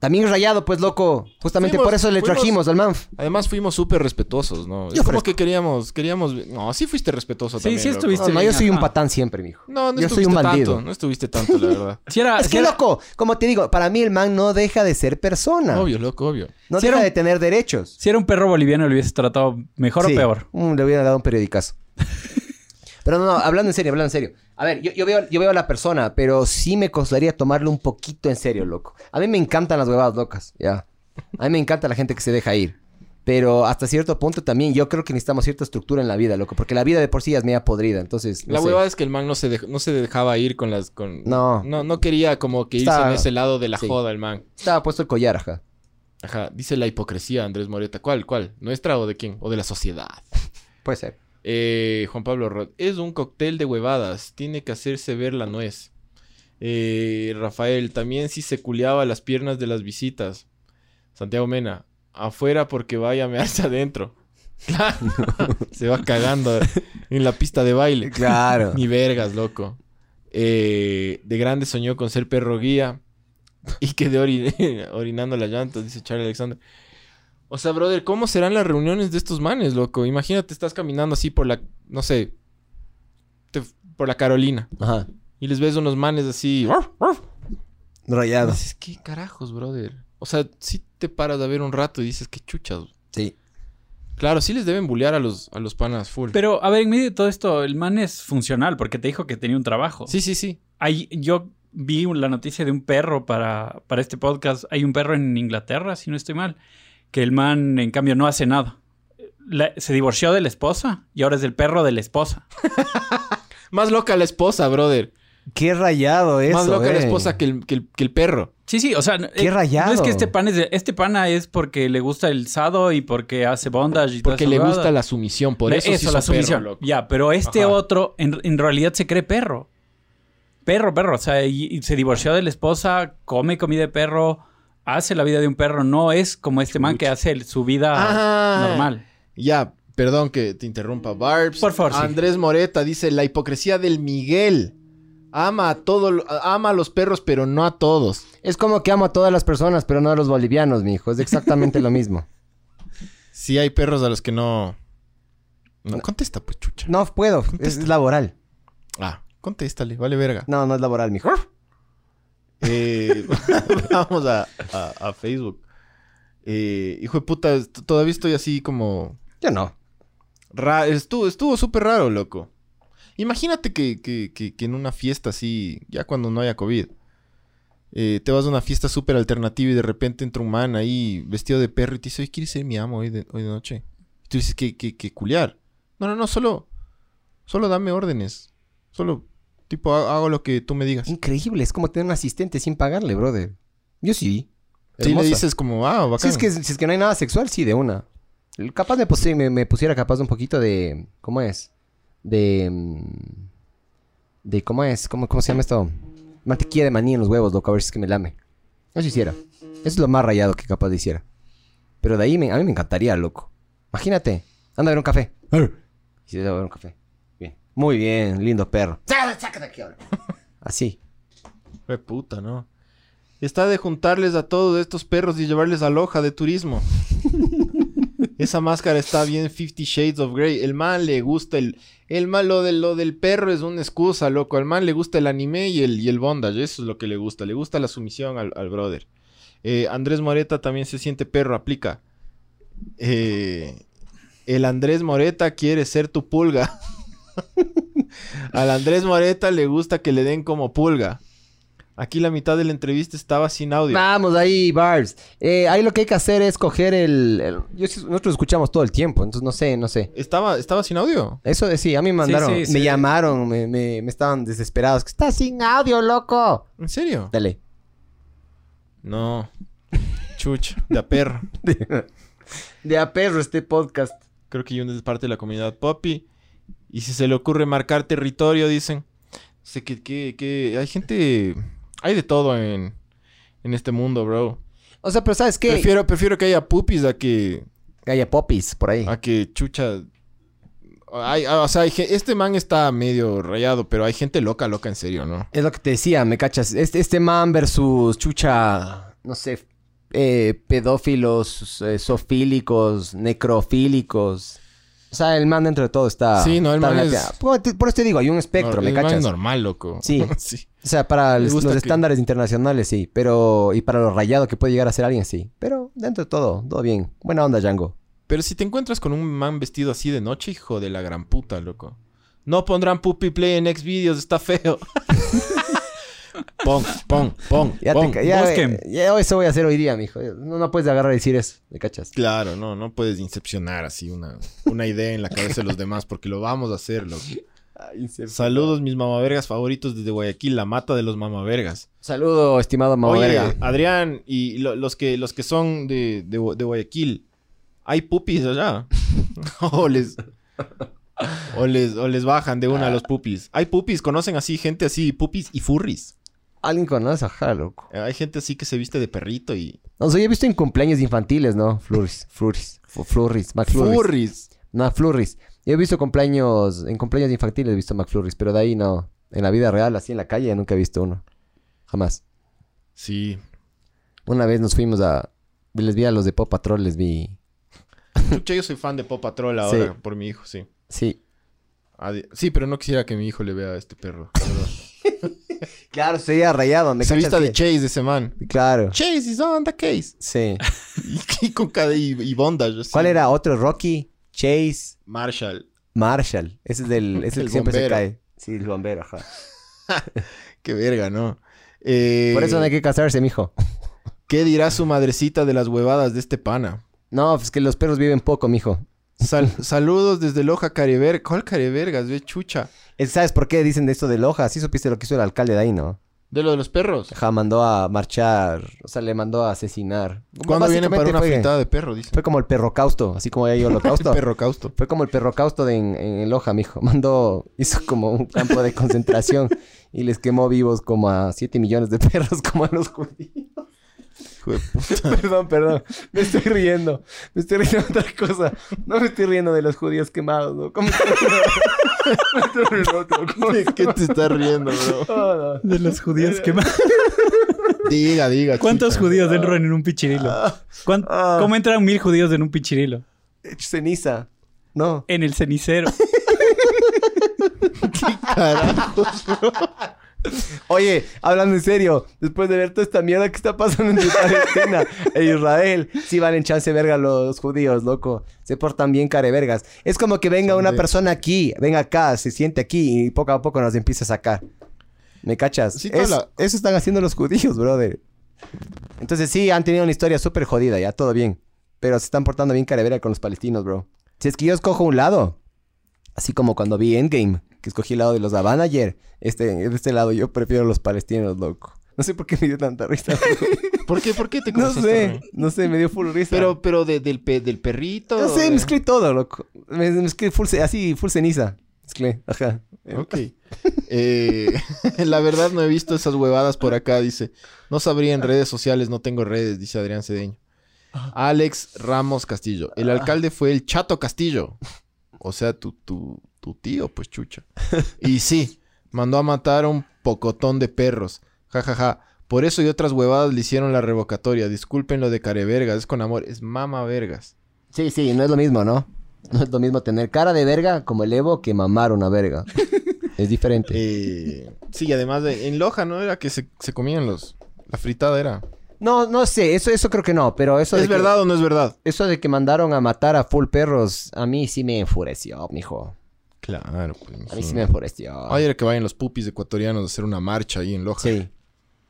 S2: También rayado, pues, loco. Justamente
S6: Fuimos-
S2: por eso le
S6: fuimos-
S2: trajimos al Manf.
S6: Además fuimos súper respetuosos, ¿no? Es
S2: Yo
S6: como
S2: fresco.
S6: que queríamos... queríamos No, sí fuiste respetuoso
S3: Sí,
S6: también,
S3: sí
S6: loco.
S3: estuviste.
S2: No, no, yo
S3: bien,
S2: soy un
S3: ajá.
S2: patán siempre, mijo.
S6: No, no
S2: Yo soy
S6: estuviste
S2: un bandido.
S6: tanto. Ah, No estuviste tanto, la
S2: [laughs]
S6: verdad.
S3: Si era,
S2: Es
S3: si
S2: que,
S3: era-
S2: loco, como te digo, para mí el man no deja de ser persona.
S6: Obvio, loco, obvio.
S2: No
S3: Si
S2: deja
S3: era un-
S2: de tener derechos.
S3: si era un perro boliviano, lo hubiese tratado mejor
S2: Sí.
S3: o peor.
S2: Mm, le hubiera dado un periodicazo. pero no, no, hablando en serio, hablando en serio. A ver, yo, yo veo, yo veo a la persona, pero sí me costaría tomarlo un poquito en serio, loco. A mí me encantan las huevadas locas, ya. A mí me encanta la gente que se deja ir. Pero hasta cierto punto también yo creo que necesitamos cierta estructura en la vida, loco. Porque la vida de por sí ya es media podrida, entonces... no
S6: La
S2: sé.
S6: huevada es que el man no se, dej- no se dejaba ir con las... Con...
S2: No.
S6: no. No quería como que irse
S2: Está-
S6: en ese lado de la
S2: sí.
S6: joda el man.
S2: Estaba puesto el collar, ajá.
S6: Ajá. Dice la hipocresía, Andrés Moreta. ¿Cuál, cuál? ¿Nuestra o de quién? O de la sociedad.
S2: Puede ser.
S6: Eh, Juan Pablo Rod. Es un cóctel de huevadas. Tiene que hacerse ver la nuez. Eh, Rafael. También si se culeaba las piernas de las visitas. Santiago Mena. Afuera porque vaya a [laughs] mearse adentro.
S2: [laughs]
S6: Claro. se va cagando en la pista de baile. [laughs]
S2: Claro.
S6: Ni vergas, loco. Eh, de grande soñó con ser perro guía y quedé ori- [laughs] orinando las llantas, dice Charlie Alexander. O sea, brother, ¿cómo serán las reuniones de estos manes, loco? Imagínate, estás caminando así por la, no sé, te- por la Carolina
S2: Ajá.
S6: y les ves unos manes así. Y
S2: Rayado.
S6: dices, ¿qué carajos, brother? O sea, si te paras a ver un rato y dices, ¿qué chuchas?
S2: Sí.
S6: Claro, sí les deben bullear a los, a los panas full.
S3: Pero, a ver, en medio de todo esto, el man es funcional porque te dijo que tenía un trabajo.
S6: Sí, sí, sí.
S3: Ahí- yo vi un- la noticia de un perro para, para este podcast. Hay un perro en Inglaterra, si no estoy mal, que el man, en cambio, no hace nada. La- se divorció de la esposa y ahora es el perro de la esposa.
S6: Más loca la esposa, brother.
S2: Qué rayado eso,
S6: Más loca la
S2: eh.
S6: esposa que el, que el- que el perro.
S3: Sí, sí, o sea, n-
S2: ¡Qué
S3: eh, no es
S2: rayado!
S3: que este pana es de- este pana es porque le gusta el sado y porque hace bondage y toda
S6: Porque
S3: esa
S6: le
S3: huevada.
S6: gusta la sumisión. Por
S3: Le-
S6: eso, se hizo
S3: la
S6: perro,
S3: sumisión.
S6: loco.
S3: ya, pero este
S6: Ajá.
S3: otro en, en realidad se cree perro. Perro, perro. O sea, y, y se divorció de la esposa, come comida de perro, hace la vida de un perro. No es como este man que hace el- su vida
S6: Ah.
S3: normal.
S6: Ya, perdón que te interrumpa, Barbs.
S3: Por favor, sí.
S6: Andrés Moreta dice, la hipocresía del Miguel. Ama a todo, ama a los perros, pero no a todos.
S2: Es como que amo a todas las personas, pero no a los bolivianos, mijo. Es exactamente lo mismo.
S6: Sí hay perros a los que no... No, contesta, pues, chucha.
S2: No [laughs] puedo, es
S6: Contesta.
S2: laboral.
S6: Ah, contéstale, vale verga.
S2: No, no es laboral, mijo.
S6: Eh, [laughs] vamos a, a- a Facebook. Eh, hijo de puta, t- todavía estoy así como...
S2: Yo no.
S6: Ra- estuvo estuvo súper raro, loco. Imagínate que, que- que- que en una fiesta así, ya cuando no haya COVID, eh, te vas a una fiesta súper alternativa y de repente entra un man ahí vestido de perro y te dice, oye, ¿quieres ser mi amo hoy de, hoy de noche? Y tú dices, que, que, que culiar. No, no, no, solo, solo dame órdenes. Solo, tipo, ha- hago lo que tú me digas.
S2: Increíble, es como tener un asistente sin pagarle, brother. Yo sí.
S6: Sí, le
S2: Hermosa.
S6: dices como, ah, bacán.
S2: Si es, que, si es que no hay nada sexual, sí, de una. El- Capaz me, puse- me, me pusiera capaz un poquito de... ¿Cómo es? De... mm, De cómo es, cómo, cómo se llama esto. Mantequilla de maní en los huevos, loco, a ver si es que me lame. Eso hiciera. Eso es lo más rayado que capaz de hiciera. Pero de ahí me- a mí me encantaría, loco. Imagínate. Anda a ver un café. Y se va a ver un café. Bien. Muy bien, lindo perro. ¡Sácate, sácate aquí ahora! Así.
S6: Fue puta, ¿no? Está de juntarles a todos estos perros y llevarles a Loja de turismo. Esa máscara está bien 50 Shades of Grey. El man le gusta el... El man, lo, de, lo del perro es una excusa, loco. Al man le gusta el anime y el, y el bondage. Eso es lo que le gusta. Le gusta la sumisión al, al brother. Eh, Andrés Moreta también se siente perro. Aplica. Eh, el Andrés Moreta quiere ser tu pulga. [laughs] al Andrés Moreta le gusta que le den como pulga. Aquí la mitad de la entrevista estaba sin audio.
S2: Vamos ahí, Barbs. Eh, ahí lo que hay que hacer es coger el... el- yo sí- nosotros escuchamos todo el tiempo, entonces no sé, no sé.
S6: ¿Estaba, ¿Estaba sin audio?
S2: Eso eh, sí, a mí me mandaron,
S3: sí, sí.
S2: me llamaron, me, me- me estaban desesperados. que Está sin audio, loco.
S6: ¿En serio?
S2: Dale. [laughs]
S6: No. Chuch, de a perro.
S2: De a perro este podcast.
S6: Creo que Yundes es parte de la comunidad Poppy. Y si se le ocurre marcar territorio, dicen. Sé que, que, que hay gente. Hay de todo en, en este mundo, bro.
S2: O sea, pero ¿sabes qué?
S6: Prefiero, prefiero que haya pupis a que,
S2: Que haya popis por ahí.
S6: a que chucha. Hay- o sea, hay ge- este man está medio rayado, pero hay gente loca, loca, en serio, ¿no?
S2: Es lo que te decía, me cachas. Este, este man versus chucha, no sé, eh, pedófilos, eh, zoofílicos, necrofílicos. O sea, el man dentro de todo está...
S6: Sí, no, el
S2: está
S6: man es-
S2: blateado. Por, por eso te digo, hay un espectro,
S6: No,
S2: me
S6: el man es
S2: cachas.
S6: normal, loco.
S2: Sí.
S6: [laughs] sí.
S2: O sea, para
S6: Me
S2: los, los
S6: gusta que-
S2: estándares internacionales, sí. Pero... Y para lo rayado que puede llegar a ser alguien, sí. Pero dentro de todo, todo bien. Buena onda, Django.
S6: Pero si te encuentras con un man vestido así de noche, hijo de la gran puta, loco. No pondrán puppy play en next videos, está [laughs] feo. pon, pon, pon.
S2: Ya,
S6: pon.
S2: te, ca- ya,
S3: busquen.
S2: eh, ya eso voy a hacer hoy día, mijo. No, no puedes agarrar y decir eso, ¿me cachas?
S6: Claro, no, no puedes incepcionar así una, una idea en la cabeza de los demás, porque lo vamos a hacer, loco. Saludos, mis mamavergas favoritos desde Guayaquil, la mata de los mamavergas.
S2: Saludo, estimado Mamo
S6: Oye,
S2: Verga.
S6: Adrián, y lo- los, que, los que son de, de Gu- de Guayaquil, ¿hay pupis [laughs] allá? o, les, [laughs] Ah. o, les, o les bajan de una a los pupis. ¿Hay pupis? ¿Conocen así gente así, pupis y furries?
S2: Alguien conoce, ajá, loco.
S6: Eh, Hay gente así que se viste de perrito y...
S2: No sé, yo he visto en cumpleaños infantiles, ¿no? Flurries, Flurries, fu- Flurries, McFlurries.
S6: [laughs] ¡Furries!
S2: No, Flurries. Yo he visto cumpleaños, en cumpleaños infantiles he visto McFlurries, pero de ahí no. En la vida real, así en la calle, nunca he visto uno. Jamás.
S6: Sí.
S2: Una vez nos fuimos a... Les vi a los de Pop Patrol, les vi...
S6: Chucha, yo soy fan de Pop Patrol ahora [laughs]
S2: Sí.
S6: por mi hijo, sí.
S2: Sí.
S6: Adi- Sí, pero no quisiera que mi hijo le vea a este [laughs] perro. la verdad.
S2: Claro, sería rayado. ¿me
S6: se
S2: cachas
S6: vista de
S2: que-
S6: Chase de ese man.
S2: Claro.
S6: Chase is on the case.
S2: Sí.
S6: Y, con cada... Y, y bondage. así.
S2: ¿Cuál era otro? Rocky, Chase,
S6: Marshall.
S2: Marshall. Ese es del... Ese es el
S6: El
S2: que siempre se
S6: bombero.
S2: cae. Sí, el bombero, ajá.
S6: Qué verga, ¿no? Eh,
S2: Por eso no hay que casarse, mijo.
S6: ¿Qué dirá su madrecita de las huevadas de este pana?
S2: No, es que los perros viven poco, mijo.
S6: Sal- [laughs] saludos desde Loja, Carever. ¿Cuál Carevergas? Ve chucha.
S2: Eh, ¿Sabes por qué dicen de esto de Loja? Sí supiste lo que hizo el alcalde de ahí, ¿no?
S6: ¿De lo de los perros?
S2: Ajá, mandó a marchar, o sea, le mandó a asesinar.
S6: ¿Cuándo vienen para
S2: Básicamente
S6: una
S2: fue,
S6: fritada de perro? Dice.
S2: Fue como el perrocausto, así como ya hay
S6: [laughs]
S2: holocausto.
S6: Perro causto.
S2: Fue como el perrocausto de en, en Loja, mijo. [laughs] Mandó, hizo como un campo de concentración y les quemó vivos como a 7 millones de perros, [laughs] como a los judíos. [laughs]
S6: Hijo de puta.
S2: Perdón, perdón. Me estoy riendo. Me estoy riendo de otra cosa. No me estoy riendo de los judíos quemados, ¿no? ¿Cómo [laughs] que- me estoy riendo de otro. ¿Cómo
S6: ¿De qué te estás riendo, bro?
S2: No, no.
S3: De los judíos que más.
S6: Diga,
S3: [laughs]
S6: diga.
S3: ¿Cuántos
S6: chucha.
S3: judíos entran en un pichirilo? ¿Cuán-
S2: ah.
S3: ¿Cómo entran mil judíos en un pichirilo?
S2: Ceniza. No.
S3: En el cenicero.
S6: Carajos, bro.
S2: Oye, hablando en serio, después de ver toda esta mierda que está pasando entre [laughs] Palestina e Israel, sí van en chance verga los judíos, loco. Se portan bien carevergas. Es como que venga una persona aquí, venga acá, se siente aquí y poco a poco nos empieza a sacar. ¿Me cachas?
S6: Sí,
S2: Es-
S6: toda
S2: Eso están haciendo los judíos, brother. Entonces sí, han tenido una historia súper jodida, ya, todo bien. Pero se están portando bien careverga con los palestinos, bro. Si es que yo escojo un lado, así como cuando vi Endgame, que escogí el lado de los Daban ayer, este, de este lado yo prefiero los palestinos, loco. No sé por qué me dio tanta risa.
S6: ¿Por qué? ¿Por [laughs] qué te
S2: [laughs] no
S6: comenzaste a
S2: sé,
S6: reír?
S2: no sé, me dio full risa.
S6: Pero, pero de- del, pe- del perrito.
S2: no sé,
S6: de-
S2: mezclé todo, loco. Me- Mezclé full, ce- así, full ceniza. Mezclé, ajá.
S6: Ok. [laughs] Eh, [laughs] la verdad no he visto esas huevadas por acá, dice. No sabría en redes sociales, no tengo redes, dice Adrián Cedeño. Alex Ramos Castillo. El alcalde fue el Chato Castillo. O sea, tu, tu, tu tío, pues chucha. Y sí, mandó a matar a un pocotón de perros. Ja, ja, ja. Por eso y otras huevadas le hicieron la revocatoria. Disculpen lo de carevergas, es con amor, es mama vergas.
S2: Sí, sí, no es lo mismo, ¿no? [laughs] No es lo mismo tener cara de verga como el Evo que mamar una [laughs] verga. es diferente.
S6: Eh, sí, y además de, en Loja, ¿no? Era que se, se comían los... La fritada era...
S2: No, no sé, eso, eso creo que no, pero eso de
S6: ¿Es
S2: que-
S6: verdad o no es verdad?
S2: Eso de que mandaron a matar a full perros, a mí sí me enfureció, mijo.
S6: Claro, pues.
S2: A mí
S6: mijo.
S2: sí me enfureció.
S6: Ay, era que vayan los pupis ecuatorianos a hacer una marcha ahí en Loja.
S2: Sí.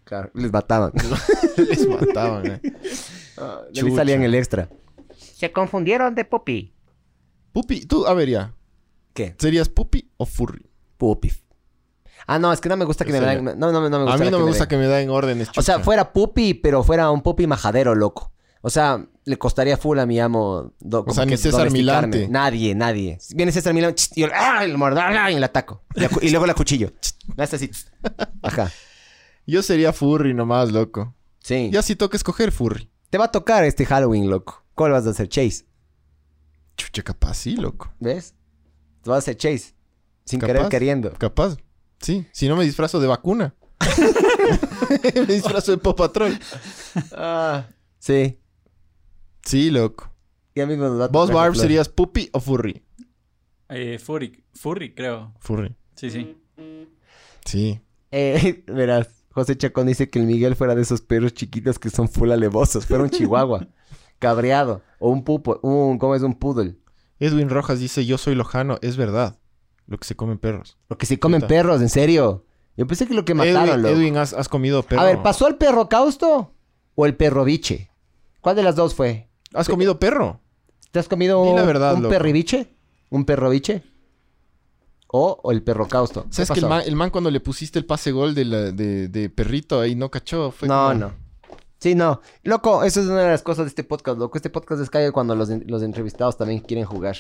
S2: Claro, les mataban.
S6: [laughs]
S2: [laughs]
S6: Les mataban, eh.
S2: Les salían el extra.
S9: Se confundieron de pupi.
S6: Pupi, tú, a ver ya.
S2: ¿Qué?
S6: ¿Serías pupi o furry?
S2: Pupif. Ah, no, es que no me gusta que me
S6: Esa
S2: den...
S6: era.
S2: No, no, no me gusta
S6: A mí no me gusta
S2: den.
S6: que me den órdenes,
S2: O sea,
S6: chucha.
S2: fuera pupi, pero fuera un pupi majadero, loco. O sea, le costaría full a mi amo. do- como
S6: sea, ni
S2: que
S6: César
S2: domesticarme.
S6: Milante.
S2: Nadie, nadie. Viene César Milán y yo ¡ah! le mordo, ¡ah! y le ataco. Y, la cu- y luego la cuchillo. No es así. Ajá.
S6: Yo sería furry nomás, loco.
S2: Sí.
S6: Ya si toca escoger furry.
S2: Te va a tocar este Halloween, loco. ¿Cuál vas a hacer? Chase.
S6: Chucha, capaz sí, loco.
S2: ¿Ves? Te vas a hacer Chase. Sin
S6: Capaz.
S2: querer queriendo.
S6: Capaz. Sí, si no me disfrazo
S2: [laughs]
S6: de vacuna. [laughs] me disfrazo de Paw Patrol.
S2: Sí.
S6: Sí, loco.
S2: Ya mismo nos va a
S6: ¿Vos,
S2: tocar la
S6: Barb,
S2: flor.
S6: serías pupi o furry?
S3: [laughs] Eh, Furry, Furry, creo.
S6: Furry.
S3: Sí, sí.
S6: Sí.
S2: Eh, [laughs] verás. José Chacón dice que el Miguel fuera de esos perros chiquitos que son full alevosos. Fuera un
S6: [laughs]
S2: chihuahua. cabreado. O un pupo. Un, ¿Cómo es un poodle?
S6: Edwin Rojas dice, yo soy lojano. Es verdad. Lo que se comen perros.
S2: Lo que se comen
S6: Puta.
S2: perros, en serio. Yo pensé que lo que mataron,
S6: Edwin,
S2: loco.
S6: Edwin, ¿has, has comido perro?
S2: A ver, ¿pasó el perro causto o el perro biche? ¿Cuál de las dos fue?
S6: ¿Has comido perro?
S2: ¿Te has comido
S6: Di
S2: un,
S6: la verdad,
S2: un
S6: loco.
S2: perribiche? ¿Un perrobiche? ¿O, o el perro causto?
S6: ¿Sabes
S2: ¿Qué
S6: que el
S2: pasó?
S6: man, el man cuando le pusiste el pase gol de, la- de- de perrito ahí no cachó? Fue
S2: No,
S6: como-
S2: no. Sí, no. Loco, eso es una de las cosas de este podcast, loco. Este podcast es calle cuando los, en- los entrevistados también quieren jugar.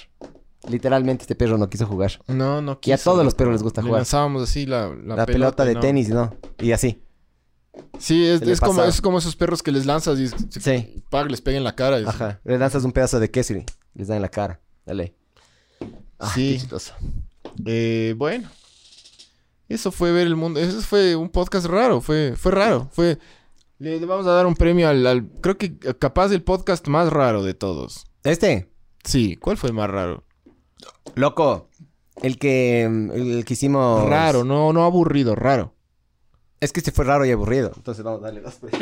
S2: Literalmente este perro no quiso jugar.
S6: No, no
S2: Y a
S6: quiso,
S2: todos los
S6: loco.
S2: perros les gusta
S6: Le
S2: jugar.
S6: lanzábamos así la, la
S2: La, pelota, de
S6: y no.
S2: tenis, ¿no? Y así.
S6: Sí, es,
S2: Se le
S6: es como,
S2: pasaba.
S6: es como esos perros que les lanzas y se-
S2: Sí.
S6: pag, les peguen la cara. y-
S2: Ajá. Le lanzas un pedazo de queso y les dan en la cara. Dale.
S6: Sí.
S2: Ah, qué chistoso.
S6: Eh, bueno. Eso fue ver el mundo. Eso fue un podcast raro. Fue, fue raro. Fue. Le, le vamos a dar un premio al, al- Creo que eh, capaz el podcast más raro de todos.
S2: Este,
S6: Sí, ¿cuál fue el más raro?
S2: loco. El que, el que hicimos...
S6: Raro, no, no
S2: [laughs]
S6: aburrido, raro.
S2: Es que este fue raro y aburrido. Entonces vamos a darle dos
S6: [laughs]
S2: premios.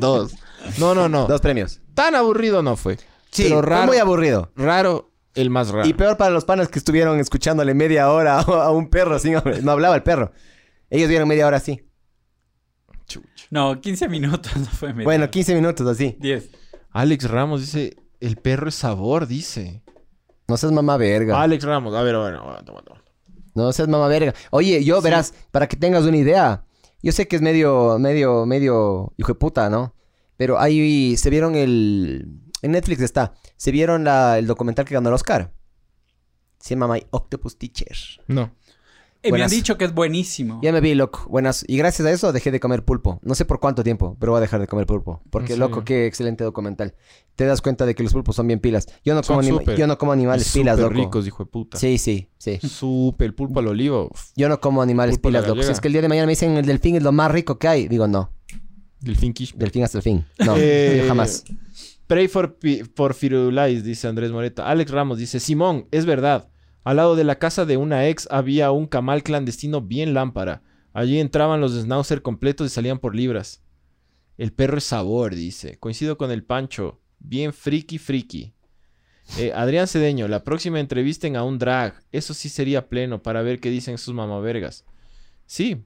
S6: Dos. No, no, no.
S2: Dos premios.
S6: Tan aburrido no fue.
S2: Sí,
S6: pero
S2: fue
S6: raro.
S2: muy aburrido.
S6: Raro, el más raro.
S2: Y peor para los panas que estuvieron escuchándole media hora [laughs] a un perro sin hablar. No hablaba el perro. Ellos vieron media hora así.
S6: Chucha.
S3: No, 15 minutos [laughs] no fue media.
S2: Bueno, 15 minutos así.
S3: 10.
S6: Alex Ramos dice: El perro es sabor, dice.
S2: No seas mamá verga.
S6: Alex Ramos, a ver, bueno, aguanta, aguanta, aguanta.
S2: No seas mamá verga. Oye, yo verás, para que tengas una idea. Yo sé que es medio, medio, medio hijo de puta, ¿no? Pero ahí se vieron el... En Netflix está. Se vieron la- el documental que ganó el Oscar. Se llama My Octopus Teacher.
S6: No.
S3: Eh, me han
S2: Buenas.
S3: dicho que es buenísimo.
S2: Ya me vi, loco. Buenas. Y gracias a eso dejé de comer pulpo. No sé por cuánto tiempo, pero voy a dejar de comer pulpo. Porque,
S6: ¿En
S2: loco,
S6: serio?
S2: qué excelente documental. Te das cuenta de que los pulpos son bien pilas. Yo no,
S6: Son
S2: como, anima-
S6: súper.
S2: yo no como animales pilas, loco.
S6: Súper ricos, hijo de puta.
S2: Sí, sí,
S6: [laughs]
S2: sí.
S6: Súper, el pulpo al olivo. uf,
S2: Yo no como animales
S6: Pulpo a la
S2: pilas, loco. Si
S6: gallega.
S2: es que el día de mañana me dicen el delfín es lo más rico que hay, digo no.
S6: Delfín quiche.
S2: Del fin hasta el fin. No,
S6: Eh,
S2: yo jamás.
S6: Pray for, pi- for Firulais, dice Andrés Moreta. Alex Ramos dice, Simón, es verdad. Al lado de la casa de una ex había un camal clandestino bien lámpara. Allí entraban los schnauzer completos y salían por libras. El perro es sabor, dice. Coincido con el Pancho. Bien friki friki. Eh, Adrián Cedeño, la próxima entrevisten a un drag. Eso sí sería pleno para ver qué dicen sus mamavergas. Sí,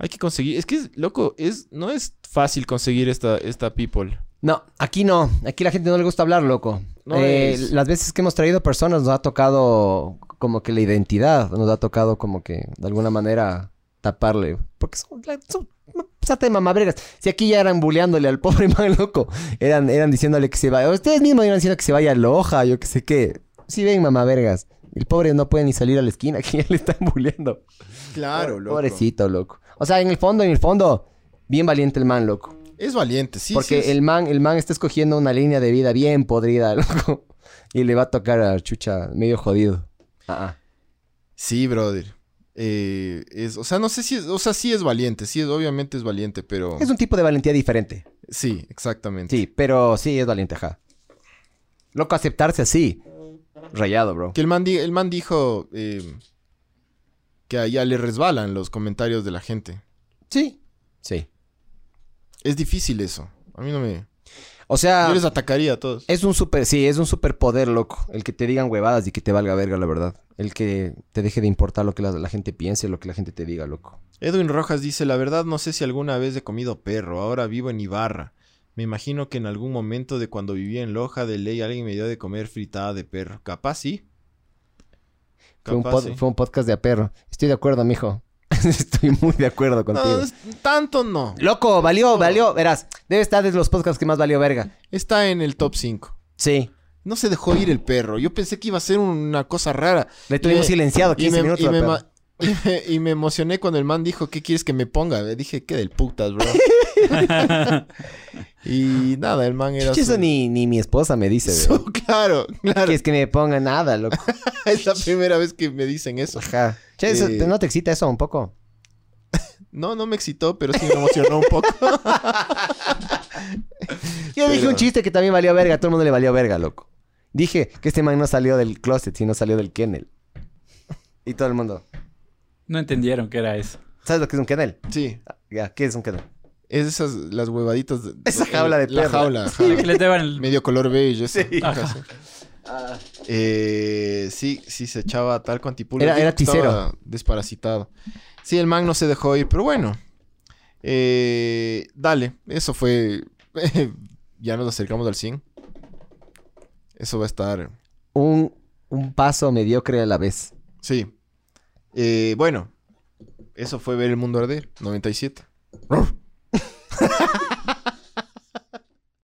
S6: hay que conseguir. Es que, es- loco, es, no es fácil conseguir esta, esta people.
S2: No, aquí no. Aquí la gente no le gusta hablar, loco.
S6: No
S2: Eh,
S6: es-
S2: Las veces que hemos traído personas nos ha tocado como que la identidad. Nos ha tocado como que de alguna manera taparle. Porque son, la- son una sarta de mamabregas. Si aquí ya eran buleándole al pobre [laughs] man, loco. Eran, eran diciéndole que se vaya. Ustedes mismos iban diciendo que se vaya a Loja, yo qué sé qué. Si ven, mamavergas. El pobre no puede ni salir a la esquina, [laughs] que ya le están buleando.
S6: Claro,
S2: Pobrecito, loco. O sea, en el fondo, en el fondo, bien valiente el man, loco.
S6: Es valiente, sí.
S2: Porque
S6: sí, es-
S2: el man, el man está escogiendo una línea de vida bien podrida, [laughs] loco. Y le va a tocar a Chucha medio jodido. Ah, ah.
S6: Sí, brother. Eh, es, o sea, no sé si es, o sea, sí es valiente, sí, es, obviamente es valiente, pero...
S2: Es un tipo de valentía diferente.
S6: Sí, exactamente.
S2: Sí, pero sí es valiente, ajá. Loco, aceptarse así. Rayado, bro.
S6: Que el man, di- el man dijo eh, que allá le resbalan los comentarios de la gente.
S2: Sí. Sí.
S6: Es difícil eso. A mí no me...
S2: O sea,
S6: Yo les atacaría a todos.
S2: es un super, sí, es un superpoder, loco. El que te digan huevadas y que te valga verga, la verdad. El que te deje de importar lo que la, la gente piense, lo que la gente te diga, loco.
S6: Edwin Rojas dice, la verdad no sé si alguna vez he comido perro, ahora vivo en Ibarra. Me imagino que en algún momento de cuando vivía en Loja de Ley alguien me dio de comer fritada de perro. Capaz sí.
S2: Fue un,
S6: Capaz
S2: pod-
S6: sí.
S2: fue un podcast de a perro. Estoy de acuerdo, mijo. [laughs] Estoy muy de acuerdo
S6: No,
S2: contigo.
S6: es- tanto no.
S2: Loco, valió, valió. Verás, debe estar de los podcasts que más valió verga.
S6: Está en el top 5.
S2: Sí.
S6: No se dejó ir el perro. Yo pensé que iba a ser una cosa rara.
S2: Le tuvimos
S6: Y me-
S2: silenciado 15
S6: y me,
S2: minutos.
S6: y me
S2: pero-
S6: ma- y me- y me emocioné cuando el man dijo, ¿qué quieres que me ponga? Le dije, ¿qué del putas,
S2: [laughs]
S6: bro? y nada, el man era...
S2: Chucha, eso
S6: su-
S2: ni, ni mi esposa me dice,
S6: su- [laughs] claro, claro.
S2: Que es que me ponga nada, loco.
S6: Es la primera vez que me dicen eso.
S2: Ajá. Che, eso-
S6: Eh.
S2: ¿no te excita eso un poco?
S6: No, no me excitó, pero sí me emocionó un
S2: [laughs]
S6: poco.
S2: Yo dije
S6: Pero-
S2: un chiste que también valió verga. A todo el mundo le valió verga, loco. Dije que este man no salió del closet, sino salió del kennel. Y todo el mundo.
S3: No entendieron qué era eso.
S2: ¿Sabes lo que es un kennel?
S6: Sí.
S2: Ya, ¿qué es un kennel?
S6: Es esas, las huevaditas. de-
S2: Esa jaula de
S6: La
S2: perro.
S6: jaula. ajá.
S3: Que les daban el-
S6: Medio color beige. esa. Ajá,
S3: Ajá.
S6: sí. Eh, sí, sí, se echaba tal con tipulo.
S2: Era- era
S6: Estaba Desparasitado. Sí, el man no se dejó ir, pero bueno. Eh, dale, eso fue. [laughs] ya nos acercamos al 100. Eso va a estar.
S2: Un, un paso mediocre a la vez.
S6: Sí. Eh, bueno, eso fue ver el mundo arder, 97.